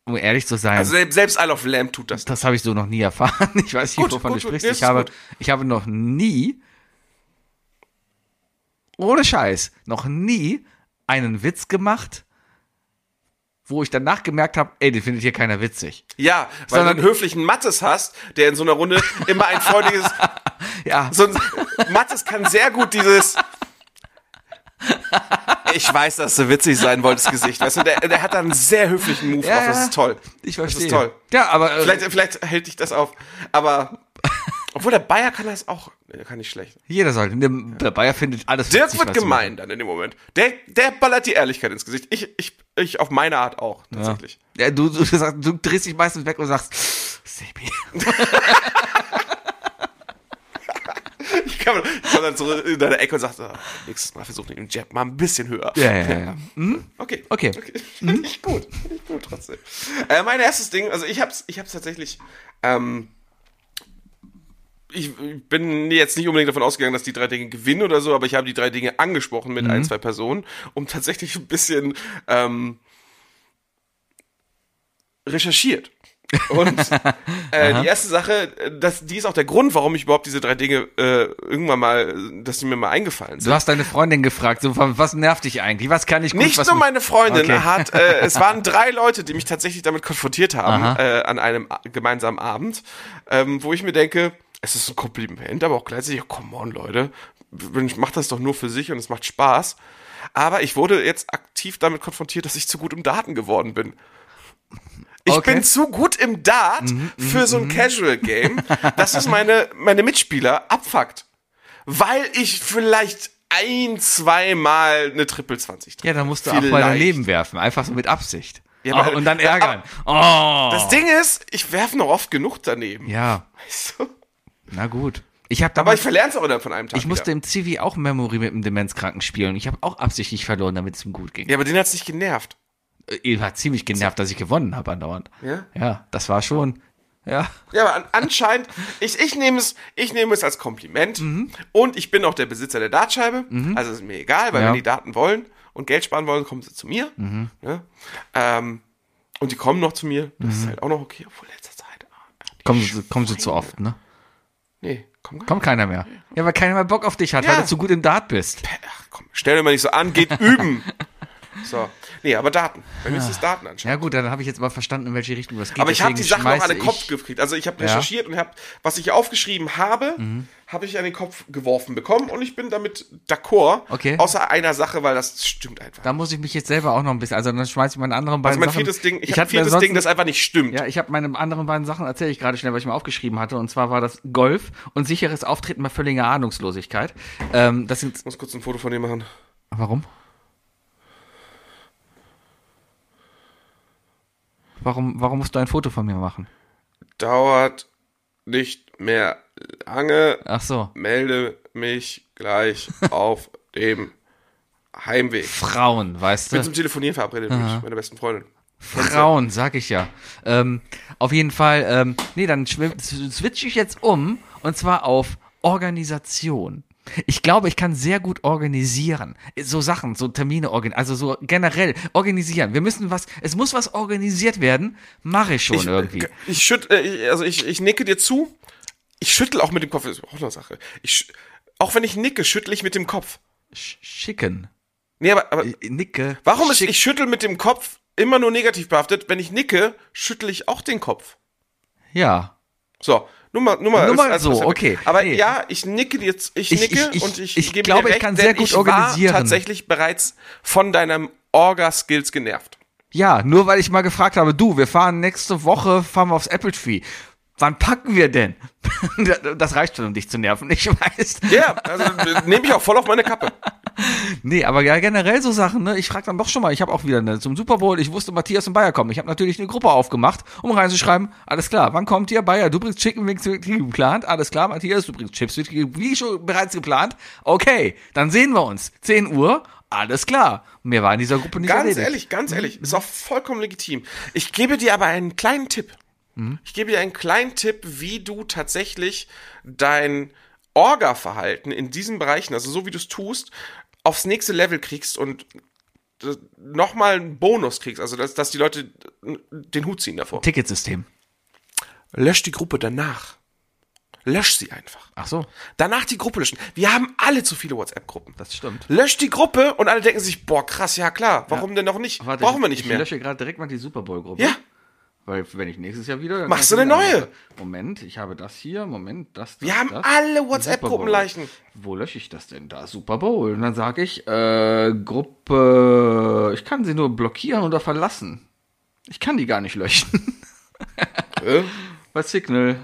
um ehrlich zu sein,
Also selbst, selbst Isle of Lamb tut das.
das habe ich so noch nie erfahren. Ich weiß nicht,
Gut,
wovon
gut,
du
gut,
sprichst.
nee,
Ich
ist
habe,
gut.
ich habe noch nie, ohne Scheiß, noch nie einen Witz gemacht, wo ich danach gemerkt habe, ey, den findet hier keiner witzig.
Ja, weil du
Sondern-
einen höflichen Mattes hast, der in so einer Runde immer ein freundliches,
Ja,
so ein, Mattes kann sehr gut dieses, ich weiß, dass du witzig sein wolltest, Gesicht. Weißt du, der, der hat da einen sehr höflichen Move
Ja,
drauf, das
ja.
ist toll.
ich verstehe.
Das ist toll.
Ja, aber äh,
Vielleicht, vielleicht hält dich das auf. Aber. Obwohl der Bayer kann das auch. Nee, der kann nicht schlecht.
jeder sollte. Der der Bayer findet alles
Dirk
witzig,
wird
was du
gemein dann in dem Moment. Der, der ballert die Ehrlichkeit ins Gesicht. Ich, ich, ich auf meine Art auch, tatsächlich.
machst. Ja, du, du, sagst- du drehst dich meistens weg und sagst, Sebi.
Ich kann, ich komm dann zurück in deine Ecke und sag, ah, nächstes Mal versuch den Jab mal ein bisschen höher.
Ja, ja, ja, ja.
Okay.
Okay.
Finde ich gut. Finde ich gut trotzdem. Äh, mein erstes Ding, also ich hab's, ich hab's tatsächlich. Ähm, ich ich bin jetzt nicht unbedingt davon ausgegangen, dass die drei Dinge gewinnen oder so, aber ich habe die drei Dinge angesprochen mit ein, zwei Personen, um tatsächlich ein bisschen ähm, recherchiert. Und äh, die erste Sache, äh, das, die ist auch der Grund, warum ich überhaupt diese drei Dinge äh, irgendwann mal, äh, dass die mir mal eingefallen sind.
Du hast deine Freundin gefragt, so, was nervt dich eigentlich? Was kann ich gut,
Nicht
was
nur
nicht?
meine Freundin
Okay.
hat, äh, es waren drei Leute, die mich tatsächlich damit konfrontiert haben äh, an einem a- gemeinsamen Abend, ähm, wo ich mir denke, es ist ein Kompliment, aber auch gleichzeitig, oh, come on, Leute, ich mach das doch nur für sich und es macht Spaß. Aber ich wurde jetzt aktiv damit konfrontiert, dass ich zu gut im Daten geworden bin. Ich
Okay. Mhm,
bin zu gut im Dart für so ein Casual Game, dass es meine, meine Mitspieler abfuckt. Weil ich vielleicht ein, zweimal eine Triple 20 treffe.
Ja, dann musst du auch mal
Vielleicht.
daneben werfen, einfach so mit Absicht.
Ja,
oh,
aber-
und dann
Ja,
ärgern. oh.
Das Ding ist, ich werfe noch oft genug daneben.
ja,
Weißt du?
na gut. Ich habe
Aber
damals
ich verlerne es auch innerhalb von einem Tag.
Ich musste
wieder.
im Zivi auch Memory mit dem Demenzkranken spielen. Ich habe auch absichtlich verloren, damit es ihm gut ging.
Ja, aber den hat's nicht genervt.
Ich war ziemlich genervt, dass ich gewonnen habe andauernd.
Ja?
Ja, das war schon. Ja.
Ja, aber an, anscheinend, ich, ich nehme es, ich nehme es als Kompliment.
Mhm.
Und ich bin auch der Besitzer der Dartscheibe. Also ist mir egal, weil
Ja. Mhm.
wenn die Daten wollen und Geld sparen wollen, kommen sie zu mir. Ja? Ähm, und die kommen noch zu mir. Das
Mhm.
ist halt auch noch okay, obwohl letzter Zeit. ah, die
Kommen,
Sch-
sie- kommen sie zu oft, ne?
Nee, komm, komm.
Kommt keiner mehr. Ja, weil keiner mehr Bock auf dich hat,
Ja.
weil du zu gut im Dart bist.
Ach, komm, stell dir mal nicht so an, geht üben. So. Nee, aber Daten. Bei mir ist es Daten anscheinend.
Ah. Ja gut, dann habe ich jetzt mal verstanden, in welche Richtung das geht.
Aber ich habe die
Deswegen
Sachen auch an
schmeiße
den Kopf
ich-
gekriegt. Also ich habe recherchiert und habe, was ich aufgeschrieben habe,
Mhm.
habe ich an den Kopf geworfen bekommen und ich bin damit d'accord.
Okay.
Außer einer Sache, weil das stimmt einfach.
Da muss ich mich jetzt selber auch noch ein bisschen, also dann schmeiße ich meine anderen beiden
also mein
Sachen.
viertes Ding, ich,
hab
habe ein
mir
viertes
sonst-
Ding, das einfach nicht stimmt.
Ja, ich habe meine anderen beiden Sachen, erzähle ich gerade schnell, weil ich mir aufgeschrieben hatte. Und zwar war das Golf und sicheres Auftreten bei völliger Ahnungslosigkeit. Ähm, das sind.
Ich muss kurz ein Foto von dir machen.
Warum? Warum, warum musst du ein Foto von mir machen?
Dauert nicht mehr lange.
Ach so.
Melde mich gleich auf dem Heimweg.
Frauen, weißt
Ich bin
du?
zum Telefonieren verabredet mit meiner besten Freundin.
Frauen, sag ich ja. Ähm, auf jeden Fall, ähm, nee, dann schwimm- switch ich jetzt um und zwar auf Organisation. Ich glaube, ich kann sehr gut organisieren. So Sachen, so Termine organisieren, also so generell organisieren. Wir müssen was, es muss was organisiert werden, mache ich schon irgendwie.
Ich schütt, äh, ich- also ich, ich nicke dir zu. Ich schüttel auch mit dem Kopf. Das ist auch eine Sache. Ich, sch- auch wenn ich nicke, schüttel ich mit dem Kopf.
Sch schicken.
Nee, aber, aber
Nicke.
warum ist ich schüttel mit dem Kopf immer nur negativ behaftet? Wenn ich nicke, schüttel ich auch den Kopf.
Ja.
So, nur mal, nur mal,
Nur mal
als- als-
so,
als-
okay.
also Aber
Nee.
ja, ich nicke jetzt, ich
Ich-
nicke
ich- ich-
und ich,
ich
gebe
glaube,
dir
ich
recht,
kann sehr
denn
gut
ich
organisieren.
War tatsächlich bereits von deinem Orga-Skills genervt.
Ja, nur weil ich mal gefragt habe, du, wir fahren nächste Woche, fahren wir aufs Apple Tree. Wann packen wir denn? Das reicht schon, um dich zu nerven, ich weiß.
Ja, also äh, nehme ich auch voll auf meine Kappe.
Nee, aber ja, generell so Sachen, ne? Ich frage dann doch schon mal, ich habe auch wieder eine zum Super Bowl, ich wusste, Matthias und Bayer kommen. Ich habe natürlich eine Gruppe aufgemacht, um reinzuschreiben, alles klar, wann kommt ihr? Bayer, du bringst Chicken Wings wie geplant, alles klar, Matthias, du bringst Chips wie- wie schon bereits geplant. Okay, dann sehen wir uns. 10 Uhr, alles klar. Mehr war in dieser Gruppe nicht
Ganz
erledigt. Mhm,
ehrlich, ganz ehrlich, ist auch vollkommen legitim. Ich gebe dir aber einen kleinen Tipp.
Mhm.
Ich gebe dir einen kleinen Tipp, wie du tatsächlich dein Orga-Verhalten in diesen Bereichen, also so wie du es tust, aufs nächste Level kriegst und äh, nochmal einen Bonus kriegst, also dass, dass die Leute äh, den Hut ziehen davor.
Ticketsystem.
Lösch die Gruppe danach. Lösch sie einfach.
Ach so,
Danach die Gruppe löschen. Wir haben alle zu viele WhatsApp-Gruppen.
das stimmt.
Löscht die Gruppe und alle denken sich, boah, krass, ja klar, warum denn noch nicht?
Warte,
Brauchen
ich-
wir nicht
ich
mehr.
Ich lösche gerade direkt mal die Super Bowl Gruppe.
Ja.
Weil wenn ich nächstes Jahr wieder dann
Machst
kann
du
ich
eine
wieder-
neue?
Moment, ich habe das hier, Moment, das, das
Wir haben
das.
alle
Super
WhatsApp-Gruppenleichen.
Bowl. Wo lösche ich das denn? Da Super Bowl und dann sage ich äh, Gruppe, ich kann sie nur blockieren oder verlassen. Ich kann die gar nicht löschen.
Äh?
Bei Signal.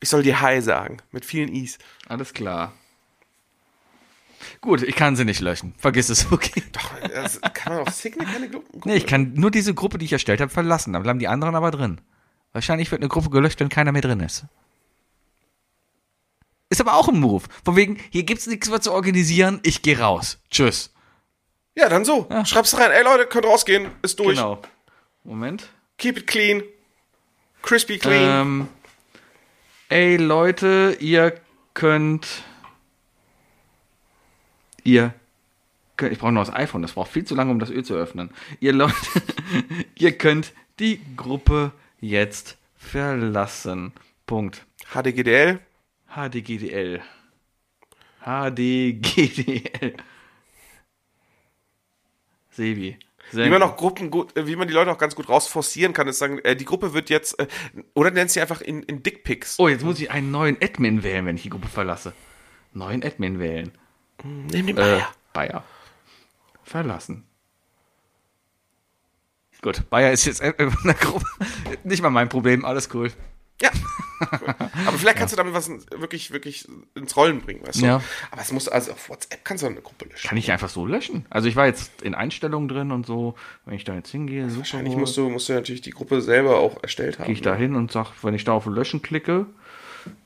Ich soll dir Hi sagen, mit vielen Is.
Alles klar. Gut, ich kann sie nicht löschen. Vergiss es, okay.
Doch, das Also, kann man auf Signal keine Gruppen.
Nee, ich kann nur diese Gruppe, die ich erstellt habe, verlassen. Dann bleiben die anderen aber drin. Wahrscheinlich wird eine Gruppe gelöscht, wenn keiner mehr drin ist. Ist aber auch ein Move. Von wegen, hier gibt's nichts mehr zu organisieren, ich gehe raus. Tschüss.
Ja, dann so. Schreib's rein. Ey Leute, könnt rausgehen. Ist durch.
Genau. Moment.
Keep it clean. Crispy clean.
Ähm, ey Leute, ihr könnt. Ihr könnt, ich brauche noch das iPhone, das braucht viel zu lange, um das Öl zu öffnen. Ihr Leute, ihr könnt die Gruppe jetzt verlassen. Punkt.
HDGDL.
HDGDL. HDGDL. Sebi. sehr
Wie man
gut.
auch Gruppen gut, äh, wie man die Leute auch ganz gut rausforcieren kann, ist sagen, äh, die Gruppe wird jetzt, äh, oder nennt sie einfach in, in Dickpics.
Oh, jetzt muss ich einen neuen Admin wählen, wenn ich die Gruppe verlasse. Neuen Admin wählen.
Nimm den
Äh,
Bayer.
Bayer. Verlassen. Gut, Bayer ist jetzt Admin von der Gruppe. Nicht mal mein Problem, alles cool.
Ja. Aber vielleicht kannst du damit was wirklich, wirklich ins Rollen bringen, weißt du?
Ja.
Aber es muss, also auf WhatsApp kannst du eine Gruppe löschen.
Kann ich einfach so löschen? Also ich war jetzt in Einstellungen drin und so, wenn ich da jetzt hingehe, super.
Wahrscheinlich musst du, musst du natürlich die Gruppe selber auch erstellt haben.
gehe ich da hin und sage, wenn ich da auf Löschen klicke,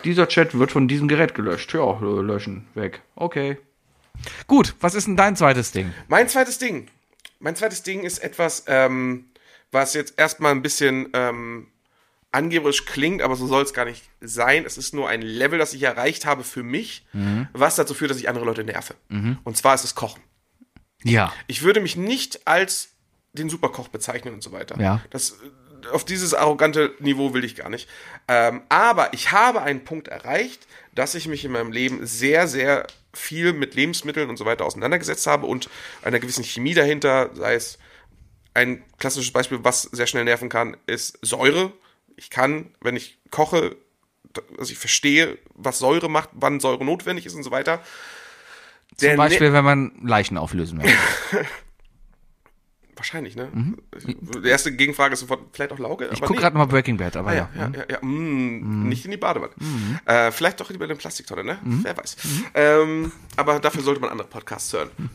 dieser Chat wird von diesem Gerät gelöscht. Ja, äh, löschen, weg. Okay. Gut, was ist denn dein zweites Ding?
Mein zweites Ding. Mein zweites Ding ist etwas, ähm, was jetzt erstmal ein bisschen ähm, angeberisch klingt, aber so soll es gar nicht sein. Es ist nur ein Level, das ich erreicht habe für mich, was dazu führt, dass ich andere Leute nerve. Und zwar ist es Kochen.
Ja.
Ich würde mich nicht als den Superkoch bezeichnen und so weiter.
Ja.
Das, auf dieses arrogante Niveau will ich gar nicht. Ähm, aber ich habe einen Punkt erreicht, dass ich mich in meinem Leben sehr, sehr viel mit Lebensmitteln und so weiter auseinandergesetzt habe und einer gewissen Chemie dahinter, sei es ein klassisches Beispiel, was sehr schnell nerven kann, ist Säure. Ich kann, wenn ich koche, d- also ich verstehe, was Säure macht, wann Säure notwendig ist und so weiter.
Zum Beispiel,
ne-
wenn man Leichen auflösen möchte.
Wahrscheinlich, ne? Die erste Gegenfrage ist sofort, vielleicht auch Lauge?
Mhm. Ich gucke gerade mal Mhm. Breaking Bad, aber
Ah ja,
ja.
ja, ja, ja. Mm, nicht in die Badewanne. Äh, vielleicht doch lieber in eine Plastiktonne, ne?
Mhm.
Wer weiß. Ähm, aber dafür sollte man andere Podcasts hören.
Mhm.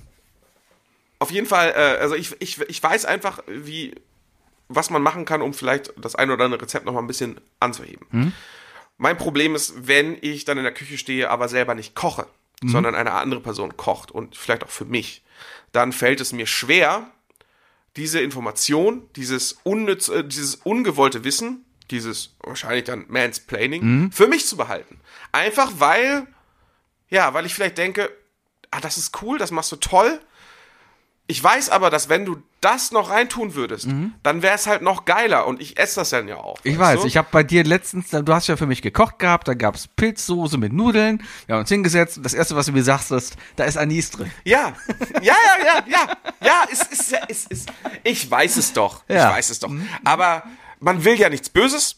Auf jeden Fall, äh, also ich, ich, ich weiß einfach, wie, was man machen kann, um vielleicht das ein oder andere Rezept nochmal ein bisschen anzuheben.
Mhm.
Mein Problem ist, wenn ich dann in der Küche stehe, aber selber nicht koche,
Mhm.
sondern eine andere Person kocht und vielleicht auch für mich, dann fällt es mir schwer, diese Information, dieses unnütz, äh, dieses ungewollte Wissen, dieses wahrscheinlich dann Mansplaining,
Mhm.
für mich zu behalten. Einfach weil, ja, weil ich vielleicht denke, ah, das ist cool, das machst du toll. Ich weiß aber, dass wenn du das noch reintun würdest, dann wäre es halt noch geiler und ich esse das dann ja auch.
Mhm. Ich
weißt
weiß,
du?
ich habe bei dir letztens, du hast ja für mich gekocht gehabt, da gab's Pilzsoße mit Nudeln, wir haben uns hingesetzt und das Erste, was du mir sagst, ist, da ist Anis drin.
Ja, ja, ja, ja, ja, ja, es ist, es ist, ich weiß es doch,
Ja. Mhm.
ich weiß es doch. Aber man will ja nichts Böses.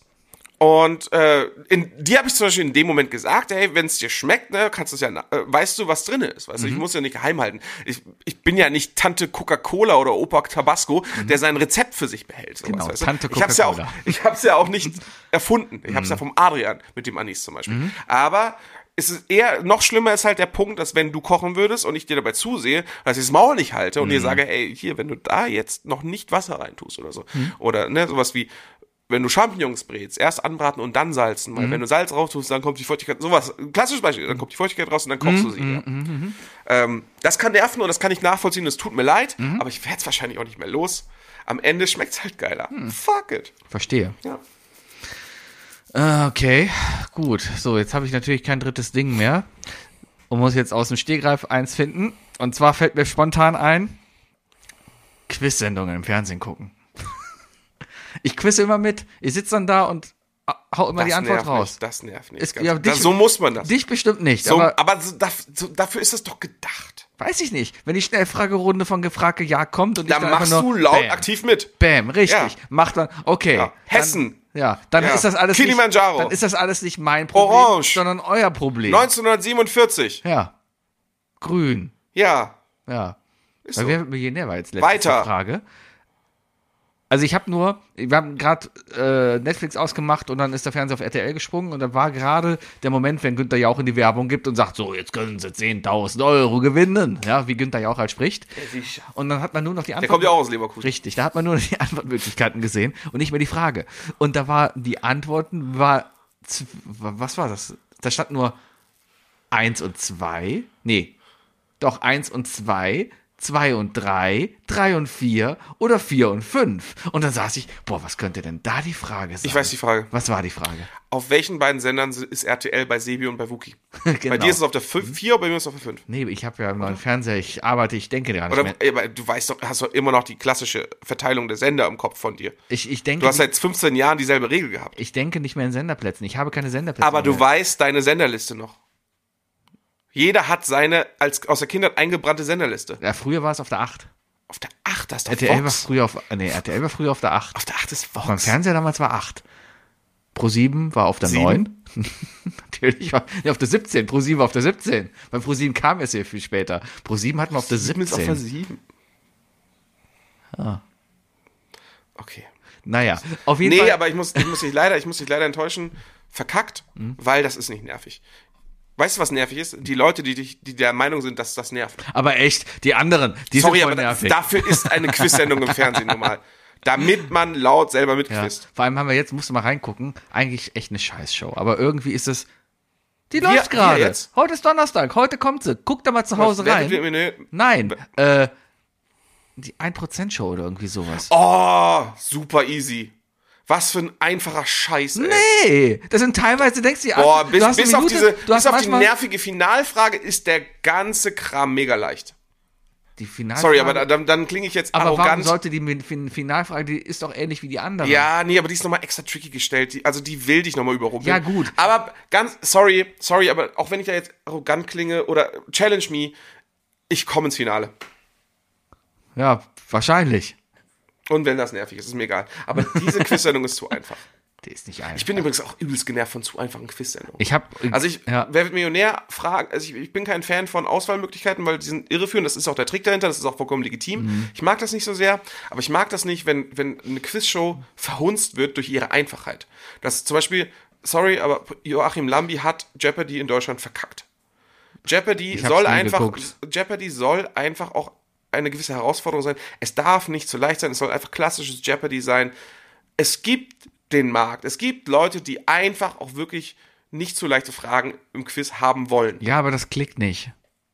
Und äh, in die habe ich zum Beispiel in dem Moment gesagt, hey, wenn es dir schmeckt, ne, kannst du es ja, na- äh, weißt du, was drin ist.
Mhm.
Weißt du, ich muss ja nicht geheim halten. Ich, ich bin ja nicht Tante Coca-Cola oder Opa Tabasco, der sein Rezept für sich behält. Sowas,
Mhm. Genau,
weißt du?
Tante
ich hab's ja auch,
Coca-Cola.
ich hab's ja auch nicht erfunden. Ich hab's ja vom Adrian mit dem Anis zum Beispiel. Aber es ist eher, noch schlimmer ist halt der Punkt, dass wenn du kochen würdest und ich dir dabei zusehe, dass ich das Maul nicht halte und dir sage, ey, hier, wenn du da jetzt noch nicht Wasser reintust oder so. Oder, ne, sowas wie, wenn du Champignons brätst, erst anbraten und dann salzen, weil wenn du Salz raus tust, dann kommt die Feuchtigkeit, sowas, ein klassisches Beispiel, dann kommt die Feuchtigkeit raus und dann kochst du sie. ja. Ähm, das kann nerven und das kann ich nachvollziehen, das tut mir leid, aber ich werd's wahrscheinlich auch nicht mehr los. Am Ende schmeckt's halt geiler. Fuck it.
Verstehe.
Ja.
Äh, Okay, gut. So, jetzt habe ich natürlich kein drittes Ding mehr und muss jetzt aus dem Stehgreif eins finden. Und zwar fällt mir spontan ein, Quiz-Sendungen im Fernsehen gucken. ich quizze immer mit. Ich sitze dann da und ah, hau immer die Antwort
nervt
raus.
Mich, das nervt nicht.
Ist-
Ganz-
ja,
da-
dich-
so muss man das.
Dich bestimmt nicht,
so,
aber
aber so, da, so, dafür ist das doch gedacht.
weiß ich nicht. Wenn die Schnellfragerunde von Gefragte Ja kommt und
Da
ich dann
machst
einfach
du
nur,
laut
bam,
aktiv mit.
Bam, richtig.
Ja.
Macht dann, okay.
Ja.
Dann,
Hessen.
Ja, dann
Ja.
ist das alles nicht,
Kilimanjaro.
dann ist das alles nicht mein Problem,
Orange.
sondern euer Problem.
1947.
Ja. Grün.
Ja.
Ja.
Ist
Weil
so.
wer wird Millionär war jetzt letzte
Weiter.
Frage. Also ich habe nur, wir haben gerade äh, Netflix ausgemacht und dann ist der Fernseher auf RTL gesprungen und dann war gerade der Moment, wenn Günther Jauch in die Werbung gibt und sagt, so, jetzt können sie 10.000 Euro gewinnen. Ja, wie Günther Jauch halt spricht.
sicher.
Und dann hat man nur noch die Antwort.
Der kommt ja auch aus Leverkusen.
Richtig, da hat man nur die Antwortmöglichkeiten gesehen und nicht mehr die Frage. Und da war die Antworten war z- was war das? Da stand nur eins und zwei. Nee. Doch eins und zwei, 2 und 3, 3 und 4 oder 4 und 5. Und dann saß ich, boah, was könnte denn da die Frage sein?
Ich weiß die Frage.
Was war die Frage?
Auf welchen beiden Sendern ist RTL bei Sebi und bei Wookie?
Genau.
Bei dir ist es auf der 4, bei mir ist es auf der 5.
Nee, ich habe ja einen neuen Fernseher, ich arbeite, ich denke gar nicht
Oder
mehr.
ey, aber du weißt doch, hast doch immer noch die klassische Verteilung der Sender im Kopf von dir.
Ich, ich, denke,
Du hast halt seit 15 Jahren dieselbe Regel gehabt.
ich denke nicht mehr in Senderplätzen. Ich habe keine Senderplätze.
Aber du
mehr.
weißt deine Senderliste noch. Jeder hat seine als aus der Kindheit eingebrannte Senderliste.
Ja, früher war es auf der 8.
Auf der 8 hast du
RTL war
Vox.
früher auf, nee, RTL war früher auf der 8.
Auf der 8 ist
Mein
Vox.
Fernseher damals war 8. Pro 7 war auf der
Sieben?
9. Natürlich war nee, auf der 17. Pro 7 war auf der 17. Bei Pro 7 kam es ja viel später. Pro 7 hatten wir auf der
7 ist auf der
17.
7. Okay.
Naja, Ah. auf jeden
Nee,
Fall.
aber ich muss, ich muss dich leider, ich muss dich leider enttäuschen. Verkackt,
Mhm.
weil das ist nicht nervig. Weißt du, was nervig ist? Die Leute, die, dich, die der Meinung sind, dass das nervt.
aber echt, die anderen, die
Sorry,
sind voll
aber da,
nervig.
dafür ist eine Quiz-Sendung im Fernsehen normal. Damit man laut selber
ja.
mitquist.
Vor allem haben wir jetzt, musst du mal reingucken, eigentlich echt eine Scheißshow. Aber irgendwie ist es. Die
Wir-
läuft
wir
gerade.
jetzt?
Heute ist Donnerstag, heute kommt sie. Guck da mal zu Hause
Wer wird
rein.
Millionär?
Nein, äh, die 1%-Show oder irgendwie sowas.
Oh, super easy. Was für ein einfacher Scheiß, ey.
Nee, das sind teilweise, denkst du, die
Boah,
du
bis,
hast eine
bis auf,
Minute,
diese,
du hast
bis auf die
manchmal-
nervige Finalfrage ist der ganze Kram mega leicht.
die Finalfrage,
Sorry, aber da, dann, dann klinge ich jetzt
aber warum
arrogant.
sollte die Min- Fin- Finalfrage, die ist doch ähnlich wie die andere.
Ja, nee, aber die ist nochmal extra tricky gestellt. Die, also die will dich nochmal überrumpeln.
Ja, gut.
Aber ganz, sorry, sorry, aber auch wenn ich da jetzt arrogant klinge oder challenge me, ich komme ins Finale.
Ja, wahrscheinlich.
Und wenn das nervig ist, ist mir egal. Aber diese Quiz-Sendung ist zu einfach.
Die ist nicht ein.
Ich bin übrigens auch übelst genervt von zu einfachen Quiz-Sendungen.
ich hab,
Also ich,
Äh, ja,
wer wird Millionär fragen, also ich, ich bin kein Fan von Auswahlmöglichkeiten, weil die sind irreführend, das ist auch der Trick dahinter, das ist auch vollkommen legitim. Ich mag das nicht so sehr, aber ich mag das nicht, wenn, wenn eine Quizshow verhunzt wird durch ihre Einfachheit. Das zum Beispiel, sorry, aber Joachim Lambi hat Jeopardy in Deutschland verkackt. Jeopardy
hab's
soll
nie
einfach,
geguckt.
Jeopardy soll einfach auch eine gewisse Herausforderung sein. Es darf nicht zu leicht sein, es soll einfach klassisches Jeopardy sein es gibt den Markt. Es gibt Leute, die einfach auch wirklich nicht so leichte Fragen im Quiz haben wollen.
ja, aber das klickt nicht.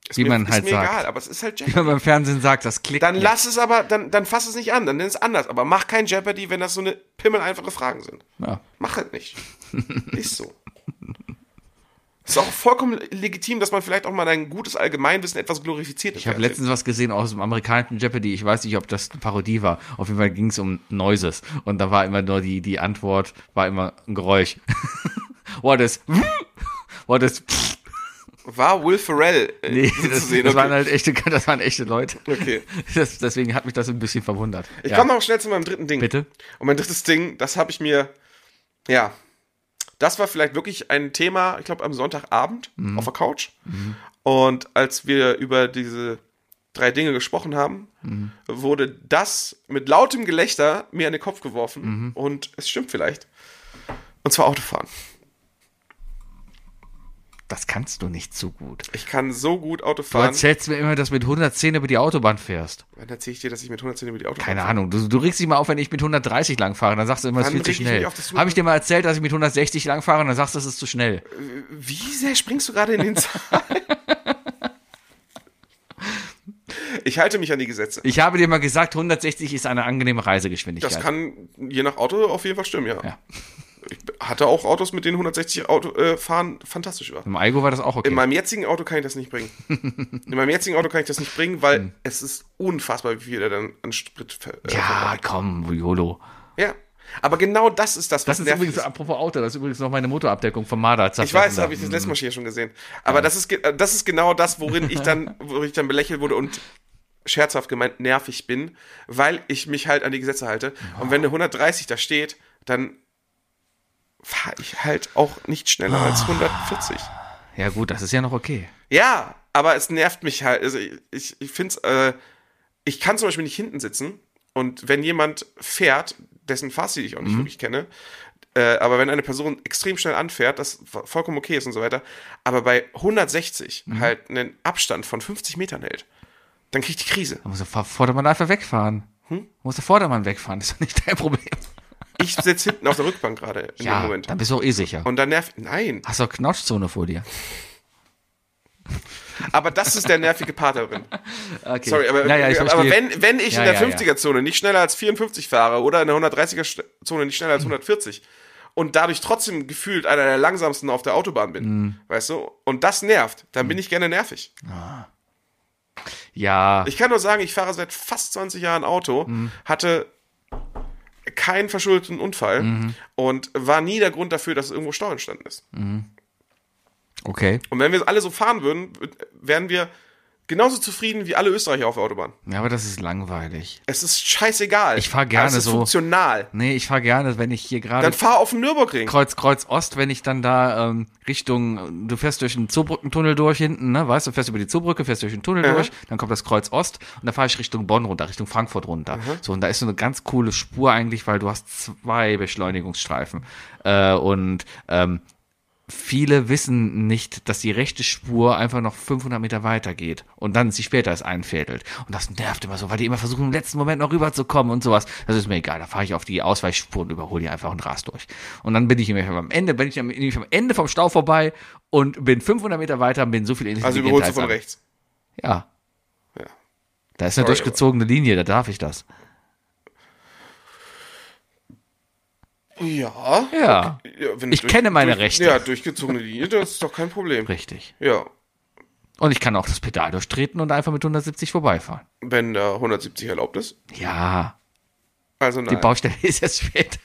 ist
wie
mir,
man
ist
halt
mir
sagt.
egal, aber es ist halt
Wie man
Jeopardy.
beim Fernsehen sagt, das klickt
Dann
nicht.
lass es aber, dann, dann fass es nicht an, dann nenn es anders. Aber mach kein Jeopardy, wenn das so eine pimmel einfache Fragen sind.
Ja.
Mach halt nicht. ist so. Ist auch vollkommen legitim, dass man vielleicht auch mal ein gutes Allgemeinwissen etwas glorifiziert. im
Ich habe
Fernsehen.
letztens was gesehen aus dem amerikanischen Jeopardy. Ich weiß nicht, ob das eine Parodie war. Auf jeden Fall ging es um Noises. Und da war immer nur die, die Antwort, war immer ein Geräusch. What is, what is,
War Will Ferrell äh,
Nee,
zu
das,
sehen,
das
okay.
waren halt echte, das waren echte Leute.
Okay.
Das, deswegen hat mich das ein bisschen verwundert.
Ich
ja.
komme noch schnell zu meinem dritten Ding.
Bitte?
Und mein drittes Ding, das habe ich mir, ja, das war vielleicht wirklich ein Thema, ich glaube, am Sonntagabend
Mhm.
auf der Couch. Und als wir über diese drei Dinge gesprochen haben,
Mhm.
wurde das mit lautem Gelächter mir in den Kopf
Mhm.
geworfen. Und es stimmt vielleicht. Und zwar Autofahren.
Das kannst du nicht so gut.
Ich kann so gut
Du
Autofahren.
erzählst mir immer, dass du mit 110 über die Autobahn fährst.
Dann erzähle ich dir, dass ich mit 110 über die Autobahn
Keine
fahre.
Ahnung. Du, du regst dich mal auf, wenn ich mit 130 lang fahre. Dann sagst du immer, es ist viel
Dann
zu
reg ich mich
schnell.
auf, dass du-
Habe ich dir mal erzählt, dass ich mit 160 lang fahre? Dann sagst du, es ist zu schnell.
Wie sehr springst du gerade in den Zahlen? ich halte mich an die Gesetze.
Ich habe dir mal gesagt, 160 ist eine angenehme Reisegeschwindigkeit.
Das kann je nach Auto auf jeden Fall stimmen, ja.
Ja.
Ich hatte auch Autos, mit denen 160 Auto, äh, fahren fantastisch war.
Im Algo war das auch okay.
In meinem jetzigen Auto kann ich das nicht bringen. In meinem jetzigen Auto kann ich das nicht bringen, weil es ist unfassbar, wie viel er dann an Sprit ver äh,
Hm. ja,
verbraucht.
komm, YOLO.
ja. Aber genau das ist das,
Das ist
nervig
übrigens, apropos Auto, das ist übrigens noch meine Motorabdeckung von Marder. Hm.
Ich weiß, das habe ich das letzte Mal hier schon gesehen. Aber das, ist, ge- äh, das ist genau das, worin ich dann, wo ich dann belächelt wurde und scherzhaft gemeint nervig bin, weil ich mich halt an die Gesetze halte. Und wenn eine 130 da steht, dann fahre ich halt auch nicht schneller als 140.
Ja gut, das ist ja noch okay.
Ja, aber es nervt mich halt. Also ich, ich, ich finde es, äh, ich kann zum Beispiel nicht hinten sitzen und wenn jemand fährt, dessen Fahrstil ich auch nicht wirklich kenne, äh, aber wenn eine Person extrem schnell anfährt, das vo- vollkommen okay ist und so weiter, aber bei 160 halt einen Abstand von 50 Metern hält, dann kriege ich die Krise.
Da muss der Vor- Vordermann einfach wegfahren. Hm? Muss der Vordermann wegfahren, ist doch nicht dein Problem.
Ich sitze hinten auf der Rückbank gerade in dem
Ja,
Moment.
dann bist du auch eh sicher.
Und dann nervt, nein,
Hast du auch Knautschzone vor dir?
Aber das ist der nervige Part darin.
Okay.
Sorry, aber,
ja, ja, ich
aber,
verstehe.
wenn, wenn ich
Ja,
in der
ja,
50er-Zone nicht schneller als 54 fahre oder in der 130er-Zone nicht schneller als
Mhm.
140 und dadurch trotzdem gefühlt einer der langsamsten auf der Autobahn bin,
Mhm.
weißt du, und das nervt, dann bin ich gerne nervig.
ja,
Ich kann nur sagen, ich fahre seit fast 20 Jahren Auto,
Mhm.
hatte keinen verschuldeten Unfall
Mhm.
und war nie der Grund dafür, dass irgendwo Stau entstanden ist.
okay.
Und wenn wir alle so fahren würden, wären wir genauso zufrieden wie alle Österreicher auf der Autobahn.
Ja, aber das ist langweilig.
Es ist scheißegal.
Ich fahr gerne
es ist
so.
funktional.
Nee, ich fahre gerne, wenn ich hier gerade
Dann fahr auf den Nürburgring.
Kreuz, Kreuz Ost, wenn ich dann da ähm, Richtung, du fährst durch den Zoobrückentunnel durch hinten, ne, weißt du, fährst über die Zoobrücke, fährst durch den Tunnel durch, dann kommt das Kreuz Ost und dann fahre ich Richtung Bonn runter, Richtung Frankfurt runter. So, und da ist so eine ganz coole Spur eigentlich, weil du hast zwei Beschleunigungsstreifen. Äh, und ähm, viele wissen nicht, dass die rechte Spur einfach noch 500 Meter weiter geht und dann sie später ist ein Viertel. Und das nervt immer so, weil die immer versuchen, im letzten Moment noch rüberzukommen und sowas. Das ist mir egal, da fahre ich auf die Ausweichspur und überhole die einfach und ras durch. Und dann bin ich nämlich am Ende, bin ich nämlich am Ende vom Stau vorbei und bin 500 Meter weiter und bin so viel
Also
intelligenter
überholst du
als
von
andere.
rechts.
Ja. Da
Ja.
ist eine
Sorry,
durchgezogene Linie, da darf ich das.
Ja.
Ja,
ja wenn
Ich
durch-
kenne meine
durch,
Rechte.
Ja, durchgezogene Linie, das ist doch kein Problem.
richtig.
Ja,
Und ich kann auch das Pedal durchtreten und einfach mit 170 vorbeifahren.
wenn da 170 erlaubt ist.
Ja.
Also
Die
nein.
Baustelle ist erst später.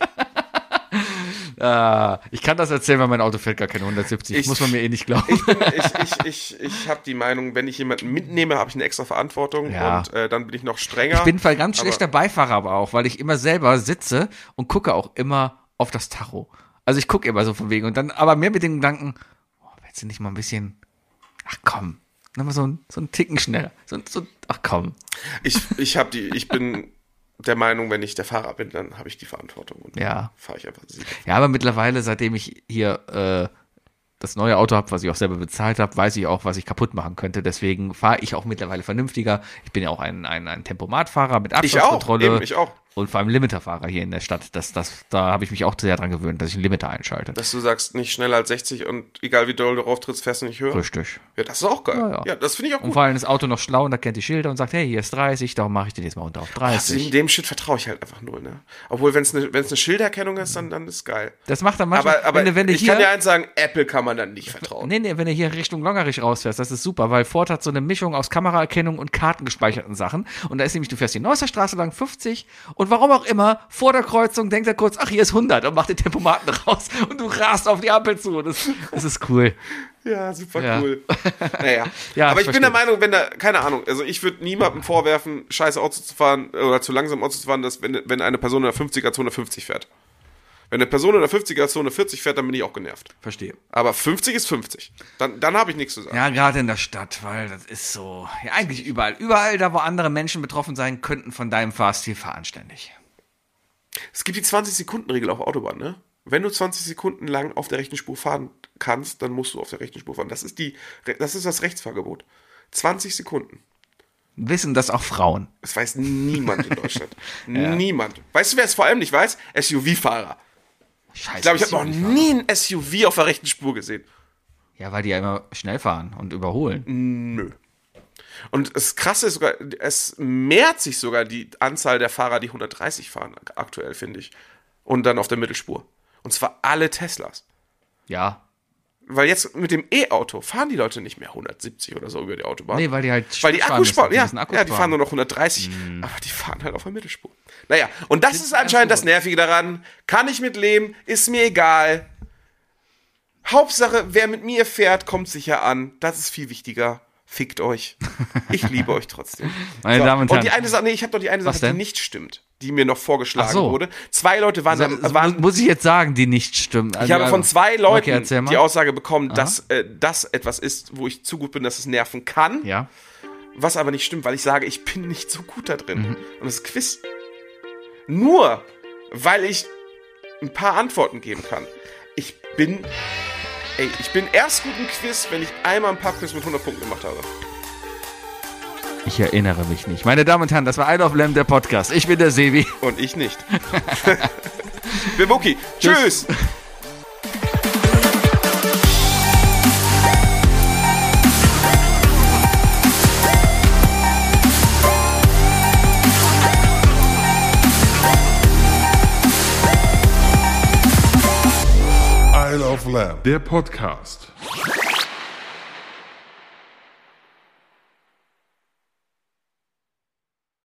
ah, ich kann das erzählen, weil mein Auto fährt gar keine 170.
Ich-
Muss man mir eh nicht glauben.
ich, bin, ich, ich, ich, ich habe die Meinung, wenn ich jemanden mitnehme, habe ich eine extra Verantwortung
Ja.
und äh, dann bin ich noch strenger.
Ich bin ein ganz
Aber-
schlechter Beifahrer aber auch, weil ich immer selber sitze und gucke auch immer auf das Tacho. Also ich gucke immer so von wegen und dann, aber mehr mit dem Gedanken, oh, willst du nicht mal ein bisschen, ach komm, nochmal so, ein, so einen Ticken schneller. So, ein- so, ein- ach komm.
Ich, ich, hab die, ich bin der Meinung, wenn ich der Fahrer bin, dann habe ich die Verantwortung und
Ja.
fahre ich einfach. Sieg.
Ja, aber mittlerweile, seitdem ich hier äh, das neue Auto habe, was ich auch selber bezahlt habe, weiß ich auch, was ich kaputt machen könnte. Deswegen fahre ich auch mittlerweile vernünftiger. Ich bin ja auch ein, ein, ein Tempomatfahrer mit
Ich auch,
Abstandskontrolle.
eben, ich auch.
Und vor allem Limiterfahrer hier in der Stadt. Das, das, da habe ich mich auch sehr dran gewöhnt, dass ich einen Limiter einschalte.
Dass du sagst, nicht schneller als 60 und egal wie doll du drauf trittst, fährst du nicht höher.
Richtig.
Ja, das ist auch geil.
Ja,
Ja,
ja.
das finde ich auch
Und
gut.
vor allem ist das Auto noch schlau und da kennt die Schilder und sagt, hey, hier ist 30, darum mache ich den jetzt mal unter auf
Also
30.
dem, dem Shit vertraue ich halt einfach null, ne? Obwohl, wenn es eine ne Schilderkennung ist, dann, dann ist geil.
Das macht dann manchmal,
Aber, aber
wenn, du- wenn du
ich
hier,
kann dir eins sagen, Apple kann man dann nicht vertrauen.
Oh, Nee, nee, wenn du hier Richtung Longerich rausfährst, das ist super, weil Ford hat so eine Mischung aus Kameraerkennung und kartengespeicherten Sachen. Und da ist nämlich, du fährst die Neusser Straße lang 50 und warum auch immer, vor der Kreuzung denkt er kurz, ach, hier ist 100 und macht den Tempomaten raus und du rast auf die Ampel zu. Das, das ist cool.
Ja, super
Ja.
cool. Naja.
Ja,
aber
ich
ich bin der
verstehe.
Meinung, wenn da, keine Ahnung, also ich würde niemandem vorwerfen, scheiße Auto zu fahren oder zu langsam Auto zu fahren, dass wenn, wenn eine Person in der 50er-Zone 50 fährt. Wenn eine Person in der 50er-Zone 40 fährt, dann bin ich auch genervt.
Verstehe.
Aber 50 ist 50. Dann, dann habe ich nichts zu sagen.
Ja, gerade in der Stadt, weil das ist so, ja, eigentlich überall. Überall da, wo andere Menschen betroffen sein könnten von deinem Fahrstil, fahr anständig.
Es gibt die 20-Sekunden-Regel auf Autobahn, ne? Wenn du 20 Sekunden lang auf der rechten Spur fahren kannst, dann musst du auf der rechten Spur fahren. Das ist, die, das, ist das Rechtsfahrgebot. 20 Sekunden.
Wissen das auch Frauen.
Das weiß niemand in Deutschland. Niemand. Weißt du, wer es vor allem nicht weiß? SUV-Fahrer.
Scheiße.
Ich glaube, ich habe noch nie ein SUV auf der rechten Spur gesehen.
Ja, weil die ja immer schnell fahren und überholen.
Und das Krasse ist sogar, es mehrt sich sogar die Anzahl der Fahrer, die 130 fahren, aktuell, finde ich. Und dann auf der Mittelspur. Und zwar alle Teslas.
Ja.
Weil jetzt mit dem E-Auto fahren die Leute nicht mehr 170 oder so über die Autobahn.
Nee, weil die halt
Weil die
Sprit fahren
Akkus
müssen.
sparen, ja,
müssen Akku
ja, die
sparen.
fahren nur noch 130,
Hm.
aber die fahren halt auf der Mittelspur. Naja, und das ist
ganz
anscheinend das
gut.
Nervige daran. Kann ich mit leben, ist mir egal. Hauptsache, wer mit mir fährt, kommt sicher an. Das ist viel wichtiger. Fickt euch. Ich liebe euch trotzdem.
Meine Damen und
die
Herren.
eine Sache, nee, ich habe noch die eine
Was
Sache, die
denn?
nicht stimmt, die mir noch vorgeschlagen
Ach so.
wurde. Zwei Leute waren,
Also,
da, waren
mu- muss ich jetzt sagen, die nicht stimmen.
ich habe von zwei Leuten
Okay, erzähl mal.
die Aussage bekommen, dass äh, das etwas ist, wo ich zu gut bin, dass es nerven kann.
ja.
Was aber nicht stimmt, weil ich sage, ich bin nicht so gut da drin.
Mhm.
Und das Quiz. Nur, weil ich ein paar Antworten geben kann. Ich bin. Ey, ich bin erst gut im Quiz, wenn ich einmal ein Pubquiz mit 100 Punkten gemacht habe.
Ich erinnere mich nicht. Meine Damen und Herren, das war Isle of Lamb, der Podcast. Ich bin der Sebi.
Und ich nicht. Ich bin Wookie. Tschüss.
der Podcast.